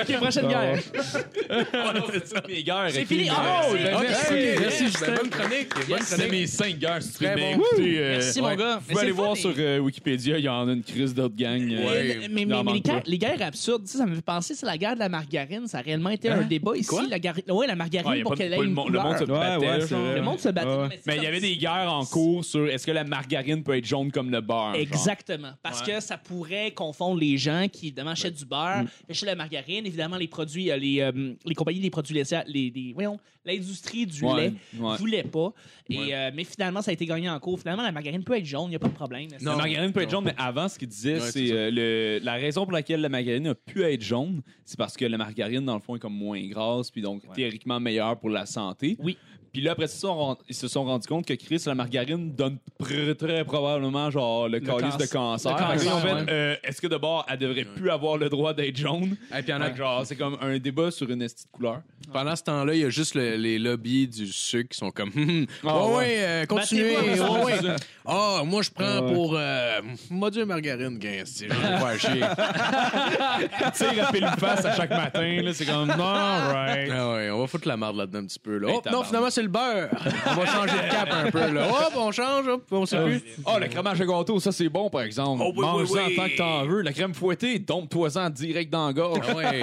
OK, prochaine guerre.
<laughs> Mes gars,
C'est fini.
euh,
Oh,
Ben,
Ok,
merci,
ok.
merci,
Ben,
Justin.
Bonne chronique. Bonne
C'était
chronique.
mes 5 gars, si tu
Très
veux bien
bon.
écouter, euh,
Merci,
ouais.
mon gars.
Vous pouvez aller voir sur euh, Wikipédia, il y en a une crise d'autres gangs. euh,
Ouais.
Mais, mais-
Il en
mais les,
manque
guerres,
pas.
les guerres absurdes, tu sais, ça me fait penser, c'est la guerre de la margarine. Ça a réellement été un débat ici.
Quoi?
La, gar... ouais, la margarine
Ah, il y a
pour
pas de-
qu'elle ait
pas le
une
monde- le
couleur.
monde se battait,
ouais,
genre.
c'est vrai.
Le monde se battait.
Ouais.
c'est
Mais il
comme
y avait
si-
des guerres en cours sur est-ce que la margarine peut être jaune comme le beurre. genre.
Exactement. Parce
Ouais. Mm.
que ça pourrait confondre les gens qui, évidemment, achètent du beurre, achètent de la margarine, évidemment, les produits, euh, les, euh, les compagnies des produits laitiers, les, des- voyons, l'industrie du
Ouais,
lait
ouais.
voulait pas. Et, euh, mais finalement, ça a été gagné en cours. Finalement, la margarine peut être jaune, il n'y a pas de problème.
La
Non.
margarine peut être jaune, mais avant, ce qu'il disait,
Ouais, c'est
c'est
ça.
euh, le- la raison pour laquelle la margarine a pu être jaune, c'est parce que la margarine, dans le fond, est comme moins grasse, puis donc théoriquement meilleure pour la santé.
Oui.
Puis là, après ça, ils se sont rend- ils se sont rendus compte que Chris, la margarine donne pr- très probablement genre le, calice
cancer.
de cancer.
Le cancer,
Fait que là, en fait,
ouais.
euh, est-ce que de bord, elle devrait plus avoir le droit d'être jaune?
Et puis, en
Fait que genre, c'est comme un débat sur une estie de couleur.
Pendant ce temps-là, il y a juste le- les lobbies du sucre qui sont comme hum, hum.
Ah,
ouais,
ouais.
ouais, euh, continuez.
Battez-vous,
ouais,
ça,
ouais. Ah, moi je prends pour euh, Modieu margarine, gars, si je vais faire chier.
tu sais, rappeler le face à chaque matin, là, c'est comme non, right.
Ah ouais, on va foutre la merde là-dedans un petit peu. Là.
Hey,
Oh, non,
tabarnak.
finalement, sur le beurre. <laughs> On va changer de cap un peu. Là. Hop, on change, hop, on sait plus.
Ah, le crémage à gâteau, ça c'est bon par exemple.
Oh, oui,
Mange-en
oui, oui.
tant que t'en veux. La crème fouettée, dompe-toi-en direct dans la gorge.
Ah ouais.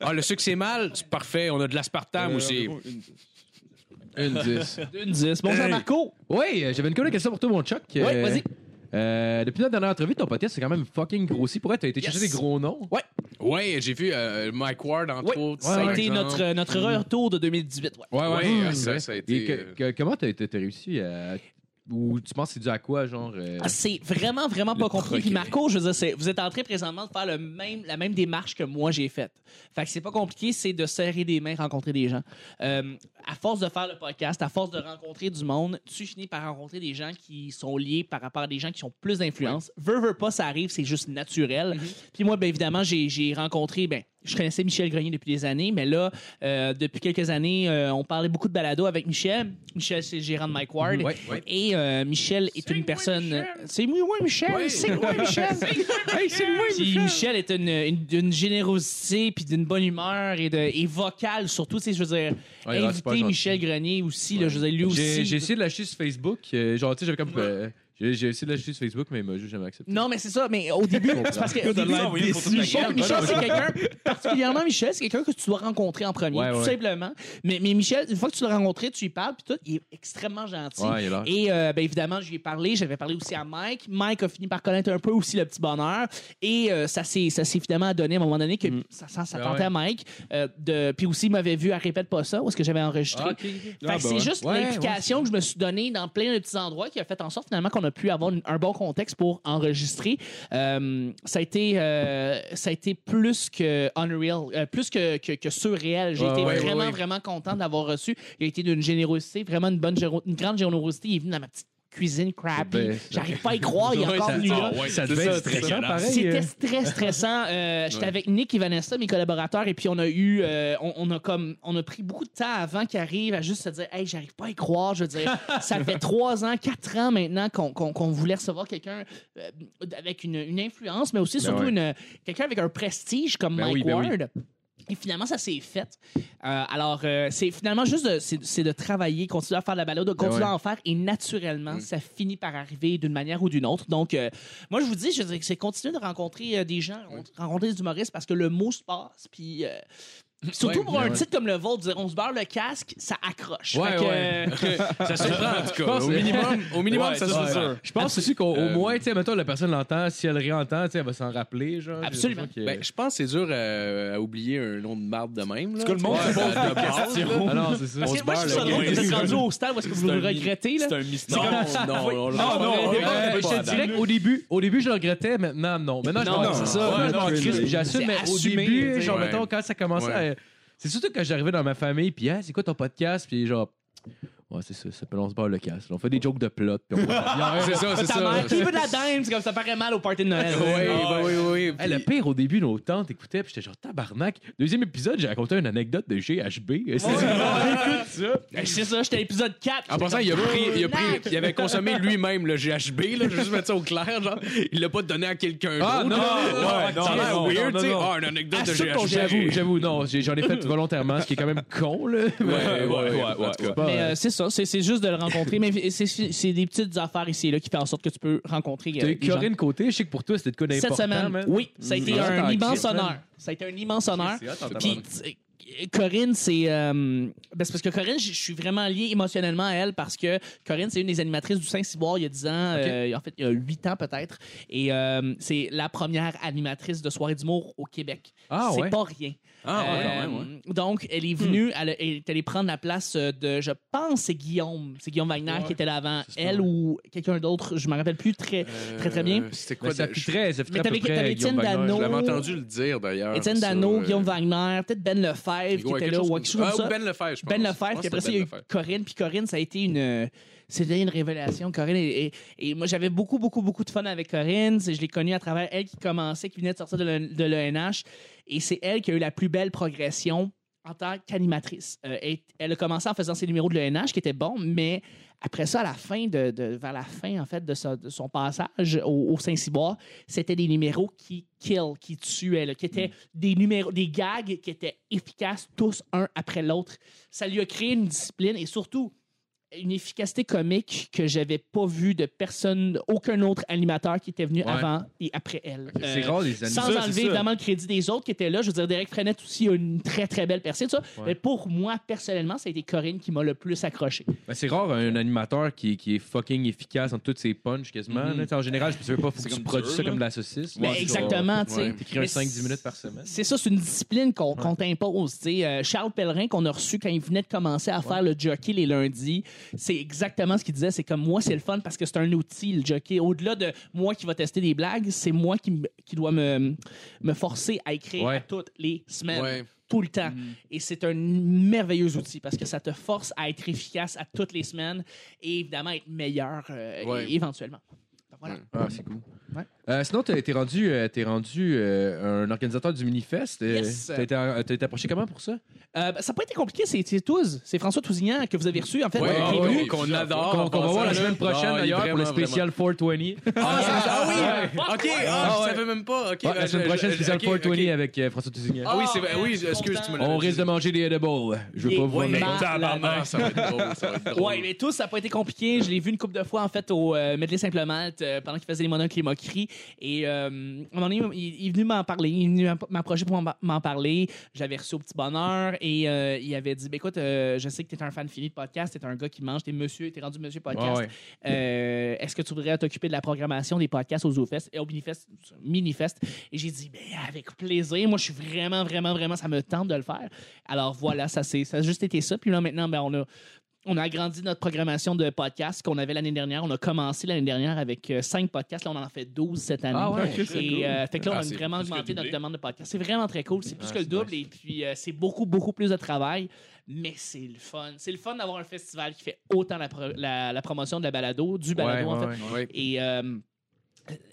Ah, le sucre, c'est mal. C'est parfait. On a de l'aspartame aussi.
Euh, Une 10.
Une 10. Bonjour, Marco.
Oui, euh, j'avais une question pour toi, mon Chuck.
Oui,
Euh,
vas-y.
euh, depuis notre dernière entrevue, ton podcast, c'est quand même fucking grossi. Pourquoi t'as été chercher des gros noms?
Ouais, j'ai vu euh, Mike Ward, entre
Oui,
autres.
ça
par
a été
exemple.
notre, euh, notre retour de 2018. ouais.
Ouais,
ouais, euh, ça, ça a été,
Mmh. Et que- que- comment t'as t'as réussi à. Ou tu penses que c'est dû à quoi, genre. euh,
Ah, C'est vraiment, vraiment pas compliqué. Puis Marco, je veux dire, c'est- vous êtes en train présentement de faire le même, la même démarche que moi j'ai faite. Fait que c'est pas compliqué, c'est de serrer des mains, rencontrer des gens. Euh, à force de faire le podcast, à force de rencontrer du monde, tu finis par rencontrer des gens qui sont liés par rapport à des gens qui ont plus d'influence. Veux, veux pas, ça arrive, c'est juste naturel.
Mm-hmm.
Puis moi, bien évidemment, j'ai j'ai rencontré, ben, je connaissais Michel Grenier depuis des années, mais là, euh, depuis quelques années, euh, on parlait beaucoup de balado avec Michel. Michel, c'est le gérant de Mike Ward.
Mm-hmm. Ouais, ouais.
Et euh, Michel est une personne. C'est moi, ouais, Michel. <laughs> C'est moi, Michel. Hey, c'est moi, Michel. Michel est une, une- d'une générosité puis d'une bonne humeur et, de, et vocale surtout. Tu sais, je veux dire,
Ouais, il reste pas
inviter
gentil.
Michel Grenier aussi. Là, je veux dire, lui
J'ai
aussi.
j'ai essayé de l'acheter sur Facebook. euh, genre, tu sais, j'avais comme. euh, j'ai j'ai essayé de l'acheter sur Facebook, mais il m'a juste jamais accepté.
Non, mais c'est ça. Mais au début, c'est parce que. au début, Michel, Michel, c'est quelqu'un, particulièrement Michel, c'est quelqu'un que tu dois rencontrer en premier,
Ouais,
tout
ouais.
simplement. Mais, mais Michel, une fois que tu l'as rencontré, tu lui parles, puis tout, il est extrêmement gentil.
Ouais, il a l'air.
Et euh, ben, évidemment, je lui ai parlé, j'avais parlé aussi à Mike. Mike a fini par connaître un peu aussi le petit bonheur. Et euh, ça s'est ça s'est finalement donné à un moment donné que ça, ça, ça
Ah
tentait
ouais.
à Mike. euh, de- puis aussi, il m'avait vu à Répète pas ça, où est-ce que j'avais enregistré. Fait que
Ah, bah
c'est
ouais.
juste
Ouais,
l'implication que je me suis donnée dans plein de petits endroits qui a fait en sorte finalement qu'on a pu avoir une- un bon contexte pour enregistrer. Euh, ça, a été, euh, ça a été plus que unreal, euh, plus que, que, que surréel. J'ai
Ouais,
été
ouais,
vraiment,
ouais, ouais.
vraiment content de l'avoir reçu. Il a été d'une générosité, vraiment une bonne géro- une grande générosité. Il est venu dans ma petite cuisine crappy.
Ben,
J'arrive
<laughs>
pas à y croire, il est encore venu là.
ça devait être stressant, pareil. euh.
C'était très stressant. Euh, J'étais avec Nick et Vanessa, mes collaborateurs, et puis on a eu, euh, on, on a comme, on a pris beaucoup de temps avant qu'ils arrivent à juste se dire, hey, j'arrive pas à y croire. Je veux
<laughs>
dire, ça fait trois ans, quatre ans maintenant qu'on qu'on- qu'on voulait recevoir quelqu'un euh, avec une, une influence, mais aussi surtout
Ben ouais.
une quelqu'un avec un prestige comme
Ben
Mike
oui, ben oui.
Ward. Et finalement, ça s'est fait. Euh, alors, euh, c'est finalement juste de, c'est, c'est de travailler, continuer à faire de la balade, de continuer
ouais.
à en faire, et naturellement, ça finit par arriver d'une manière ou d'une autre. Donc, euh, moi, je vous dis, je dirais que c'est continuer de rencontrer euh, des gens, rencontrer- rencontrer des humoristes, parce que le mot se passe, puis... euh, puis Surtout
Ouais,
pour un
ouais.
titre comme le vôtre, dire on se barre le casque, ça accroche.
Ouais,
Fait que,
ouais.
euh,
Ça surprend, en tout cas. Au
que-
minimum, au minimum
Ouais,
ça,
ça,
se
c'est
surprend.
Je pense aussi qu'au au moins, tu sais, mettons, la personne l'entend, si elle réentend, tu sais, elle va s'en rappeler, genre. j'ai
Absolument.
l'impression que-
Ben, je pense que c'est dur euh, à oublier un nom de marde de même. Là,
que le monde se
Tu vois,
pose
de
des
base,
questions.
là.
Ah non, c'est ça.
parce que moi, je trouve ça
barre le
drôle que vous êtes
casque.
rendu au stade où est-ce que vous
un
le
mi-
regrettez. Là.
C'est un mystère.
Non, non, on le-
Ah, non,
Euh,
on le-
je te dirais qu'au début, au début, je le regrettais. Maintenant, non. Maintenant, je
Non,
m'en-
c'est
ça.
Maintenant,
Ouais,
je m'en
non,
crisse,
c'est-
puis j'assume. Mais au
assumer, tu
début,
sais.
genre,
Ouais.
mettons, quand ça commençait
Ouais.
à- C'est surtout quand j'arrivais dans ma famille, puis, Hey, c'est quoi ton podcast? Puis, genre, ouais, c'est ça, ça s'appelle On se barre le casse. On fait des jokes de plot, puis on va-
C'est ça, c'est
Ta mère, qui
ça.
veut de la dinde? C'est comme ça paraît mal au party de
<laughs>
Noël.
Oui, oui, oui, oui.
Hey, le pire, au début, nos tantes écoutaient, puis j'étais genre tabarnak. Deuxième épisode, j'ai raconté une anecdote de GHB. Et c'est-
Ben, C'est ça, j'étais à l'épisode 4.
En passant, il a pris, il a pris, il avait consommé lui-même le GHB, là, je vais juste mettre ça au clair, genre, il l'a pas donné à quelqu'un d'autre.
Ah, non,
là.
ouais,
ça a
non,
l'air
non,
weird,
non,
tu sais.
non, non.
Ah, une anecdote de
Assume ton-
GHB.
J'avoue, j'avoue, non, j'ai- j'en ai fait volontairement, ce qui est quand même con, là.
Ouais, ouais, ouais, ouais.
Mais euh, c'est ça, c'est c'est juste de le rencontrer. Mais c'est- c'est c'est des petites affaires ici et là qui font en sorte que tu peux rencontrer euh,
T'as eu
des gens.
Corinne Côté, je sais que pour toi, c'était de quoi
Cette
d'important.
semaine,
man.
oui, ça a été
Mmh.
un
Ah,
immense
Chris, man.
honneur. Ça a été un immense honneur.
C'est hot, en
Puis, t- euh, Corinne, c'est. euh, ben, c'est parce que Corinne, je je suis vraiment lié émotionnellement à elle parce que Corinne, c'est une des animatrices du Saint-Cyboire il y a 10 ans, euh, en fait, il y a 8 ans peut-être. Et euh, c'est la première animatrice de Soirée d'humour au Québec.
Ah,
c'est
ouais.
pas rien.
Ah, ouais, Hmm.
Euh, Donc, elle est venue, elle, a- elle est allée prendre la place euh, de, je pense, c'est Guillaume. C'est Guillaume Wagner qui était là avant. Elle ou quelqu'un d'autre, je me rappelle plus très, très, très bien.
Euh, C'était
Ben,
quoi
ça
de- je-
fitrait, ça
Mais
fitrait à peu
t'avais-
près,
t'avais
Guillaume
Étienne
Wagner.
Dano.
Je l'avais entendu le dire, d'ailleurs.
Étienne
ça,
Dano,
euh,
Guillaume Wagner, peut-être Ben Lefebvre
ouais,
qui
quelque
était là,
chose
ou quelque chose comme
Ah,
ça.
Ben Lefebvre, je pense.
Ben
Je
Lefebvre,
pense
puis
que
après ça, il y
c'était
a
Ben
eu Corinne, puis Corinne, ça a été une. euh, C'était une révélation, Corinne. Et, et- et moi, j'avais beaucoup, beaucoup, beaucoup de fun avec Corinne. C'est- Je l'ai connue à travers elle qui commençait, qui venait de sortir de l'ENH. Et c'est elle qui a eu la plus belle progression en tant qu'animatrice. Euh, elle, elle a commencé en faisant ses numéros de l'ENH qui étaient bons, mais après ça, à la fin de, de- vers la fin en fait de, sa- de son passage au, au Saint-Cyboire, c'était des numéros qui kill, qui tuaient, là, qui
Mm.
étaient des numéros, des gags qui étaient efficaces tous un après l'autre. Ça lui a créé une discipline et surtout une efficacité comique que j'avais pas vue de personne, aucun autre animateur qui était venu avant et après elle.
C'est
Euh,
rare les animaux.
sans
ça, c'est
enlever
ça.
évidemment le crédit des autres qui étaient là. Je veux dire, Derek Frenette aussi a une très très belle percée, tout ça. Mais pour moi, personnellement, ça a été Corinne qui m'a le plus accroché.
Ben, c'est rare un animateur qui, qui est fucking efficace en toutes ses punches quasiment.
Mm-hmm.
là. Tu sais, En général, je ne pas, faut que tu produis ça comme de la saucisse.
Mais Ben, exactement, tu sais.
T'écris un
Mais
5-10 minutes par semaine.
C'est ça, c'est une discipline qu'on qu'on t'impose. tu sais. Euh, Charles Pellerin, qu'on a reçu quand il venait de commencer à faire le jockey les lundis, c'est exactement ce qu'il disait. C'est comme moi, c'est le fun parce que c'est un outil, le jockey. Au-delà de moi qui va tester des blagues, c'est moi qui, me- qui dois me, me forcer à écrire
Ouais.
à toutes les semaines.
Ouais. Mm.
Tout le temps. Et c'est un merveilleux outil parce que ça te force à être efficace à toutes les semaines et évidemment être meilleur euh,
Ouais.
é- éventuellement. Donc, Voilà.
Ah, c'est cool.
Ouais.
Euh, sinon, t'es t'es rendu, euh, t'es rendu euh, un organisateur du Minifest. euh,
Yes.
T'as été, t'as été approché comment pour ça?
Euh, ben, ça n'a pas été compliqué, c'est c'est Touze, c'est François Tousignan que vous avez reçu en fait.
Ouais,
qui est
ouais,
venu.
ouais. qu'on adore,
Qu'on
en
qu'on va voir la
passant,
semaine
là.
prochaine
Ah, il est
d'ailleurs pour le
vraiment,
spécial
<laughs>
420.
Ah oui!
Ah,
Ok, ah, je savais même pas. Ok,
Ouais,
euh,
la semaine
je-
prochaine,
je-
spécial
ok,
420
ok.
avec euh, François Tousignan.
Ah oui, c'est vrai. Oui,
je suis
excuse, tu me l'as
On
dit.
risque de manger des edibles. Je veux
Il
pas
est
vous
malade.
mentir.
Tabarnak, ça va être drôle, ça va être Ah, drôle.
Ouais, mais tous, ça n'a pas été compliqué. Je l'ai vu une couple de fois, en fait, au euh, Medley Simple Malte, euh, pendant qu'il faisait les monocles et les moqueries. Et euh, à un moment donné, il, il est venu m'en parler. Il est venu m'app- m'approcher pour m'en- m'en parler. J'avais reçu au petit bonheur et euh, il avait dit ben, Écoute, euh, je sais que tu es un fan fini de podcast, tu es un gars qui mange, tu es monsieur, tu rendu monsieur podcast.
Ouais, ouais.
Euh, Est-ce que tu voudrais t'occuper de la programmation des podcasts au ZooFest et E euh, au Minifest, Minifest? Et j'ai dit, ben, avec plaisir. Moi, je suis vraiment, vraiment, vraiment, ça me tente de le faire. Alors voilà, ça, c'est- ça a juste été ça. Puis là, maintenant, ben, on a. On a agrandi notre programmation de podcasts qu'on avait l'année dernière. On a commencé l'année dernière avec euh, cinq podcasts. Là, on en fait 12 cette année.
Ah ouais,
et,
ok, c'est
euh, fait que là, on
Ah,
a
c'est
vraiment
plus que
augmenté
doublé.
notre demande de podcasts. C'est vraiment très cool. C'est plus
Ah,
que le
c'est
double. Et puis, euh, c'est beaucoup, beaucoup plus de travail. Mais c'est le fun. C'est le fun d'avoir un festival qui fait autant la, pro- la- la promotion de la balado, du balado, en fait.
Ouais.
Et euh,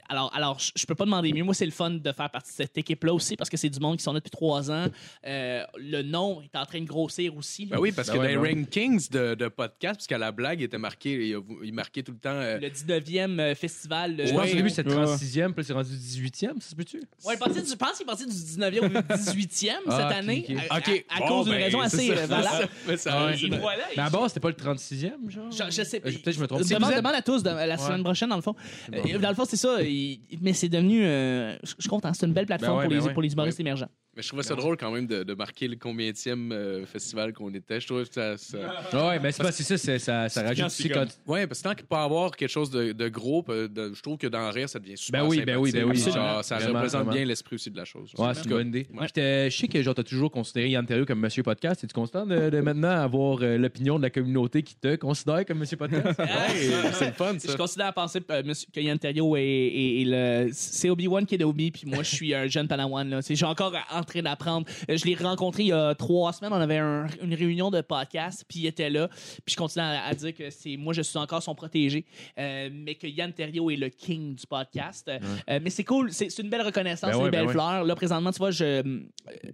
alors, alors je je peux pas demander mieux. Moi, c'est le fun de faire partie de cette équipe-là aussi parce que c'est du monde qui sont là depuis trois ans. Euh, le nom est en train de grossir aussi.
Ben oui, parce
Ben
que
ouais,
dans
ben
les rankings de, de podcast, parce qu'à la blague, il était marqué, il, a- il marquait tout le temps. euh,
Le 19e euh, festival. euh,
Je pense
Ouais.
au début, c'était
Ouais.
36e, puis là, c'est rendu 18e, ça se peut-tu?
Ouais, il est parti du- je pense qu'il est parti du 19e au 18e
Ah,
cette
ok,
année
ok.
à, à-
OK,
à
bon,
cause d'une
ben,
Ah, raison
c'est
assez
ça,
euh,
c'est
valable.
ça, mais ça
Ouais.
Et
arrive.
voilà,
Mais à bord, c'était pas le 36e, genre?
Je, je sais
Euh, je- Peut-être que je me trompe.
Demande, demande à tous de- la semaine prochaine, dans le fond. Euh, dans le fond, c'est ça. il- mais c'est devenu. euh, je je comprends, c'est une belle plateforme
Ben ouais,
pour,
ben
les,
ouais.
pour les humoristes émergents.
Mais je trouvais ça drôle quand même de, de marquer le combientième euh, festival qu'on était. Je trouve que ça. ça...
Ouais, mais c'est pas c'est ça, c'est- ça, ça rajoute aussi quand.
Ouais, parce que tant qu'il peut avoir quelque chose de, de gros, euh, de- je trouve que dans Rire, ça devient super.
Ben oui,
sympathique.
ben oui, ben oui.
Genre,
Absolument.
ça
Vraiment,
représente
vraiment.
bien l'esprit aussi de la chose.
Ouais, c'est une bonne idée. Puis t'es- Je sais que genre, t'as toujours considéré Yann Terrieux comme Monsieur Podcast. Es-tu constant de, de maintenant avoir euh, l'opinion de la communauté qui te considère comme Monsieur <laughs> Podcast?
Ouais, c'est le fun,
Je
ça.
considère à penser euh, monsieur, que Yann Terriot est, est- est le. C'est Obi-Wan qui est Obi, puis moi, je suis un jeune Padawan. Là. C'est- Je suis encore à- en train d'apprendre. Euh, Je l'ai rencontré il y a trois semaines. On avait un- une réunion de podcast, puis il était là. Puis je continue à, à dire que c'est moi, je suis encore son protégé, euh, mais que Yann Terriot est le king du podcast. Euh, euh, mais c'est cool. C'est, c'est une belle reconnaissance,
Ben
une
ouais, ben
belle
ouais.
fleur. Là, présentement, tu vois, je. euh,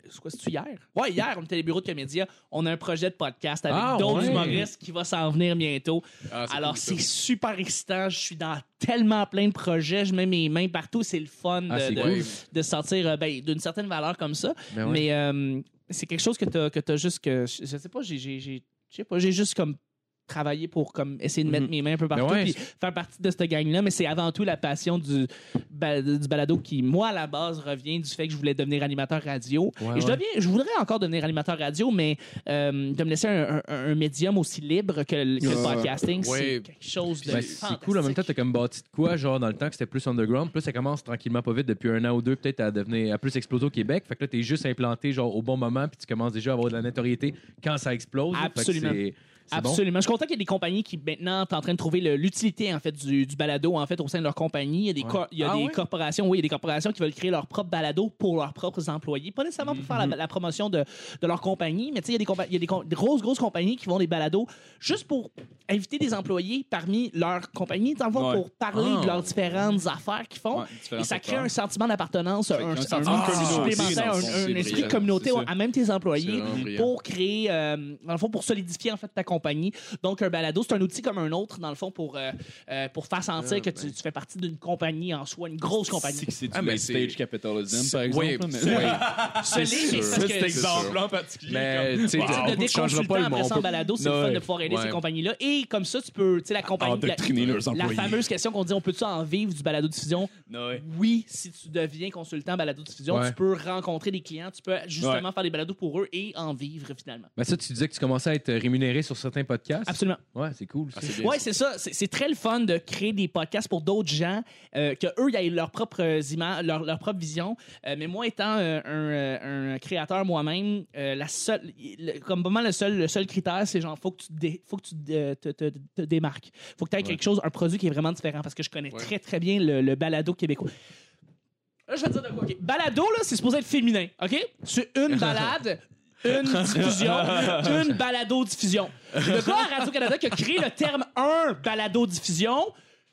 c'est quoi, c'est-tu hier? Ouais, hier, on était les bureaux de Comédia. On a un projet de podcast avec
Ah,
d'autres
ouais.
humoristes qui va s'en venir bientôt.
Ah, c'est
Alors,
cool, ça.
c'est super excitant. Je suis dans tellement plein de projets. Je mets mes mains partout. C'est le fun de,
Ah, c'est
de-
cool.
de se sentir euh, ben, d'une certaine valeur comme ça.
Ben ouais.
Mais euh, c'est quelque chose que tu as, juste que. Je je sais pas, j'ai- j'ai- j'ai je sais pas, j'ai juste comme travaillé pour comme essayer de mettre mes mains un peu partout
Mhm. Ben ouais,
puis faire partie de cette gang là mais c'est avant tout la passion du ba- du balado qui moi à la base revient du fait que je voulais devenir animateur radio
Ouais,
et je
ouais.
deviens je voudrais encore devenir animateur radio mais euh, de me laisser un, un- un médium aussi libre que, le- que le
Ouais.
podcasting
Ouais.
c'est quelque chose de
Euh, Ben, c'est
fantastique.
cool. En même temps, t'as comme bâti de quoi, genre dans le temps que c'était plus underground. Plus ça commence tranquillement pas vite depuis un an ou deux, peut-être à devenir à plus exploser au Québec. Fait que là, t'es juste implanté genre au bon moment, puis tu commences déjà à avoir de la notoriété quand ça explose. Fait que
Absolument.
c'est- C'est bon.
Absolument. Je suis content qu'il y ait des compagnies qui maintenant sont en train de trouver le- l'utilité en fait du, du balado en fait au sein de leur compagnie. Il y a des,
Ouais.
cor- il y a
Ah
des
ouais?
corporations, oui, il y a des corporations qui veulent créer leur propre balado pour leurs propres employés, pas nécessairement pour faire la,
Mm-hmm.
la promotion de, de leur compagnie, mais tu sais, il y a, des, compa- il y a des, com- des grosses grosses compagnies qui vont des balados juste pour inviter des employés parmi leurs compagnies, dans le fond,
Ouais.
pour parler
Ah.
de leurs différentes affaires qu'ils font.
Ouais, différents
Et ça crée
secteurs.
un sentiment d'appartenance, un,
crée un
un
sentiment
un
de communauté,
supplémentaire,
dans le
un,
fond.
un
C'est
esprit
brillant.
de communauté
C'est ça.
à même tes employés
C'est vraiment brillant.
pour créer, euh, dans le fond, pour solidifier en fait ta compagnie. Donc, un balado, c'est un outil comme un autre, dans le fond, pour, euh, euh, pour faire
Ah,
sentir que
ben.
tu, tu fais partie d'une compagnie en soi, une grosse euh, compagnie.
C'est que c'est du
Ah, mais
stage
c'est-
capitalism, par exemple.
Oui,
là, mais-
oui.
Ce livre, mais c'est parce que-
en particulier. Mais tu sais,
Tu sais, de
tu ne changeras
déconsultant
pas le
après
monde.
ça en balado, c'est le fun de pouvoir aider
Ouais. Ah,
ces compagnies-là. Et comme ça, tu peux, tu sais, la compagnie.
Endoctriner
la-
leurs
la
employés.
fameuse question qu'on dit on peut-tu en vivre du balado-diffusion
Ouais.
Oui, si tu deviens consultant balado-diffusion,
Ouais.
tu peux rencontrer des clients, tu peux justement faire des balados pour eux et en vivre finalement.
Mais Ben, ça, tu disais que tu commençais à être rémunéré sur certains podcasts.
Absolument.
Ouais, c'est cool. ça.
Ah, c'est bien.
Ouais, c'est ça. C'est c'est très le fun de créer des podcasts pour d'autres gens, euh, que eux, ils aient leurs propres euh, images, leur, leur propre vision. Euh, mais moi, étant euh, un, euh, un créateur moi-même, euh, la seule, le- comme vraiment le seul, le seul critère, c'est genre, faut que tu, te dé- faut que tu te, te- te- te démarques. Faut que tu aies quelque chose, un produit qui est vraiment différent, parce que je connais
Ouais.
très, très bien le, le balado québécois. Là, je vais te dire de quoi. ok. Balado, là, c'est supposé être féminin, OK? C'est <laughs> une balade, une diffusion, une balado-diffusion. Le gars à Radio-Canada qui a créé le terme un balado-diffusion,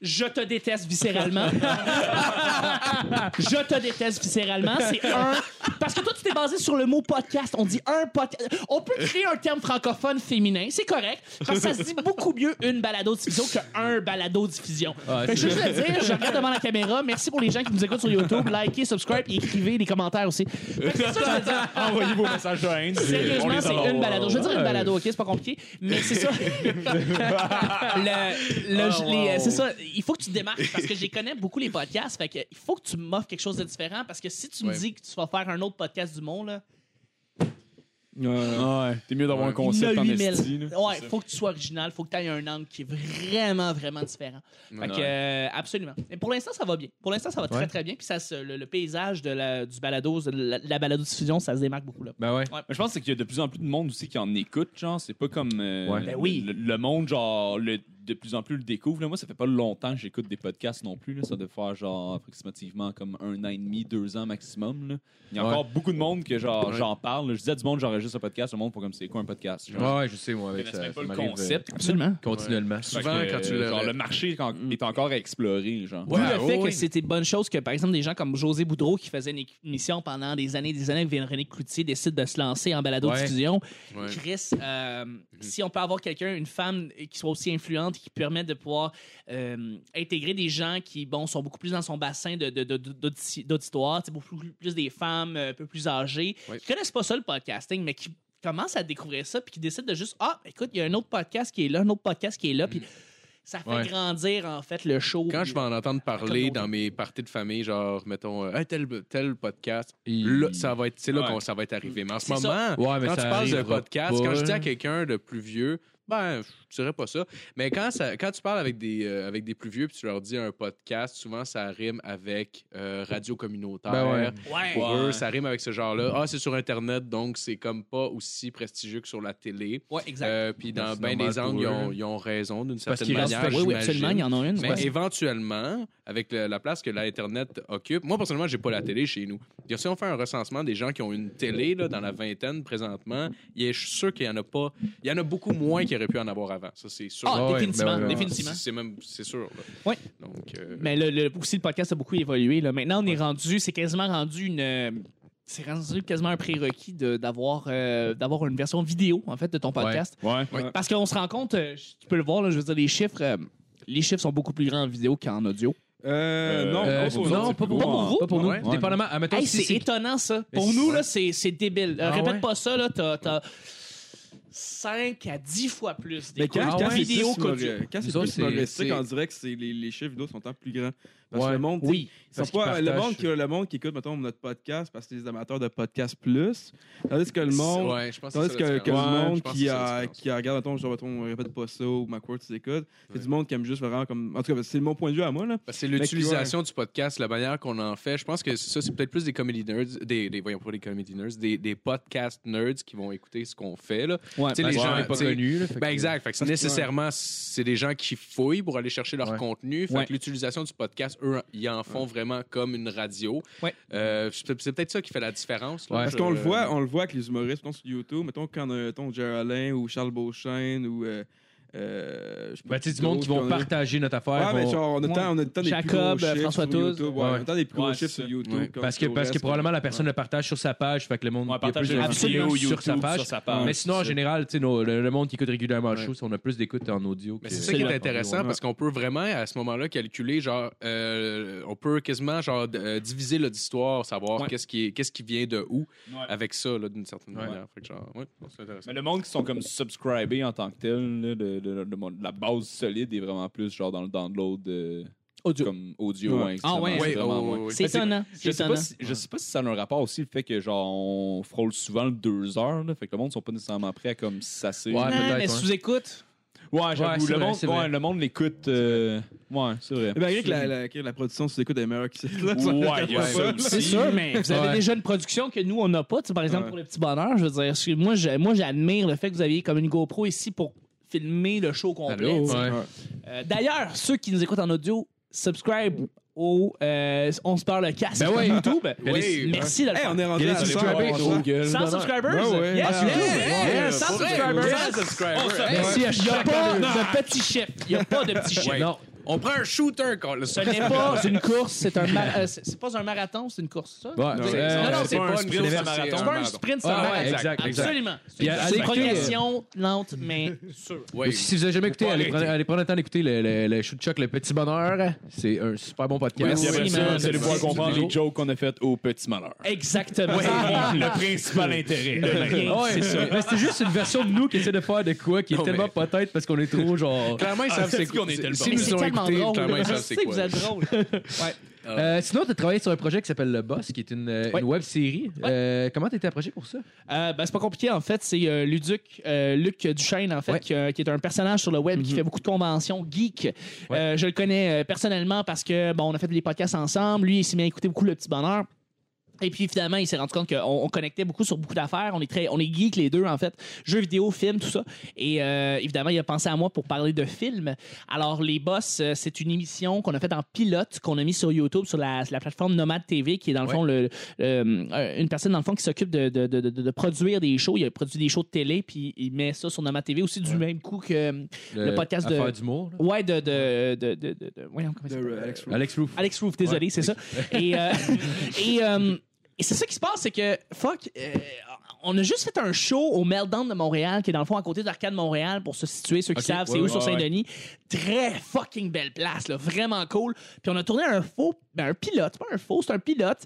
je te déteste viscéralement. je te déteste viscéralement, c'est un. Parce que toi, tu t'es basé sur le mot podcast. On dit un podcast. On peut créer un terme francophone féminin, c'est correct. Parce que ça se dit beaucoup mieux une balado-diffusion qu'un balado-diffusion. Fait
Ouais,
que je
c'est-
veux juste le dire, je regarde devant la caméra. Merci pour les gens qui nous écoutent sur YouTube. Likez, subscribe et écrivez des commentaires aussi. Fait que c'est ça que je veux dire.
Envoyez vos messages de haine.
Sérieusement, c'est une balado. Je veux dire une balado, ok, c'est pas compliqué, mais c'est
<laughs>
ça. Le- le-
Oh,
les- euh, C'est ça. Il faut que tu te démarques parce que j'y connais beaucoup les podcasts. Fait que il faut que tu m'offres quelque chose de différent parce que si tu me
Ouais.
dis que tu vas faire un autre podcast du monde, là,
Ouais. T'es mieux d'avoir un
il y en
concept
a
en
8000.
esti. là.
Ouais, faut que tu sois original, faut que tu aies un angle qui est vraiment, vraiment différent. Fait que,
Ouais.
euh, absolument. Et pour l'instant, ça va bien. Pour l'instant, ça va très,
Ouais.
très bien. Puis ça, se- le, le paysage de la, du balado, de la, de la balado diffusion, ça se démarque beaucoup là.
Ben ouais.
Mais Je pense c'est qu'il y a de plus en plus de monde aussi qui en écoute, genre. C'est pas comme. euh,
Ouais.
Ben oui.
Le, le monde, genre, le- de plus en plus le découvre. là. Moi, ça fait pas longtemps que j'écoute des podcasts non plus. Là. Ça doit faire, genre, approximativement comme un an et demi, deux ans maximum. là. Il y a
Ouais.
encore beaucoup de monde que, genre,
Ouais.
j'en parle. là. Je disais à du monde, j'enregistre un podcast. Le monde, pour comme, c'est quoi un podcast? Genre,
Ouais, ouais, je sais, moi,
ils
avec
connaissent
ça.
même
ça
pas le
m'arrive, euh,
concept.
Absolument.
Continuellement.
Souvent,
Fait que,
quand tu
euh,
le-
genre, le marché est, en-
Mm.
est encore à explorer, genre.
D'où le
Ouais,
fait
ouais,
que
ouais.
c'était une bonne chose que, par exemple, des gens comme José Boudreau, qui faisait une émission pendant des années et des années, avec René Cloutier, décide de se lancer en balado-diffusion.
Ouais. Mm-hmm.
Chris, euh, si on peut avoir quelqu'un, une femme qui soit aussi influente, qui permet de pouvoir euh, intégrer des gens qui, bon, sont beaucoup plus dans son bassin de- de- de- d'audi- d'auditoire, tu sais, beaucoup plus- plus des femmes euh, un peu plus âgées,
Ouais.
qui connaissent pas ça, le podcasting, mais qui commencent à découvrir ça, puis qui décident de juste, ah, écoute, il y a un autre podcast qui est là, un autre podcast qui est là, puis ça fait
Ouais.
grandir, en fait, le show.
Mm-hmm. Quand
puis-
je vais en entendre
Comme
parler
on
dans mes parties de famille, genre, mettons, euh, Hey, tel, tel podcast,
Il-
là, ça va être, c'est là
Ouais.
qu'on ça va être arrivé. Mais en ce
C'est ça.
moment,
Ouais, mais
quand
ça
tu parles de
arrivera
podcast,
pas.
quand je dis à quelqu'un de plus vieux, ben, je dirais pas ça. Mais quand, ça, quand tu parles avec des, euh, avec des plus vieux puis tu leur dis un podcast, souvent ça rime avec euh, radio communautaire.
Ben ouais.
Ouais.
Pour
Ouais.
eux, ça rime avec ce genre-là. Ah, c'est sur Internet, donc c'est comme pas aussi prestigieux que sur la télé.
Ouais, exact.
Euh, puis
Ben,
dans
C'est
bien
normal
des angles,
pour
ils
eux. hein.
ont, ils ont raison d'une certaine
qu'ils restent
manière.
oui, oui,
j'imagine.
absolument, il y en a une.
Mais
ouais.
éventuellement, avec le- la place que l'Internet occupe, moi personnellement, j'ai pas la télé chez nous. Puis si on fait un recensement des gens qui ont une télé là, dans la vingtaine présentement, il est- je suis sûr qu'il y en a pas. Il y en a beaucoup moins qu'il aurait pu en avoir avant. Ça, c'est sûr.
Ah,
Ouais, ouais,
définitivement,
ben
euh,
ouais, ouais.
définitivement.
C'est- C'est même c'est sûr. là.
Ouais.
Donc, euh,
Mais le, le- aussi, le podcast a beaucoup évolué. Là. Maintenant, on est rendu, c'est quasiment rendu une. euh, C'est rendu quasiment un prérequis de- d'avoir euh, d'avoir une version vidéo, en fait, de ton podcast.
Ouais.
Parce qu'on se rend compte, euh, je- tu peux le voir, là, je veux dire, les chiffres. euh, les chiffres sont beaucoup plus grands en vidéo qu'en audio.
Euh, non,
Euh,
non, pour nous,
non,
c'est
pas
plus
pour,
gros.
pour vous?
Pas pour nous.
Ouais.
Dépendamment. ah, mettons,
Hey,
si
c'est
c'est
étonnant, ça.
Mais
Pour
c'est-
nous, là, c'est c'est débile. Euh,
Ah
répète
ouais?
pas ça, là. T'as 5 à 10 fois plus
Mais
d'écoutes
quand,
Ah
quand
ouais.
c'est
vidéo
plus
qu'audio.
humori- quand c'est
Nous autres,
plus
c'est-
humoristique,
c'est-
on dirait que c'est- les, les chiffres vidéo sont en plus grands. Parce que le monde, tu sais,
Oui.
ils
parce
sont pas-
qu'ils
le,
partagent.
monde qui, le monde qui écoute, mettons, notre podcast, parce que c'est des amateurs de podcast plus. Tandis que le monde,
Ouais, je pense que
Tandis
c'est ça
que,
la
que le
différence. Ouais,
monde
je pense
qui,
que c'est ça la
a,
différence.
qui a regarde, mettons, genre, mettons, répète pas ça ou McWord, tu écoutes, c'est
Ouais.
du monde qui aime juste vraiment comme. En tout cas, c'est mon point de vue à moi, là.
Parce que c'est l'utilisation du podcast, la manière qu'on en fait. Je pense que ça, c'est peut-être plus des comedy nerds, des, des voyons pas des comedy nerds, des, des podcast nerds qui vont écouter ce qu'on fait. Là. Tu sais, les gens,
pas
tu sais,
connus. là, fait
Ben
que-
exact. Fait que c'est
Parce que-
nécessairement, c'est des gens qui fouillent pour aller chercher leur
Ouais.
contenu. Fait
Ouais.
que l'utilisation du podcast, eux, ils en font vraiment comme une radio.
Ouais.
Euh, c'est c'est peut-être ça qui fait la différence. là.
Parce
Je-
qu'on le voit, on le voit avec les humoristes, mettons, sur YouTube, mettons, quand on a, mettons, Jerry Alain ou Charles Beauchesne ou. Euh, euh, je sais pas
Ben, tu sais, du
qui
monde qui
d'autre
vont
qu'on a-
partager notre
Ouais,
affaire.
mais
vont- euh,
genre, on a
Ouais.
tant, on a tant des plus
Jacob,
gros chiffres
François
sur
Tous.
YouTube. Ouais,
Ouais.
on a tant des plus gros
Ouais,
chiffres
c'est
sur
ça.
YouTube.
Ouais.
comme
Parce que,
sur le
parce que
reste.
probablement la personne le partage sur sa page, fait que le monde
On va
il y a plus
partager
de
les
vidéos
vidéos
sur sa
YouTube
page.
sur sa page.
Mais sinon, en
C'est ça.
général, tu sais, nos- le, le monde qui écoute régulièrement le
Ouais.
show, si on a plus d'écoute en audio.
Mais
que-
c'est ça qui est
Ouais.
intéressant parce qu'on peut vraiment à ce moment-là calculer genre euh, on peut quasiment genre d- euh, diviser l'auditoire, savoir qu'est-ce qui est- qu'est-ce qui vient de où
Ouais.
avec ça là, d'une certaine manière. Fait que genre ouais, c'est intéressant.
Mais le monde qui sont comme subscribés en tant que tel, là, le- le- le monde- la base solide est vraiment plus genre dans le download euh,
Audio.
comme audio.
Ouais.
hein,
Ah ouais.
extrêmement,
Ouais,
vraiment
ouais,
moins.
ouais, ouais.
C'est
Ben, c'est-
étonnant.
Je
C'est
sais, pas
étonnant.
si, je sais pas si ça a un rapport aussi le fait que genre on frôle souvent le deux heures, là, fait que le monde sont pas nécessairement prêts à comme sasser.
Ouais,
Non,
peut-être, ouais.
mais sous-écoute.
Ouais, j'avoue,
Ouais, c'est
le,
vrai,
monde,
c'est vrai.
ouais, le monde l'écoute. euh, Ouais, c'est vrai.
Mais malgré Eh ben, que la, la, que la production sur écoute est meilleure que celle-là. <laughs>
Ouais, il y a ça aussi.
C'est sûr, mais vous avez
Ouais.
déjà une production que nous, on n'a pas. Tu sais, par exemple,
Ouais.
pour le petit bonheur, je veux dire, je- moi, je- moi, j'admire le fait que vous aviez comme une GoPro ici pour filmer le show complet. tu sais.
Ouais.
Euh, D'ailleurs, ceux qui nous écoutent en audio, subscribe au euh, On se parle le casque
Ben ouais.
sur YouTube.
Oui,
Merci de le
Hey,
faire.
on est rendu à
Allez,
ça.
subscriber,
on
gros
va-
gueule.
100 subscribers?
Ben ouais.
Yes,
Ah,
yes,
ouais.
yes, 100
Ouais,
subscribers!
ouais, subscribers.
Merci à
Il n'y a
chaque
pas de petit chef. Il n'y a pas de petit chef.
Ouais.
Non,
On prend un shooter quand le
Ce n'est pas une course, c'est un mar- euh, c'est c'est pas un marathon, c'est une course, ça?
Ouais,
Non,
c'est-
c'est-
euh,
non, non,
c'est
c'est
pas un
pas une
sprint,
course,
c'est un
c'est
marathon.
C'est
un
pas un sprint, c'est
Ah,
un
ouais,
marathon.
exact, exact.
Absolument. C'est
Puis à- allez
une
écouter,
progression lente, mais sûre.
Ouais.
Aussi, si vous avez jamais écouté,
Faut
allez
arrêter.
prendre, allez prendre le temps d'écouter le, le, le show de choc, le petit bonheur. C'est un super bon podcast.
Merci,
Puis après
Oui,
ça,
man.
vous allez pouvoir
Merci.
comprendre les jokes qu'on a faites au petit malheur.
Exactement. <laughs>
le principal intérêt.
Ah ouais, mais c'est juste une version de nous qui essaie de faire de quoi qui est
Non,
tellement
mais-
pas tête parce qu'on est trop <laughs> genre.
Clairement, ils savent c'est quoi.
Mais
S'ils
c'est
nous ont
tellement
écoutés,
drôle.
clairement, ils
Je
savent
sais
c'est
que vous
quoi.
êtes drôle.
Euh, sinon, tu as travaillé sur un projet qui s'appelle Le Boss, qui est une, euh,
Ouais.
une web série. Euh, comment tu été approché pour ça?
<laughs> Euh, ben, c'est pas compliqué, en fait. C'est euh, Luduc, euh, Luc Duchesne, en fait,
Ouais.
qui, euh, qui est un personnage sur le web qui fait beaucoup de conventions geek. Euh, je le connais euh, personnellement parce que, bon, on a fait des podcasts ensemble. Lui, il s'est mis à écouter beaucoup Le Petit Bonheur. Et puis finalement, il s'est rendu compte qu'on on connectait beaucoup sur beaucoup d'affaires. On est très, on est geek les deux en fait, jeux vidéo, films, tout ça. Et euh, évidemment, il a pensé à moi pour parler de films. Alors les boss, euh, c'est une émission qu'on a faite en pilote, qu'on a mis sur YouTube sur la, la plateforme Nomade TV, qui est dans le
Ouais.
fond le, euh, euh, une personne dans le fond qui s'occupe de, de- de- de- de produire des shows. Il a produit des shows de télé, puis il met ça sur Nomade TV aussi du même coup que euh, Le podcast de-
Affaires d'humour. là.
ouais de de de de, de- de- voyons, comment il
De,
s'appelle?
euh, Alex Roux.
Alex Roof.
Alex Roof, désolé, c'est
<laughs>
ça. Et, euh, et, euh, et c'est ça qui se passe, c'est que, fuck, euh, on a juste fait un show au Meltdown de Montréal, qui est dans le fond à côté de l'Arcade Montréal, pour se situer, ceux qui
Ok,
savent, c'est
ouais,
où
ouais,
sur
ouais.
Saint-Denis. Très fucking belle place, là, vraiment cool. Puis on a tourné un faux, ben, un pilote, pas un faux, c'est un pilote,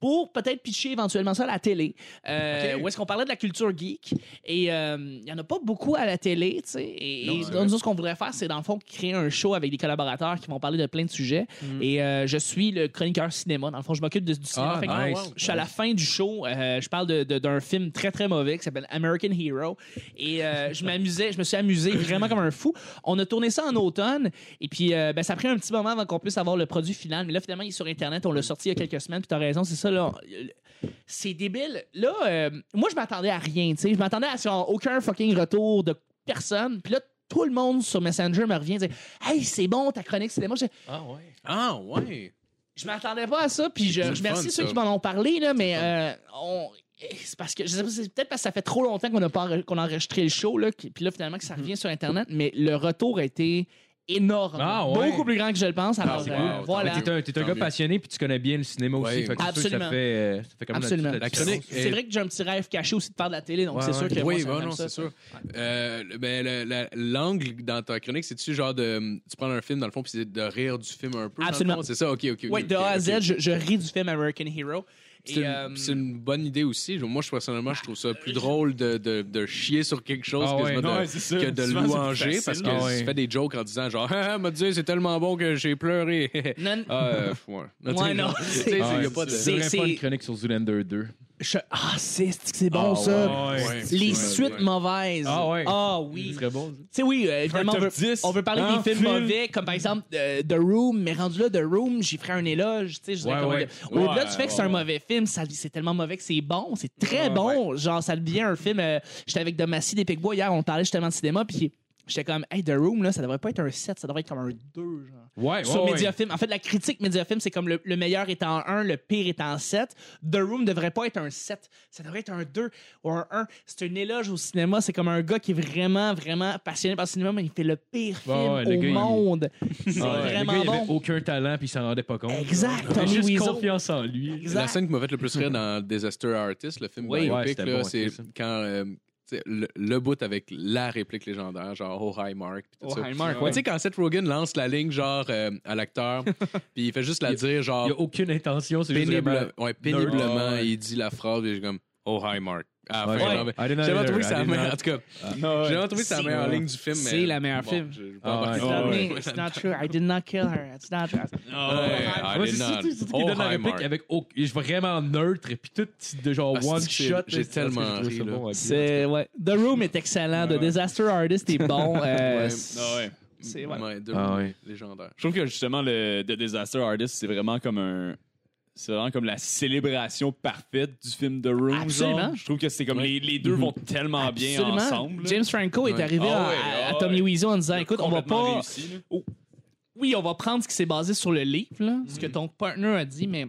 pour peut-être pitcher éventuellement ça à la télé. Euh, Où est-ce qu'on parlait de la culture geek? Et euh, il y en a pas beaucoup à la télé, tu sais. Et, et nous, ce qu'on voudrait faire, c'est dans le fond créer un show avec des collaborateurs qui vont parler de plein de sujets. Et euh, je suis le chroniqueur cinéma. Dans le fond, je m'occupe de- du cinéma.
Mm. Ah,
Fait que
nice.
Je suis à la fin du show. Euh, je parle de- de- d'un film très, très mauvais qui s'appelle American Hero. Et euh, je m'amusais, je me suis amusé vraiment comme un fou. On a tourné ça en automne. Et puis, euh, ben, ça a pris un petit moment avant qu'on puisse avoir le produit final. Mais là, finalement, il est sur Internet. On l'a sorti il y a quelques semaines. Puis t'as raison, c'est ça. là. C'est débile. Là, euh, moi, je m'attendais à rien. tu sais. Je m'attendais à genre, aucun fucking retour de personne. Puis là, tout le monde sur Messenger me revient dire Hey, c'est bon, ta chronique cinéma. Je-
Ah ouais.
je m'attendais pas à ça, puis je
C'est le
remercie
fun,
ceux
ça.
qui m'en ont parlé, là, mais euh, on- c'est parce que je sais pas, c'est peut-être parce que ça fait trop longtemps qu'on a, pas enre- qu'on a enregistré le show, là, qui- puis là, finalement, que ça revient sur Internet, mais le retour a été énorme.
Ah, ouais.
Beaucoup plus grand que je le pense. Alors,
c'est
euh,
cool.
voilà.
Mais T'es un, t'es un
Tant
gars
mieux.
passionné puis tu connais bien le cinéma
Ouais.
aussi. Fait que c'est sûr que
Absolument.
Ça fait, euh, ça fait quand même
Absolument.
La,
La
petite- la
chronique.
chronique.
C'est vrai que j'ai un petit rêve caché aussi de faire de la télé, donc
Ouais,
c'est sûr
ouais.
que moi,
Oui,
ça,
ben
j'aime
non,
ça.
c'est sûr. Euh, le- ben, le- la- L'angle dans ta chronique, c'est-tu genre de. hum, Tu prends un film dans le fond, puis c'est de rire du film un peu. dans le
Absolument.
fond? C'est ça, ok, ok.
Oui,
ok,
de A à
ok.
Z, je, je ris du film American Hero.
C'est
Et,
une,
euh,
c'est une bonne idée aussi. Je- Moi, je, personnellement, je trouve ça plus drôle de, de, de chier sur quelque chose
Ah
que,
ouais,
de,
non,
que de
Souvent, c'est plus
louanger parce
facile.
que
Ah ouais.
tu fais des jokes en disant genre, ah, ah, m'a dit, c'est tellement bon que j'ai pleuré.
Non,
<laughs> ah, euh, ouais.
Ouais, non.
<laughs> Tu sais, il y a pas de.
c'est-
devrait
c'est-
pas une chronique sur Zoolander 2.
je- Ah, c'est c'est bon,
Ah,
ça.
ouais, ouais.
Les
Ouais,
suites
ouais. Mm.
mauvaises.
Ah ouais.
oui.
serait bon. ça.
Tu sais, oui, euh, évidemment, on
top
veut,
10,
on veut parler
hein,
des films
film.
mauvais, comme par exemple euh, The Room, mais rendu là, The Room, j'y ferais un éloge. tu sais, je dirais
Ouais,
comment-
ouais.
Au-delà du
Ouais,
fait que
ouais,
c'est un mauvais film, ça- c'est tellement mauvais que c'est bon, c'est très bon. Genre, ça devient un film. euh, J'étais avec Domacy des Picbois hier, on parlait justement de cinéma, puis j'étais comme, hey, The Room, là, ça devrait pas être un 7, ça devrait être comme un 2, genre
Ouais, ouais.
sur
ouais. Ah,
Mediafilm. En fait, la critique Mediafilm, c'est comme le, le meilleur est en 1, le pire est en 7. The Room devrait pas être un 7. Ça devrait être un 2 ou un 1. C'est une éloge au cinéma. C'est comme un gars qui est vraiment, vraiment passionné par le cinéma, mais il fait le pire film
Ouais, ouais, le
au
gars, il-
monde. C'est
<laughs> Ouais,
vraiment
le gars, il
bon.
avait aucun talent puis il s'en rendait pas compte.
Exact,
Il avait
Tommy
juste
Wiseau.
confiance en lui.
Exact.
La scène qui m'a fait le plus
<laughs>
rire dans Disaster Artist, le film
Oui.
biopic,
Ouais, c'était
là,
bon,
c'est
c'est ça.
quand euh, tu sais, le, le bout avec la réplique légendaire, genre Oh hi Mark. pis tout
Oh,
ça.
hi, Mark,
Mais
ouais.
Tu sais, quand Seth Rogen lance la ligne, genre, euh,
<laughs>
à l'acteur, puis il fait juste la dire,
Il
genre,
n'y a aucune intention, c'est juste
pénible-
vraiment...
ouais, péniblement,
Ah, ouais.
il dit la phrase, et j'ai comme Oh hi Mark. Ah,
Ouais.
vraiment, mais-
I didn't know
J'ai jamais
either,
trouvé
I
que c'est la
didn't
meilleure.
know.
En tout cas,
Non,
j'ai jamais trouvé que c'est la
C'est-
meilleure ligne du film.
c'est
mais
la meilleure film.
je- je vais pas
Ah,
embarquer
ouais.
dans-
Tell
ouais.
me, It's not true. I did not kill her. It's not true.
Ouais, I
Moi, Ah.
did
c'est
not.
surtout- surtout
Oh,
qu'il donne la
hi,
réplique
Mark.
avec au- il est vraiment neutre et puis tout petit de genre
Ah, c'est
one
que j'ai-
shot.
j'ai
là, c'est-
tellement
parce que je trouve ça
ri, là.
bon, hein, puis-
C'est, ouais. The Room est excellent. The Disaster Artist est <laughs> bon. Euh,
Ouais.
Ah ouais.
c'est- ouais.
Ouais, deux
Ah, ouais.
légendaires.
Je trouve que justement, le The Disaster Artist, c'est vraiment comme un. C'est vraiment comme la célébration parfaite du film The Room. genre.
Absolument. Mhm.
Je trouve que c'est comme les, les deux vont tellement
Ah,
absolument.
bien ensemble. là.
James Franco est
Ouais.
arrivé
Ah
à-
ouais,
à, à
ah
Tommy
ouais.
Wiseau en disant écoute, on va
Complètement
pas.
réussi, là.
oui, on va prendre ce qui s'est basé sur le livre, là, ce que
Mm-hmm.
ton partner a dit, mais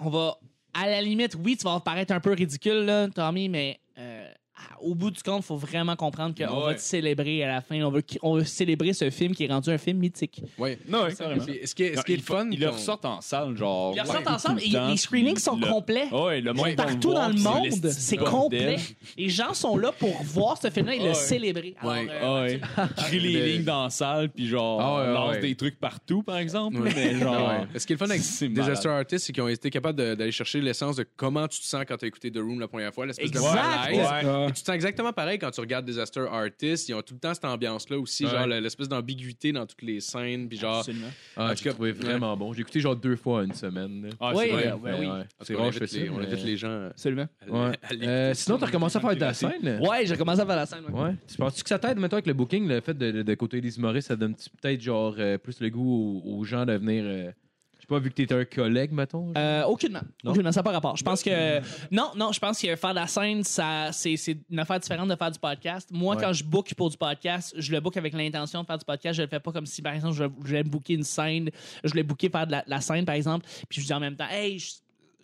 on va. À la limite, oui, tu vas paraître un peu ridicule, là, Tommy, mais euh, à- au bout du compte, il faut vraiment comprendre qu'on va
Ouais.
te célébrer à la fin. On veut, qui- on veut célébrer ce film qui est rendu un film mythique.
Ouais.
Non, ouais,
Puis,
carrément.
Ce qui est, ce qui est le fun,
Ils le
qu'on-
ressortent en salle, genre.
Ils le ressortent
ouais,
ensemble
tout
et
le temps.
les screenings sont
Le-
complets.
Ouais, le monde va
Partout
le voir,
dans le
puis
monde,
l'esti
c'est
de
complet.
bordel.
Les gens sont là pour voir ce film-là et le
Ouais.
célébrer. Alors,
Ouais.
euh, <laughs>
Ah ouais. Crie les lignes dans la salle, puis genre,
Ah ouais, ouais,
lance
ouais.
des trucs partout, par exemple.
Ouais.
<laughs>
Mais
Ah
genre.
ouais. Ce qui est le fun avec
C'est
Disaster Artist, c'est qu'ils ont été capables de- d'aller chercher l'essence de comment tu te sens quand tu as écouté The Room la première fois, l'espèce de
Exact.
malaise.
Ouais.
Puis tu te sens exactement pareil quand tu regardes Disaster Artist. Ils ont tout le temps cette ambiance-là aussi,
Ouais.
genre le- l'espèce d'ambiguïté dans toutes les scènes. Puis genre,
Absolument.
Ah,
En tout
j'ai
cas,
trouvé vraiment bon. J'ai écouté genre deux fois en une semaine. là.
Ah,
ouais,
c'est vrai.
euh, ouais, oui.
Ouais, ouais.
en tout
C'est
cas, on
rare, je
invite,
fais ça.
les, on
mais-
invite les gens euh,
Absolument.
à, <laughs>
Ouais.
à l'écouter.
Euh, Sinon, t'as recommencé à faire de la scène.
Ouais, j'ai commencé à faire la scène. ouais.
Ouais. Tu penses-tu que ça t'aide, mettons, avec le booking, le fait de, de- de côté des humoristes, ça donne peut-être genre euh, plus le goût aux, aux gens de venir. euh, je sais pas, vu que t'es un collègue, mettons. genre?
Euh, aucunement.
Non?
Aucunement, ça n'a pas rapport. Je pense que. Non, non, je pense que faire de la scène, ça, c'est, c'est une affaire différente de faire du podcast. Moi,
Ouais.
quand je book pour du podcast, je le book avec l'intention de faire du podcast. Je le fais pas comme si, par exemple, je, je vais booker une scène. Je l'ai booké faire de la, la scène, par exemple. Puis je dis en même temps, hey, je-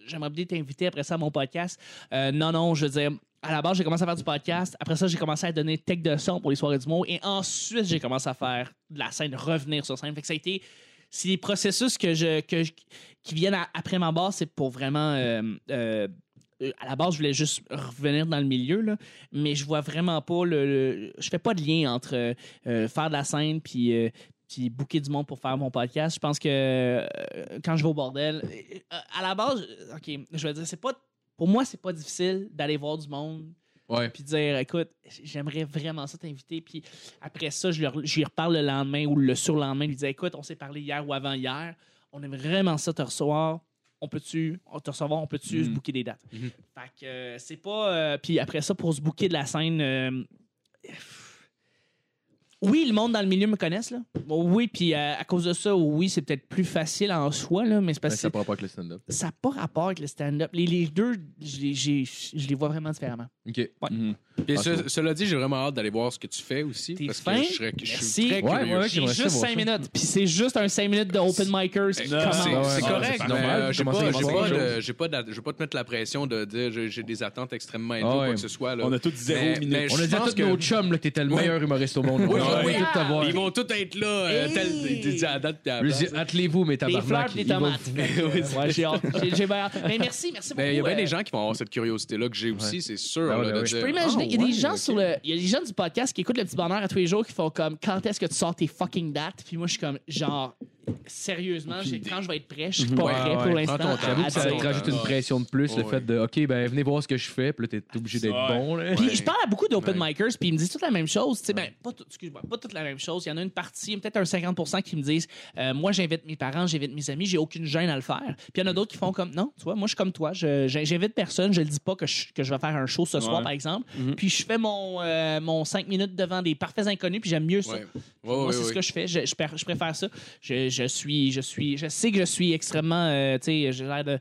j'aimerais bien t'inviter après ça à mon podcast. Euh, non, non, je veux dire. À la base, j'ai commencé à faire du podcast. Après ça, j'ai commencé à donner tech de son pour les soirées du mot. Et ensuite, j'ai commencé à faire de la scène, revenir sur scène. Fait que ça a été c'est des processus que je, que je- qui viennent à- après ma base, c'est pour vraiment. euh, euh, euh, à la base, je voulais juste revenir dans le milieu, là, mais je vois vraiment pas le. le- je fais pas de lien entre euh, euh, faire de la scène puis. euh, puis booker du monde pour faire mon podcast. Je pense que euh, quand je vais au bordel, euh, à la base, euh, ok, je veux dire, c'est pas pour moi c'est pas difficile d'aller voir du monde
Ouais.
puis dire écoute j'aimerais vraiment ça t'inviter puis après ça je lui, je lui reparle le lendemain ou le surlendemain lui dire écoute on s'est parlé hier ou avant hier on aime vraiment ça te recevoir on peut-tu on te recevoir on peut-tu se booker des dates
Mhm.
fait que euh, c'est pas euh, puis après ça pour se booker de la scène euh, oui, le monde dans le milieu me connaissent. Là. Bon, oui, puis euh, à cause de ça, oui, c'est peut-être plus facile en soi, là, mais c'est
Ben,
parce que
ça prend pas que le stand-up.
ça n'a pas rapport avec le stand-up. Les, les deux, je les- j'ai- je les vois vraiment différemment.
Ok.
Mhm.
Puis
Ah,
ce-
cool.
cela dit, j'ai vraiment hâte d'aller voir ce que tu fais aussi.
T'es
Parce
fin?
que je, serais- je
Merci.
suis très
Ouais,
curieux.
ouais,
J'ai
j'aimerais ça
juste
voir
5
ça.
minutes. Puis c'est juste un 5 minutes de open micers qui
C'est-
commence.
C'est c'est
ouais,
correct,
c'est
mais
normal,
euh, j'ai
commencer
pas,
quelque
j'ai
chose.
pas de- j'ai pas de- je vais pas te mettre la pression de dire j'ai- j'ai des attentes extrêmement élevées
Ah
ou
ouais.
quoi que ce soit. là.
On a tous zéro
Mais-
minute.
mais je
On a dit à
pense
tous
que-
nos chums là, que t'étais le
Ouais.
meilleur humoriste au monde.
Oui,
On
oui,
va
oui.
tout t'avoir.
Ils vont tous être là, euh,
Hey!
tel- des- des- à date puis à la
Je
place.
dis, attelez-vous, mes
Des fleurs
tabarnak.
pis des
ils vont-
<laughs>
tomates. ouais, j'ai hâte. J'ai- J'ai bien hâte. Mais merci, merci beaucoup.
Mais il y a bien
euh,
des gens qui vont avoir cette curiosité-là que j'ai aussi, c'est
Ben
sûr.
Ah ouais,
là, de
ouais.
dire,
Je peux imaginer, il y a
Ah
des
ouais,
gens
ok.
sur le. Il y a des gens du podcast qui écoutent le petit bonheur à tous les jours qui font comme quand est-ce que tu sors tes fucking dates? Puis moi, je suis comme genre, sérieusement, j'ai- quand je vais être prêt,
Mhm.
je suis pas prêt pour
Ouais, ouais.
l'instant.
J'avoue que
à- à
ça
dire.
te rajoute une pression de plus, le
Ouais.
fait de OK, ben venez voir ce que je fais, puis là, t'es obligé d'être bon. là.
Puis je parle à beaucoup d'open
Ouais.
micers, puis ils me disent toute la même chose. Tu sais, ben, pas tout- excuse-moi, pas toute la même chose. Il y en a une partie, peut-être un 50 qui me disent euh, Moi, j'invite mes parents, j'invite mes amis, j'ai aucune gêne à le faire. Puis il y en a d'autres qui font comme Non, tu vois, moi, je suis comme toi. Je- j'in- J'invite personne, je le dis pas que je, que je vais faire un show ce soir, par exemple. Puis je fais mon, euh, mon 5 minutes devant des parfaits inconnus, puis j'aime mieux ça.
Ouais. Ouais,
Moi,
ouais,
c'est ce
ouais.
que je fais. Je, je pr- je préfère ça. Je, je suis, je suis, je sais que je suis extrêmement, euh, tu sais, j'ai l'air de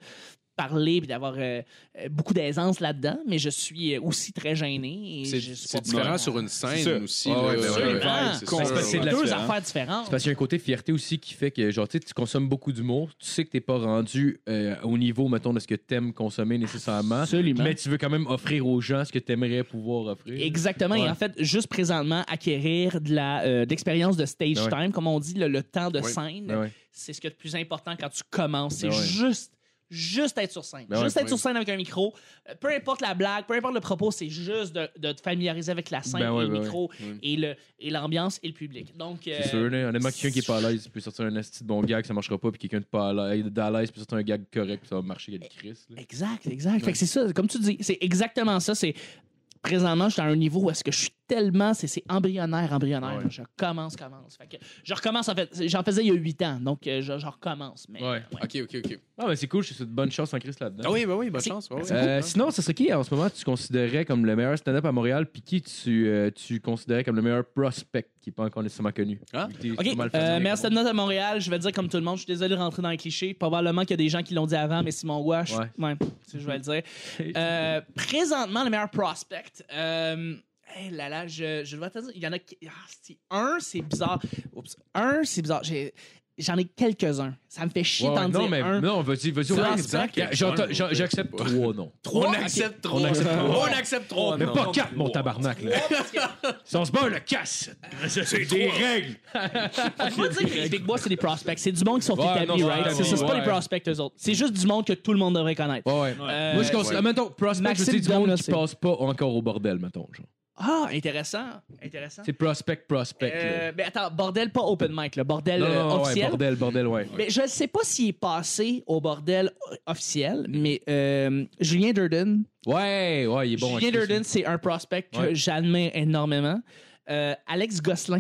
parler et d'avoir euh, euh, beaucoup d'aisance là-dedans, mais je suis euh, aussi très gêné. et
C'est
je suis
c'est
pas
différent
prêt.
sur une
C'est ça.
scène aussi.
Ouais,
là,
ouais,
le-
ouais,
le
ouais.
vibe,
Absolument.
c'est
Ben, C'est
sûr,
parce que c'est
ouais.
de la
deux
différence.
affaires différentes.
C'est parce qu'il y a un côté fierté aussi qui fait que, genre, tu sais, tu consommes beaucoup d'humour, tu sais que t'es pas rendu euh, au niveau, mettons, de ce que t'aimes consommer nécessairement,
Absolument.
mais tu veux quand même offrir aux gens ce que t'aimerais pouvoir offrir.
Exactement. Et
Ouais.
en fait, juste présentement, acquérir de la, euh, d'expérience de stage
Ben ouais.
time, comme on dit, le, le temps de
Ouais.
scène,
Ben ouais.
c'est ce qui est le plus important quand tu commences. C'est
Ben ouais.
juste, juste être sur scène.
Ben
juste
ouais,
être sur scène avec un micro. Euh, Peu importe la blague, peu importe le propos, c'est juste de, de te familiariser avec la scène
Ben
et
ouais,
le
ben
micro et le et l'ambiance et le public. Donc, euh,
C'est sûr, là. Honnêtement, quelqu'un qui est pas à l'aise peut sortir un asti de bon gag, ça marchera pas, puis quelqu'un de pas à l'aise, d'à l'aise peut sortir un gag correct, puis ça va marcher avec Chris. là.
Exact, exact. Fait que c'est ça, comme tu dis, c'est exactement ça. C'est présentement, je suis à un niveau où est-ce que je suis tellement, c'est, c'est embryonnaire, embryonnaire.
Ouais.
là. Je commence, commence. Fait que je recommence en fait. J'en faisais il y a huit ans, donc euh, je, je recommence. Mais
Ouais.
Ok, ok, ok.
Ah, ben c'est cool, je te souhaite bonne chance en Chris là-dedans.
Ah oui, bah oui, bonne chance. ouais, ouais.
Euh,
hein? Ah.
sinon, ce serait qui en ce moment tu considérais comme le meilleur stand-up à Montréal, puis qui tu, euh, tu considérais comme le meilleur prospect qui n'est pas encore nécessairement connu
Ah.
Vu que t'es
OK,
pas mal
euh,
familier.
meilleure stand-up à Montréal, je vais dire comme tout le monde, je suis désolé de rentrer dans les clichés. Probablement qu'il y a des gens qui l'ont dit avant, mais Simon Wash,
Ouais.
ouais. tu sais, je vais le
<laughs>
dire. Euh, présentement, le meilleur prospect. Euh, hey là là, je, je dois te dire, il y en a. qui- ah, c'est- un, c'est bizarre. Oups. Un, c'est bizarre. J'ai- J'en ai, quelques-uns. Ça me fait chier
Ouais, ouais,
d'en
non,
dire
mais
un.
non, vas-y, vas-y.
Prospect.
ouais, exact. J'entends- j'en- J'accepte trois noms.
On
Trois, ok.
accepte trop.
On accepte trop.
On accepte trop.
Mais pas quatre, mon tabarnak. là. Si on se bat, on le casse. C'est des règles.
Faut pas dire que les Big Boys, c'est des prospects. C'est du monde qui sont
Ouais, non,
établis,
c'est
right?
établi,
C'est ça, c'est pas
ouais.
des prospects, eux autres. C'est juste du monde que tout le monde devrait connaître.
Ouais, ouais.
Euh,
Moi, je considère.
ouais.
Mettons, prospect,
Maxime
c'est du
Dom,
monde
là,
qui
c'est-
passe pas encore au bordel, mettons. genre.
Ah, intéressant. Intéressant.
C'est prospect, prospect.
Euh,
là.
mais attends, bordel, pas open mic, le bordel
Non,
euh,
non, non, ouais,
officiel.
bordel, bordel, ouais.
Mais je ne sais pas s'il est passé au bordel o- officiel, mais euh, Julien Durden.
Ouais, ouais, il est bon. en
Julien
Chris,
Durden, c'est un prospect que
Ouais.
j'admire énormément. Euh, Alex Gosselin,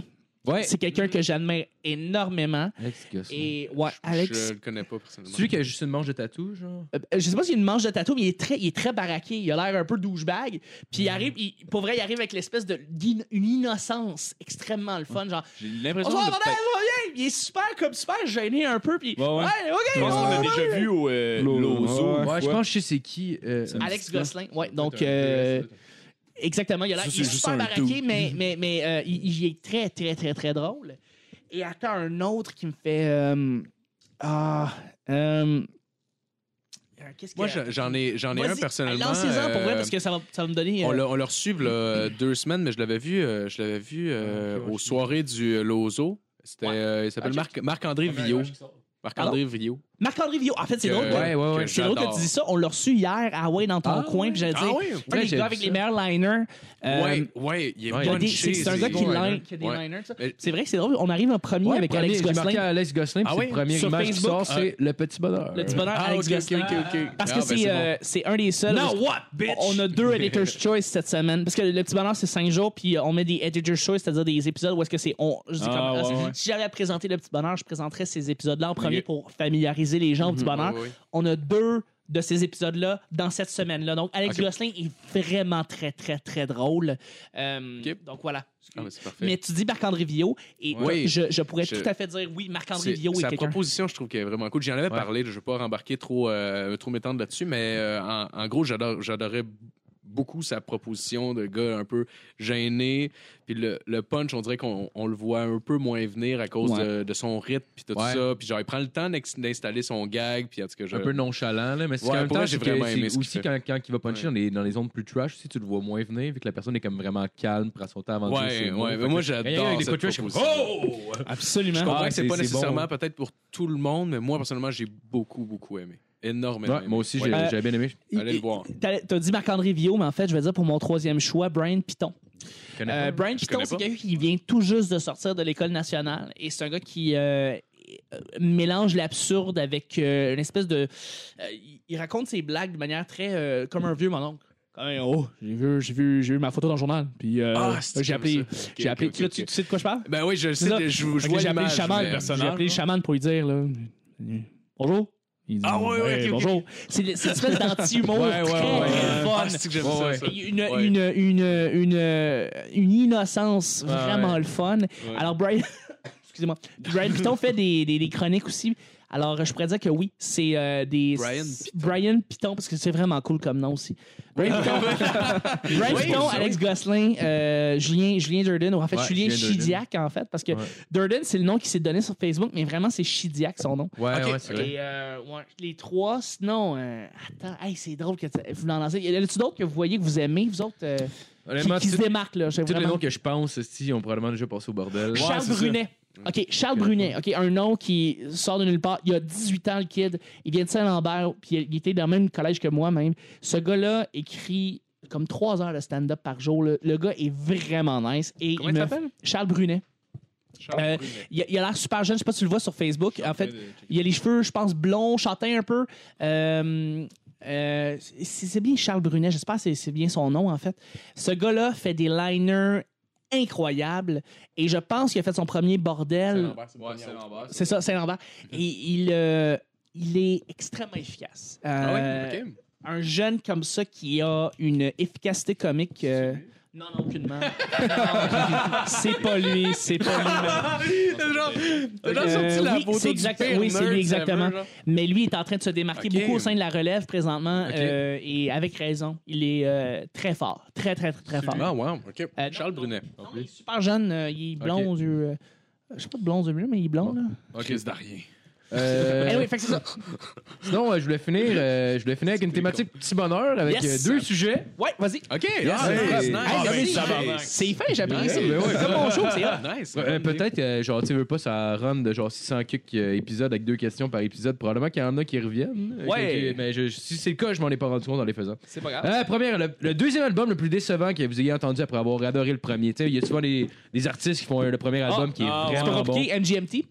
là. Ouais.
c'est quelqu'un que j'admire énormément.
Alex Gosse.
Et ouais,
Je
Alex.
le connais pas personnellement.
Celui qui a juste une manche de tatou, genre.
euh, Je sais pas s'il a une manche de tatou, mais il est très, il est très baraqué. Il a l'air un peu douchebag. Puis
Mm-hmm.
il arrive, il- pour vrai, il arrive avec l'espèce de d'in- une innocence extrêmement le fun. Genre,
J'ai
on
l'impression
se voit,
de
bordel, viens! Il est super, comme super gêné un peu. Puis,
Ouais, ouais.
ok,
Je pense qu'on
ouais,
l'a
ouais, ouais.
déjà vu au euh,
L'eau,
Lozo.
ouais.
Ouais, je pense que je sais c'est qui. euh,
Alex Gosselin, ouais. Donc, euh, exactement, il a l'air il
Ça,
est
c'est juste
super
un
baraqué,
dude.
mais, mais, mais euh, il, il est très, très, très, très drôle. Et attends, un autre qui me fait. euh, ah. euh, euh, Qu'est-ce que.
Moi, je- j'en ai, j'en ai un
Vas-y,
personnellement.
Lancez-en pour vrai,
euh,
parce que ça va, ça va me donner.
On
euh,
l'a, on l'a reçu v'là, euh, deux semaines, mais je l'avais vu, euh, je l'avais vu euh,
Ah, ok, ouais,
aux
je-
soirées du euh, Lozo. C'était, euh, il s'appelle
Ok.
Marc,
Ah,
Marc-André
ben,
Villot. Marc-André Villot.
Marc-André Villot. En fait, c'est
que-
drôle. que-
Ouais, ouais, ouais.
que
C'est drôle que
j'adore.
tu dis ça. On l'a reçu hier à Way dans ton
Ah
coin, puis j'allais
Ah
dire.
oui?
un
Ouais,
des
j'ai
gars
vu
avec
ça.
les meilleurs liners. euh,
ouais, ouais, il est
ouais,
il y a des-
punché,
C'est c'est un gars qui,
Ouais.
line, qui a des
Ouais.
liners. ça.
Mais-
C'est vrai que c'est drôle. On arrive en premier
Ouais,
avec
premier,
Alex
j'ai marqué
Gosselin.
Alex Gosselin, puis
Ah
c'est
ouais?
la première
Sur
image qui
Facebook, euh,
sort, c'est le petit bonheur.
Le petit bonheur,
Ah,
Alex
ok, ok,
Gosselin.
ok, ok.
Parce
Ah,
que
ben,
c'est,
c'est bon.
euh, c'est un des seuls.
Now what, bitch?
On a deux
<laughs>
Editor's Choice cette semaine. Parce que le petit bonheur, c'est cinq jours, puis euh, on met des Editor's Choice, c'est-à-dire des épisodes où est-ce que c'est. On, je dis
Ah,
comme-
ouais,
ah,
ouais.
Si j'avais à présenter le petit bonheur, je présenterais ces épisodes-là en premier pour familiariser les gens au petit bonheur.
Mhm. ouais, ouais.
On a deux de ces épisodes-là dans cette semaine-là. Donc, Alex Gosselin est vraiment très, très, très drôle. Euh,
Ok.
Donc, voilà.
Ah, ben, c'est parfait.
Mais tu dis Marc-André Villot, et
Oui.
je, je pourrais
Je-
tout à fait dire oui, Marc-André
C'est-
Villot est
sa
quelqu'un.
proposition, je trouve qu'elle est vraiment cool. J'en avais parlé, je ne vais pas rembarquer trop, euh, trop m'étendre là-dessus, mais euh, en, en gros, j'adore- j'adorais b- beaucoup sa proposition de gars un peu gêné. Puis le, le punch, on dirait qu'on on le voit un peu moins venir à cause de, de son rythme, puis tout
Ouais.
ça. Puis genre, il prend le temps d'ex- d'installer son gag, puis en tout cas, je...
un peu nonchalant, là, mais c'est
Ouais,
quand même
pour
temps,
vrai,
c'est
j'ai
que
vraiment aimé
c'est
ce qu'il
aussi
fait.
quand, quand il va puncher dans, les, dans les zones plus trash, si tu le vois moins venir, vu que la personne est comme vraiment calme, prend son temps avant de dire
Ouais,
ses
ouais,
mots.
mais
Fait que-
moi,
Rien
j'adore
avec des
cette
coups de trash, je suis comme,
proposition.
Oh!
Absolument.
Je comprends
Ah,
que c'est
c'est-
pas
c'est
nécessairement
bon.
peut-être pour tout le monde, mais moi, personnellement, j'ai beaucoup, beaucoup aimé. Énormément.
Ouais,
aimé.
moi aussi, j'ai
Ouais. Ah,
Euh,
j'ai bien aimé.
Allez le voir.
T'as t'as dit Marc-André Villot, mais en fait, je vais dire pour mon troisième choix, Brian Piton.
Je connais
Euh,
pas.
Brian Piton,
connais
c'est
pas.
quelqu'un qui vient tout juste de sortir de l'École nationale et c'est un gars qui euh, euh, mélange l'absurde avec euh, une espèce de. euh, il- il raconte ses blagues de manière très. euh, comme un vieux, mon oncle. Comme un, oh, j'ai vu, j'ai vu, j'ai vu ma photo dans le journal. Puis euh,
Ah, c'est
j'ai
comme
appelé.
ça. Ok,
J'ai appelé.
ok,
tu,
ok,
tu-
ok.
tu sais de quoi je parle?
Ben oui, je le sais,
ça.
je, je
Fait que
vois
j'ai appelé le
l'image.
chaman,
mais-
j'ai appelé le chaman pour lui dire là, bonjour. Il dit,
Ah, ouais, ouais, ok, ok.
bonjour. C'est c'est une espèce d'anti-humour
Ouais, ouais,
très,
ouais.
très fun.
Ah, c'est que j'aime
Ouais,
ça,
ouais.
ça.
Une,
Ouais.
une, une, une, une innocence vraiment
ouais.
le fun. Alors, Brian, <laughs> excusez-moi, Brian Piton fait des, des, des chroniques aussi. Alors, je pourrais dire que oui, c'est euh, des.
Brian
Piton. Brian Piton, parce que c'est vraiment cool comme nom aussi. Brian Piton,
<laughs>
Brian Piton, Alex Gosselin, euh, Julien, Julien Durden, ou en fait,
Ouais,
Julien
Julien Durden.
Chidiac, en fait, parce que
Ouais.
Durden, c'est le nom qui s'est donné sur Facebook, mais vraiment, c'est Chidiac son nom.
Ouais,
Ok,
ouais, c'est vrai.
Et euh, ouais, les trois, sinon, euh, attends, hey, c'est drôle que tu- vous l'en lancez. Y en a-tu d'autres que vous voyez que vous aimez, vous autres, euh, qui,
Honnêtement,
qui se
tout-
démarquent, là? j'ai
tous les
vraiment-
noms que je pense, si ont probablement déjà passé au bordel.
Charles Brunet. OK, Charles Brunet. OK, un nom qui sort de nulle part. Il a 18 ans, le kid. Il vient de Saint-Lambert, puis il était dans le même collège que moi, même. Ce gars-là écrit comme trois heures de stand-up par jour. Le, le gars est vraiment nice. Et
Comment
il
il
me-
s'appelle?
Charles Brunet. Euh, il a- il a l'air super jeune, je sais pas si tu le vois sur Facebook. En fait, il a les cheveux, je pense, blonds, châtains un peu. Euh, euh, c'est c'est bien Charles Brunet, j'espère que c'est- c'est bien son nom, en fait. Ce gars-là fait des liners incroyables et je pense qu'il a fait son premier bordel.
Ouais, c'est l'envers.
C'est ça, Saint-Lambert. Et il, euh, il est extrêmement efficace.
Ah
Euh,
ouais, ok.
un jeune comme ça qui a une efficacité comique. euh, Non, non, aucunement. <laughs> Non, c'est pas lui, c'est pas lui.
genre, t'as genre
Euh,
sorti la
oui,
photo
c'est
du
exact-
pire
oui, c'est
nerd
lui, exactement.
ever, genre.
Mais lui est en train de se démarquer
Ok.
beaucoup au sein de la relève présentement euh, et avec raison. Il est euh, très fort, très, très, très, très fort.
Ah wow, ok.
Euh, non,
Charles
non,
Brunet.
non, il est super jeune, euh, il est blond
Ok.
aux yeux. euh, je sais pas de blond aux yeux bleus, mais il est blond. Là.
Ok, c'est d'arien.
Euh,
Eh oui, fait que c'est ça.
Sinon, euh, je voulais finir, euh, je voulais finir avec une thématique petit bonheur avec
Yes.
euh, deux sujets.
Ouais, vas-y.
Ok,
ah, hey.
nice, nice.
Hey,
Ah,
vas-y,
ben,
c'est-
tabarnak.
c'est fin, j'apprécie.
Ouais, ouais, ouais.
C'est comme mon show, c'est hot.
Nice.
Euh, Peut-être, euh, genre, tu veux pas, ça run de genre 600 kicks euh, épisodes avec deux questions par épisode. Probablement qu'il y en a qui reviennent. Euh,
Ouais. Ah.
qui- qui- mais je- si c'est le cas, je m'en ai pas rendu compte en les faisant.
C'est pas grave.
Euh, première, le, le deuxième album le plus décevant que vous ayez entendu après avoir adoré le premier. Tu sais, il y a souvent des, des artistes qui font euh, le premier album qui est
Ah, C'est pas
vraiment Ah, bon.
compliqué, MGMT.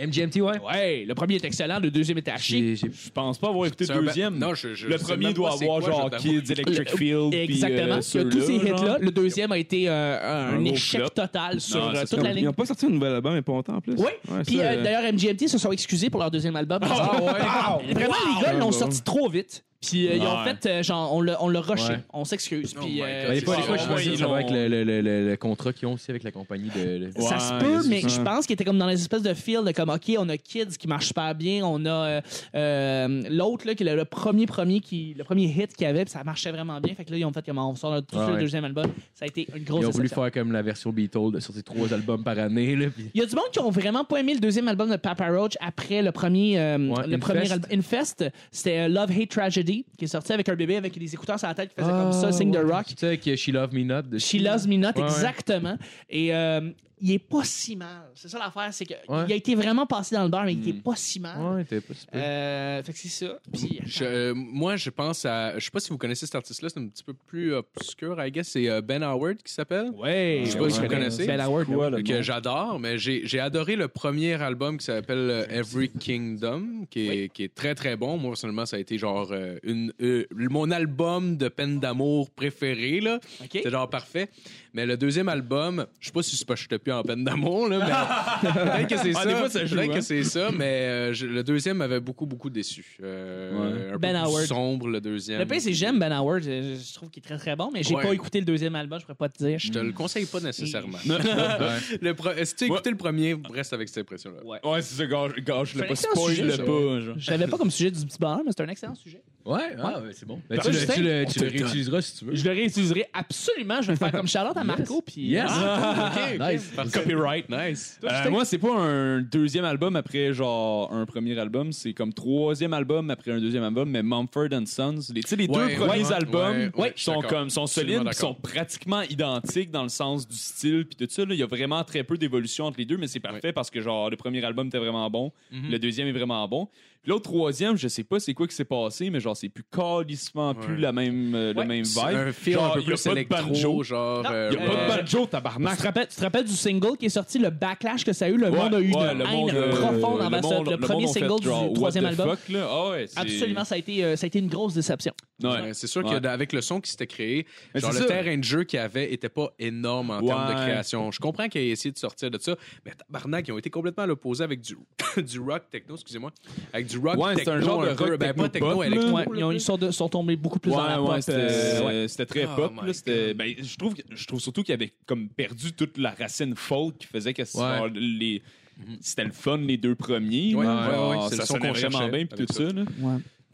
MGMT, ouais.
Ouais, le premier est excellent, le deuxième est haché.
J'ai- j'ai-
Je pense pas avoir écouté
C'est
le
un ba-
deuxième.
Non, je- je
le
sais
premier
même
doit
pas c'est
avoir
quoi,
genre
je t'avoue.
Kids, Electric Field. puis,
Exactement.
euh,
Il y a tous ces
ceux-là, genre.
hits-là. Le deuxième a été euh, un,
gros
échec
flop.
total sur
Non,
euh,
c'est
toute la
Ils
ligne.
n'ont pas sorti un nouvel album il n'y a pas longtemps en plus.
Oui.
Ouais,
Puis
ça,
euh,
euh,
d'ailleurs, MGMT se sont excusés pour leur deuxième album. parce que- <laughs> Vraiment, les gars, ils l'ont
Ouais,
sorti trop vite. Puis euh, ils ont
Ouais.
fait, euh, genre, on l'a on l'a rushé.
Ouais.
On s'excuse.
Oh
Puis
my
euh,
God.
Ben, des
c'est
fois, des
ça,
fois, je
ouais,
choisis,
ils
ça va
l'ont-
avec le, le- le- le- le contrat qu'ils ont aussi avec la compagnie de. le-
Ça
Ouais,
se peut,
c'est
mais
ça.
je pense qu'il était comme dans les espèces de feel de comme, OK, on a Kids qui marche super bien, on a euh, euh, l'autre, là, qui est le, le premier, premier, qui, le premier hit qu'il y avait, puis ça marchait vraiment bien. Fait que là, ils ont fait comme on sort tout
Ouais,
le
ouais.
deuxième album. Ça a été une grosse
Ils ont voulu
déception.
faire comme la version Beatles de sortir trois albums par année. Là, puis-
Il y a du monde qui ont vraiment pas aimé le deuxième album de Papa Roach après le premier, euh,
Ouais,
le
Infest.
premier album Infest. C'était euh, Love Hate Tragedy qui est sorti avec un bébé avec des écouteurs sur la tête qui faisait
Ah,
comme ça, signe de rock.
Tu sais, avec She Love Me Not. De...
She Loves Me Not,
Ouais, ouais.
exactement. Et euh, il est pas si mal. C'est ça l'affaire, c'est qu'il
Ouais.
a été vraiment passé dans le beurre, mais il était pas si mal.
Ouais, t'es pas super.
Euh, fait que c'est ça. Puis,
Je- euh, moi, je pense à. Je sais pas si vous connaissez cet artiste-là, c'est un petit peu plus euh, obscur, I guess. C'est euh, Ben Howard qui s'appelle.
ouais,
je sais pas
ouais,
si vous
ouais.
connaissez.
Bella Howard,
Quoi,
là.
le
que
nom?
j'adore, mais j'ai j'ai adoré le premier album qui s'appelle euh, Every Kingdom, qui est, qui est très très bon. Moi, personnellement, ça a été genre euh, une, euh, mon album de peine d'amour préféré. là.
Ok.
C'était genre parfait. Mais le deuxième album, je sais pas si c'est parce que j'étais plus en peine d'amour, là,
<laughs>
mais peut-être que c'est
Ah,
ça.
des fois, ça joue,
peut-être que
hein.
c'est ça, mais euh, je- le deuxième m'avait beaucoup beaucoup déçu. Euh, Un
Ben
peu plus
Howard.
sombre, le deuxième.
Le pire, c'est que j'aime Ben Howard. Je, je trouve qu'il est très très bon, mais j'ai
Ouais.
pas écouté le deuxième album, je pourrais pas te dire.
Je te le conseille
<laughs>
pas nécessairement.
Ouais.
le pro- Si tu as écouté le premier, reste avec cette impression-là.
Ouais, c'est ça, gâche, gâche le
C'est
pas,
un excellent
spoil
sujet,
le
ça.
pas. genre.
Je l'avais pas comme sujet du petit bonheur, mais c'est un excellent sujet.
Ouais, ah, ouais, c'est bon. Ben,
Parfait,
tu le,
Justin,
tu le-
on
tu
te
le
le donne.
réutiliseras si tu veux.
Je le réutiliserai absolument. Je vais faire comme Charlotte à Marco. Puis,
Yes!
Ah,
Ok, ok,
Nice.
parfait.
Copyright.
Nice.
Euh, moi, c'est pas un deuxième album après genre un premier album, c'est comme troisième album après un deuxième album, mais Mumford and Sons, les, tu sais, les
Ouais,
deux premiers
ouais,
albums
ouais, ouais, je suis
sont
d'accord.
comme sont solides,
Absolument
puis sont pratiquement identiques dans le sens du style puis tout ça. là. Il y a vraiment
Mm-hmm.
très peu d'évolution entre les deux, mais c'est parfait parce que genre le premier album était vraiment bon, le deuxième est vraiment bon.
Puis l'autre troisième, je sais pas c'est quoi qui s'est passé, mais genre c'est plus calissement plus
Ouais.
la même, euh, le
Ouais.
même
C'est un
vibe.
film
Genre,
un peu
y a
plus
pas de
électro,
banjo.
genre.
Non,
euh,
Il y a pas de
rock.
banjo,
Tu
tabarnak.
te, rappelles, tu te rappelles du single qui est sorti, le backlash que ça a eu? Le
Ouais,
monde a eu
ouais,
une
le
haine
monde, euh,
profonde
le
envers ça.
monde-
Le,
le
premier
monde ont fait
single
genre,
du
what
troisième
the
album.
fuck, là? Ah ouais, c'est-
Absolument, ça a, été, euh, ça a été une grosse déception.
Ouais.
Ouais, c'est sûr
Ouais.
qu'avec le son qui s'était créé,
Mais
genre
c'est
le
ça.
terrain de jeu qu'il y avait était pas énorme en termes de
Ouais.
création. Je comprends qu'il ait essayé de sortir de ça, mais tabarnak, ils ont été complètement à l'opposé avec du, <coughs> du rock techno, excusez-moi. Avec du rock
Ouais, c'est
techno.
un genre de
peu,
rock
ben, pas
techno-pop,
techno
là.
électro.
Ouais, ils, ont- ils sont, de- sont tombés beaucoup plus dans la pop.
c'était,
euh, ouais.
c'était très
Oh
pop.
my
là, c'était- ben, je, trouve, que- je trouve surtout qu'il avait comme perdu toute la racine folk qui faisait que c'est-
Ouais.
genre, les, c'était le fun les deux premiers.
Ouais,
là,
ouais,
genre,
ouais, c'est
ça
le son
sonnait
qu'on
vraiment
cherchait
bien puis
avec
tout ça.
ça.
là.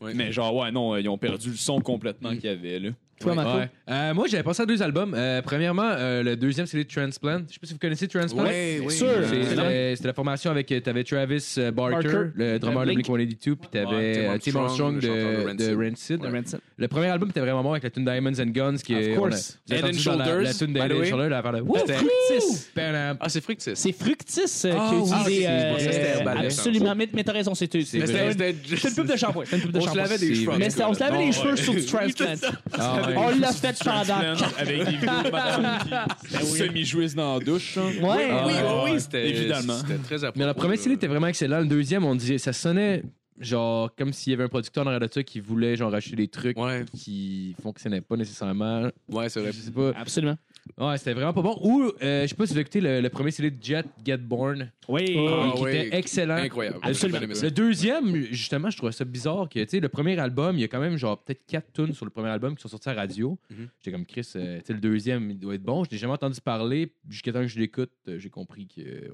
Ouais.
Mais genre ouais non, euh, ils ont perdu le son complètement qu'il y avait là.
Toi, Marco?
Ouais. Euh, moi, j'avais pensé à deux albums. Euh, premièrement, euh, le deuxième, c'est les Transplant. Je sais pas si vous connaissez Transplant.
Ouais, ouais.
C'est-
Sûr.
C'était c'était la formation avec. euh, T'avais Travis euh, Barker,
Barker,
le drummer de
Blink.
Blink 182, puis t'avais
Ouais, Tim
euh, Tim Armstrong
Armstrong, le
de,
chanteur de
de
Rancid.
Rancid.
Ouais, Rancid.
Le premier album était vraiment bon avec la tune Diamonds and Guns. Qui
Of
est,
course.
on a- vous avez
Head and
entendu dans la- La
Shoulders,
tune de
by
Head
the
and
way.
Shoulders, la part de. Wouh,
C'était-
Fructis! Bam,
Ah, c'est fructis.
C'est Fructis euh,
Ah,
qui a
oui,
utilisé.
c'est
euh,
vrai.
C'était
euh,
balèze.
absolument. Mais, mais t'as raison, c'est c'est-
Mais
c'est-
c'était-
c'est une pub de shampoing. C'est une pub de
On se
shampoing.
lavait des cheveux. en
Mais
tout
c'est-
cas,
on se
là.
lavait
Non,
les cheveux sur du transplant.
Ah, ouais.
On l'a fait pendant. Ah, quatre- Ben
avec des
<laughs>
vidéos de madame qui semi-jouissent dans la douche. hein.
Ouais.
Ah,
Oui,
ouais.
oui, oui,
ouais.
c'était
Évidemment.
C'était très à
Mais la
propos,
première
là.
série était vraiment excellente. Le deuxième, on disait, ça sonnait genre comme s'il y avait un producteur dans la ça qui voulait genre racheter des trucs
Ouais,
qui fonctionnaient pas nécessairement.
ouais, c'est
Je
vrai.
sais pas.
Absolument.
Ouais, c'était vraiment pas bon. Ou, euh, je sais pas si vous avez écouté le, le premier CD de Jet, Get Born,
Oui.
Ah,
qui
ouais,
était excellent.
Incroyable.
Absolument.
J'ai bien aimé ça.
Le deuxième, justement, je trouvais ça bizarre que, tu sais, le premier album, il y a quand même genre peut-être quatre tunes sur le premier album qui sont sorties à la radio.
Mhm.
J'étais comme Chris, euh, tu sais, le deuxième, il doit être bon. Je n'ai jamais entendu parler. Jusqu'à temps que je l'écoute, euh, j'ai compris que, euh,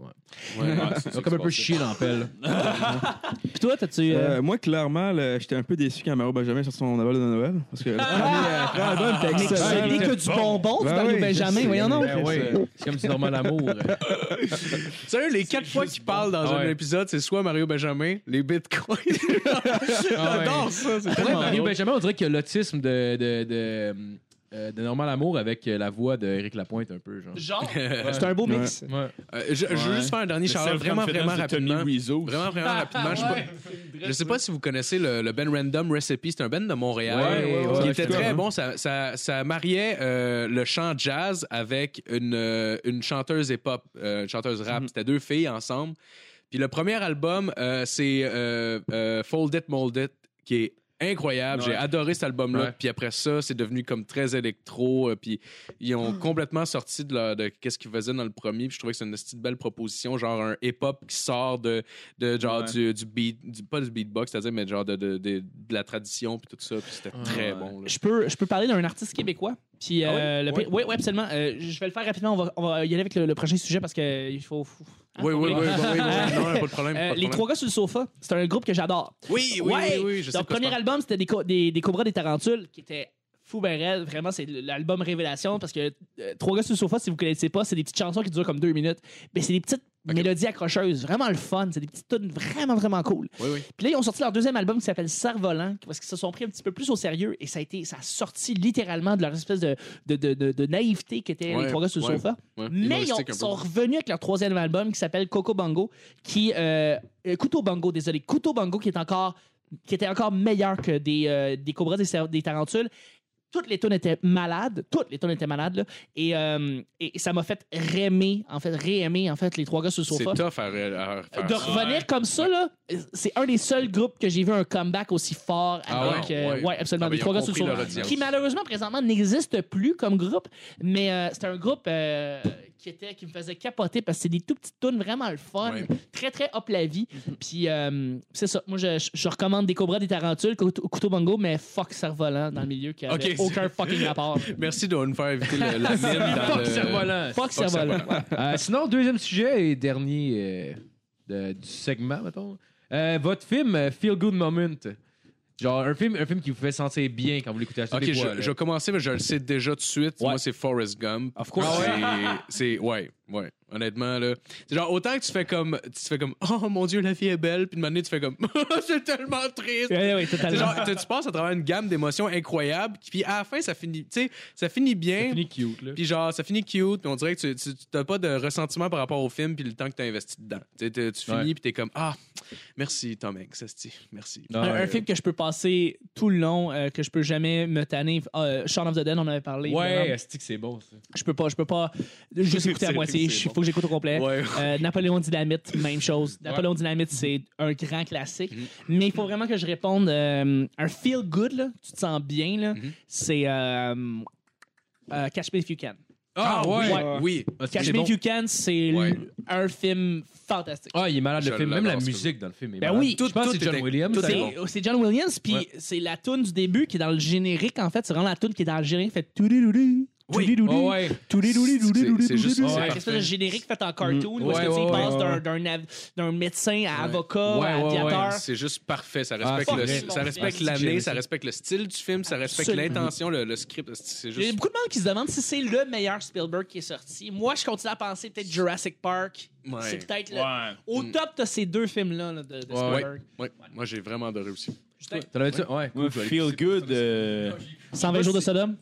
ouais.
Ouais.
Ils ont comme un peu chier dans la pelle.
Puis toi, t'as-tu. euh,
Euh, moi, clairement, là, j'étais un peu déçu quand Maro Benjamin sur son aval de Noël. Parce que le
Ah,
premier,
Ah!
le
Ah,
premier album était
Mais
excellent.
c'est que du bonbon, tu
Ben
parles
oui,
au
je
Benjamin,
sais.
voyons non.
Ben ouais, c'est comme du normal amour.
<laughs> Sérieux, les quatre fois qu'il parle dans un
Ouais.
épisode, c'est soit Mario Benjamin, les bitcoins. <laughs> J'adore ça. C'est
Ouais,
tellement
Mario
drôle.
Benjamin, on dirait que l'autisme de, de, de, euh, de Normal Amour avec euh, la voix de Eric Lapointe un peu, genre.
Genre, c'est un beau
Ouais.
mix.
Ouais.
Euh, je, je veux
Ouais.
juste faire un dernier
Le
shout vraiment,
self-confidence
vraiment
de Tommy
rapidement.
Wiseau.
Vraiment, vraiment rapidement. Je sais pas- <laughs> Je sais pas si vous connaissez le, le band Random Recipe. C'est un band de Montréal.
Ouais, ouais, ouais,
qui
ouais,
était
je suis
très
d'accord.
bon. Ça, ça, ça mariait euh, le chant jazz avec une, euh, une chanteuse hip-hop, euh, une chanteuse rap. C'était deux filles ensemble. Puis le premier album, euh, c'est euh, euh, Fold It, Mold It, qui est incroyable. J'ai adoré cet album-là.
Ouais.
Puis après ça, c'est devenu comme très électro. euh, puis ils
Ah.
ont complètement sorti de, leur- de qu'est-ce qu'ils faisaient dans le premier. Puis je trouvais que c'est une petite belle proposition, genre un hip-hop qui sort de, de genre
Ouais.
du, du beat, du- pas du beatbox, c'est-à-dire, mais genre de, de, de, de la tradition, puis tout ça. Puis c'était très
ouais.
bon. là.
Je peux, je peux parler d'un artiste québécois. Puis,
Ah
euh, le
ouais?
pi- oui, oui, absolument. Euh, je vais le faire rapidement. On va, on va y aller avec le, le prochain sujet parce qu'il faut. faut- hein,
Oui,
faut-
oui, oui, oui, oui, oui, non, pas de problème.
Euh, les
pas de problème.
trois gars sur le sofa, c'est un groupe que j'adore.
Oui, oui,
Ouais.
oui, oui, je sais
Leur
de quoi tu
premier
parles.
album, c'était des, co- des, des Cobras des Tarentules, qui était fou ben raide. Vraiment, c'est l'album révélation parce que euh, Trois gars sur le sofa, si vous connaissez pas, c'est des petites chansons qui durent comme deux minutes. Mais c'est des petites mélodies accrocheuses, vraiment le fun. C'est des petites tunes vraiment, vraiment cool.
Oui, oui.
Puis là, ils ont sorti leur deuxième album qui s'appelle Cerf-Volant, parce qu'ils se sont pris un petit peu plus au sérieux et ça a, été, ça a sorti littéralement de leur espèce de, de, de, de- de naïveté qui était
Ouais,
les trois gars sur le
ouais,
sofa.
ouais.
Mais ils ont-
Humoristique un peu.
sont revenus avec leur troisième album qui s'appelle Coco Bango, qui. euh, euh, Couteau Bango, désolé. Couteau Bango qui est encore qui était encore meilleur que des, euh, des Cobras, des, Cer- des Tarentules. Toutes les tunes étaient malades. Toutes les tunes étaient malades. là. Et, euh, et ça m'a fait réaimer, en fait, réaimer, en fait, les trois gars sur le sofa
C'est tough à, à- à faire.
de
ça.
revenir comme ça, là, c'est un des seuls groupes que j'ai vu un comeback aussi fort
Ah
avec.
ouais,
euh,
ouais.
ouais, absolument.
Ah, ben,
des
ils
trois
ont
gars sur
compris
le
leur
soir.
audience.
Qui, malheureusement, présentement, n'existe plus comme groupe, mais euh, c'est un groupe euh, qui, était, qui me faisait capoter parce que c'est des tout petites tunes vraiment le fun.
Ouais. Mm-hmm.
Très, très hop la vie. Puis, euh, c'est ça. Moi, je, je- je recommande des Cobras, des Tarentules, Couteau Couteau Bongo, mais fuck Cerf-Volant dans le milieu qui avait
Ok, c'est-
aucun fucking
<laughs>
rapport.
Merci de nous faire éviter
<laughs>
le- la mine dans
Fuck
le...
cerf-volant.
fuck Cerf-Volant. Ouais.
Euh, <laughs> sinon, deuxième sujet et dernier euh, de- du segment, mettons. Euh, votre film euh, Feel Good Moment. Genre un film, un film qui vous fait sentir bien quand vous l'écoutez à toutes
Ok,
les fois,
je,
là.
je vais commencer, mais je le sais déjà tout de suite.
Ah Ouais.
Moi, c'est Forrest Gump.
Of course.
C'est, c'est- Ah ouais, Ouais, honnêtement, là. C'est genre, autant que tu fais comme, tu fais comme, oh mon dieu, la vie est belle, puis de moment donné, tu fais comme, <laughs> Oh, c'est tellement triste.
Ouais, ouais,
C'est
totalement.
genre, tu tu passes à travers une gamme d'émotions incroyables, puis à la fin, ça finit, tu sais, ça finit bien.
Fini cute, là.
Puis genre, ça finit cute, puis on dirait que tu- tu n'as pas de ressentiment par rapport au film, puis le temps que tu as investi dedans. Tu sais, t'es- tu finis,
Ouais.
puis tu es comme, ah, merci Tom Hanks, esti, merci.
Non,
un, un
ouais.
film que je peux passer tout le long, euh, que je peux jamais me tanner. Euh, Shaun of the Dead, on en avait parlé.
Ouais,
évidemment.
esti que c'est bon, ça.
Je peux pas, je peux pas
<laughs>
juste écouter à
C'est-
moitié.
c'est
Il
bon.
faut que j'écoute au complet.
Ouais.
Euh, Napoléon Dynamite, même chose. Napoléon Dynamite, c'est un grand classique.
Mhm.
Mais il faut vraiment que je réponde. euh, un feel good, là, tu te sens bien, là,
Mhm.
c'est euh, euh, Catch Me If You Can.
Ah, ouais.
ouais.
Oui.
Esti que
Catch
c'est
Me
bon.
If You Can, c'est
Ouais.
un film fantastique.
Ah, il est malade
Je
le film. Même la
l'adore, ce
musique dans le film. est
Ben
malade.
oui,
je
tout-
pense que
tout
c'est John
est-
Williams.
tout
ça.
est
C'est oh,
bon.
c'est John Williams, puis
Ouais.
c'est la toune du début qui est dans le générique, en fait. C'est vraiment la toune qui est dans le générique, fait toulidoulou,
Oui.
toulidoulou,
Oh, ouais.
toulidoulou,
C'est-
toulidoulou,
c'est juste-
toulidoulou.
c'est
C'est une
parfait.
espèce de générique fait en cartoon où est-ce que
Ouais,
tu sais, il
ouais,
passe
ouais.
d'un- d'un av- d'un médecin à avocat
Ouais,
à
ouais, ouais.
aviateur.
C'est juste parfait. Ça
Ah,
respecte,
c'est
le-
vrai.
ça respecte
Ah,
l'année,
j'ai-
ça respecte le style du film, ça respecte
Absolument.
l'intention, le, le script. esti, C'est
Il y a
juste.
beaucoup de monde qui se demande si c'est le meilleur Spielberg qui est sorti. Moi, je continue à penser peut-être Jurassic Park.
Ouais.
C'est peut-être le-
Ouais.
au top de ces deux films-là là, de, de
Ouais.
Spielberg.
Ouais. Moi, j'ai vraiment adoré aussi.
T'en avais-tu? Ouais.
Ouais, feel good. euh,
120 jours de Sodome.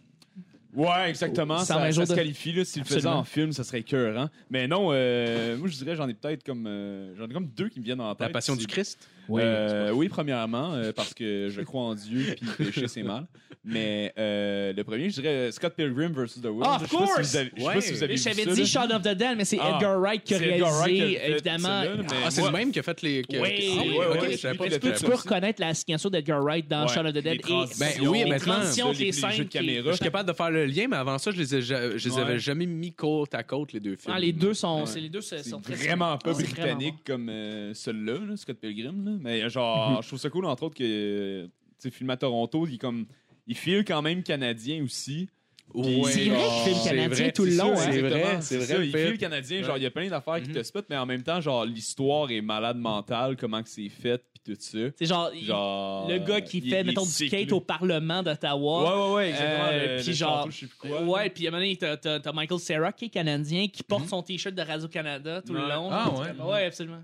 Ouais, exactement.
Sans un
Ça,
jour
ça se
de-
qualifie. Là, s'il le faisait
Absolument.
en film, ça serait écœurant. Mais non, euh, moi, je dirais, j'en ai peut-être comme, euh, j'en ai comme deux qui me viennent en tête.
La passion du Christ.
Oui, Euh, oui premièrement, euh, parce que je crois en Dieu puis péché, c'est mal. Mais euh, le premier, je dirais euh, Scott Pilgrim vs. The World.
Ah, of
je sais pas si
course!
vous avez- Je sais pas
Ouais.
si vous avez
Mais
vu ça.
J'avais
là.
dit Shaun of the Dead, mais c'est
Ah.
Edgar Wright qui a
C'est Edgar Wright qui a
réalisé,
fait
évidemment.
celle-là, mais
Ah, c'est
moi-
le même qui a fait les. qui a-
Ouais.
qui-
Ah oui,
ok,
ouais,
je savais
lui,
pas
il a
que
Est-ce que
c'était
tu
fait
la
peux
ça.
même.
reconnaître la signature d'Edgar Wright dans
Ouais,
Shaun of the Dead
les transitions,
et
Ben oui,
les
maintenant,
transitions
les-
entre les
les jeux de
scènes qui-
caméra.
Je suis capable de faire le lien, mais avant ça, je les, ai, ja- je les
Ouais.
avais jamais mis côte à côte, les deux films.
Ah, les deux sont, c'est- les deux se- sont très-
vraiment pas
C'est vraiment
britannique comme euh, celui-là, là, Scott Pilgrim. là. Mais
<laughs>
euh, genre, je trouve ça cool, entre autres, que euh, tu sais, film à Toronto, il est comme. Il file quand même canadien aussi.
Ouais.
C'est vrai qu'il filme
C'est
canadien
vrai,
tout le
c'est
long,
ça,
hein.
C'est vrai,
Exactement,
c'est
ça,
vrai.
Il
le fait.
file canadien, genre, il y a plein d'affaires qui te spotent, mais en même temps, genre, l'histoire est malade mentale, comment que c'est fait, puis tout ça.
C'est genre, il-
Genre.
le gars qui
il-
fait,
il
mettons, du
cycle.
skate au Parlement
Ouais,
d'Ottawa.
ouais, ouais, exactement.
Euh,
le-
puis
le
genre-
château, je sais plus quoi.
ouais, puis à un moment donné, t'as- t'as t'as Michael Serra qui est canadien, qui porte son t-shirt de Radio-Canada tout le
Mhm. Ouais.
long.
Ah, ouais.
Ouais, absolument.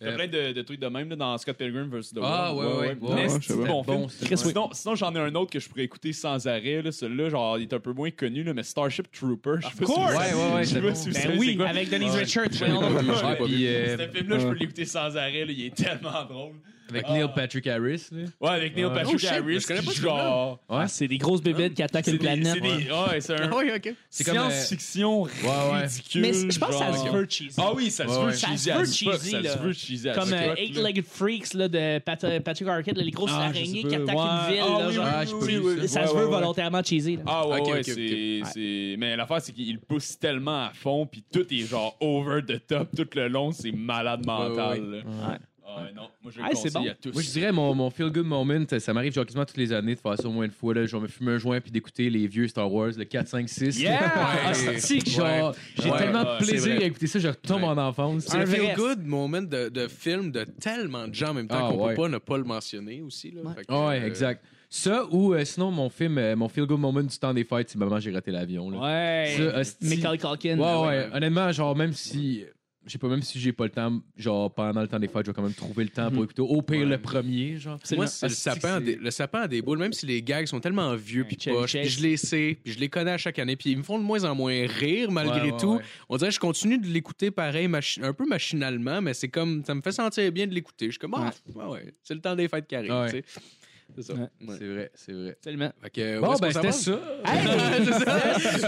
Il y a plein de, de trucs de même là, dans Scott Pilgrim vs. The World.
Ah, ouais, ouais, ouais.
Mais
Ouais,
ouais,
c'est
je sais
bon
pas.
film.
Bon, c'est-
Chris, Sinon, sinon, j'en ai un autre que je pourrais écouter sans arrêt. là. Celui-là, genre, il est un peu moins connu, là, mais Starship Trooper. Je sais pas si
course!
vous-
Ouais, ouais, ouais,
Je sais
c'est
pas
bon.
si vous savez
Ben
c'est
oui,
quoi.
avec Denise Richards.
l'ai pas
voyons donc.
vu, je l'ai
Ah,
pas
puis, euh,
<laughs> Ce film-là, je peux l'écouter sans arrêt. là. Il est tellement drôle.
Avec Neil Patrick Harris, là.
Ouais, avec Neil
Ouais.
Oh,
Patrick
shit,
Harris.
je connais pas
qui,
ce
genre,
Ouais.
Ah, C'est des grosses bébêtes qui attaquent
C'est
une
des- c'est
planète.
des- ouais, c'est un
Ah oui, ok.
C'est comme, euh,
science-fiction
ouais, ouais.
ridicule.
Mais je pense que ça
genre.
se veut cheesy.
Ah oui, ça se
Ouais,
veut
ouais.
Ça se
cheesy.
veut
as fuck,
cheesy,
Ça
là.
se veut cheesy. as
Comme
fuck,
euh,
là.
Eight-Legged Freaks là, de Pat- euh, Patrick Arquette, là, les grosses
Ah, je
araignées
sais
qui
pas.
attaquent une
Ouais.
ville.
Ah
là,
oui,
genre.
Ah, j'ai pas
oui,
vu
oui,
ça.
oui.
Ça
Ouais,
se
ouais,
veut
ouais.
volontairement cheesy. là.
Ah ouais,
Ok,
ouais,
ok, ok.
c'est, c'est- Mais l'affaire, c'est qu'il pousse tellement à fond, puis tout est genre over the top tout le long, c'est malade mental.
Ouais,
là. Ah, non, moi je le
Ah, c'est
conseille
bon.
à tous.
Moi, je dirais mon, mon feel good moment, euh, ça m'arrive genre quasiment toutes les années de faire ça au moins une fois. Là, genre me fumer un joint puis d'écouter les vieux Star Wars, le 4, 5, 6.
Yeah!
Ah, c'est que genre,
Ouais.
j'ai
Ouais,
tellement
ouais,
de
c'est
plaisir
vrai.
à écouter ça, je retombe
Ouais.
en enfance.
C'est
Un
un
vrai-
feel-good moment de, de film de tellement de gens en même temps
Ah,
qu'on
ouais.
peut pas ne pas le mentionner aussi. Là. Fait que,
Ah ouais,
euh,
exact. Ça ou euh, sinon mon film, euh, mon feel good moment du temps des fêtes, c'est maman, j'ai raté l'avion. là.
Ouais.
Ça, hostie.
Michael Calkin.
Ouais, ouais,
ouais.
Honnêtement, genre, même si. Je sais pas, même si j'ai pas le temps, genre, pendant le temps des fêtes, je vais quand même trouver le temps pour écouter au pire
Mm-hmm. Ouais.
le premier, genre.
Moi, c'est le,
Ah, c'est-
sapin à
c'est-
des- le sapin à des boules, même si les gags sont tellement vieux puis
check,
poches,
check.
puis je les sais, puis je les connais à chaque année, puis ils me font de moins en moins rire malgré
Ouais, ouais,
tout.
ouais.
On dirait que je continue de l'écouter pareil, machi- un peu machinalement, mais c'est comme, ça me fait sentir bien de l'écouter. Je suis comme, ah, ouais, ouais, c'est le temps des fêtes qui arrive,
Ouais.
tu sais. C'est ça.
Ouais.
Ouais.
C'est vrai, c'est vrai.
Absolument.
Fait que, où
Bon,
est-ce qu'on
ben,
s'en
c'était
va?
ça.
Ouais, c'est ça.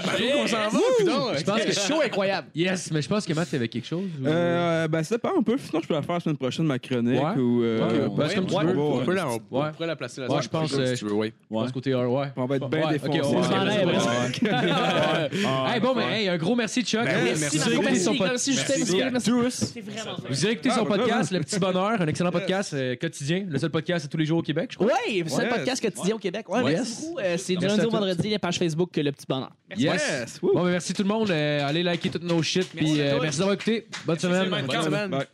Par où qu'on s'en va, coudonc? hein?
Je pense que
<laughs> show incroyable.
Yes, mais je pense que Matt avait quelque chose. ou-
Euh, ben, ça dépend un peu. Sinon, je peux la faire la semaine prochaine, ma chronique.
Ouais.
Ou, euh,
Ouais,
parce
ouais,
que
comme tu
on
veux.
va-
On peut la, on
Ouais.
pourrait la placer la
Ouais,
semaine
je pense,
prochaine,
euh,
si tu veux, ouais.
Je pense côté R, ouais.
Ben On va être bien
Ouais,
défoncés.
ok, on va-
Ouais.
on
s'enlève,
<laughs> Hey, bon, ben, hey, un gros merci, Chuck.
Ben,
Merci,
Merci,
Marco.
Vous écoutez
Merci,
son pod-
merci, Justin.
Merci.
Merci, Merci. C'est vraiment fait.
Vous avez écouté
Ah,
son
bah,
podcast, Le Petit Bonheur, un excellent podcast euh, quotidien, le seul podcast à tous les jours au Québec, je crois.
Ouais, c'est le
Ouais.
podcast quotidien au Québec. Ouais,
Ouais.
merci beaucoup. Euh, c'est du
Merci
lundi
à
au
tous.
vendredi, la page Facebook, euh, le petit bonheur.
Yes, woo.
Bon, ben, merci tout le monde. euh, allez liker toutes nos shit. Puis
Merci à
euh,
toi.
merci d'avoir écouté. Bonne semaine.
Bonne semaine.
Bye.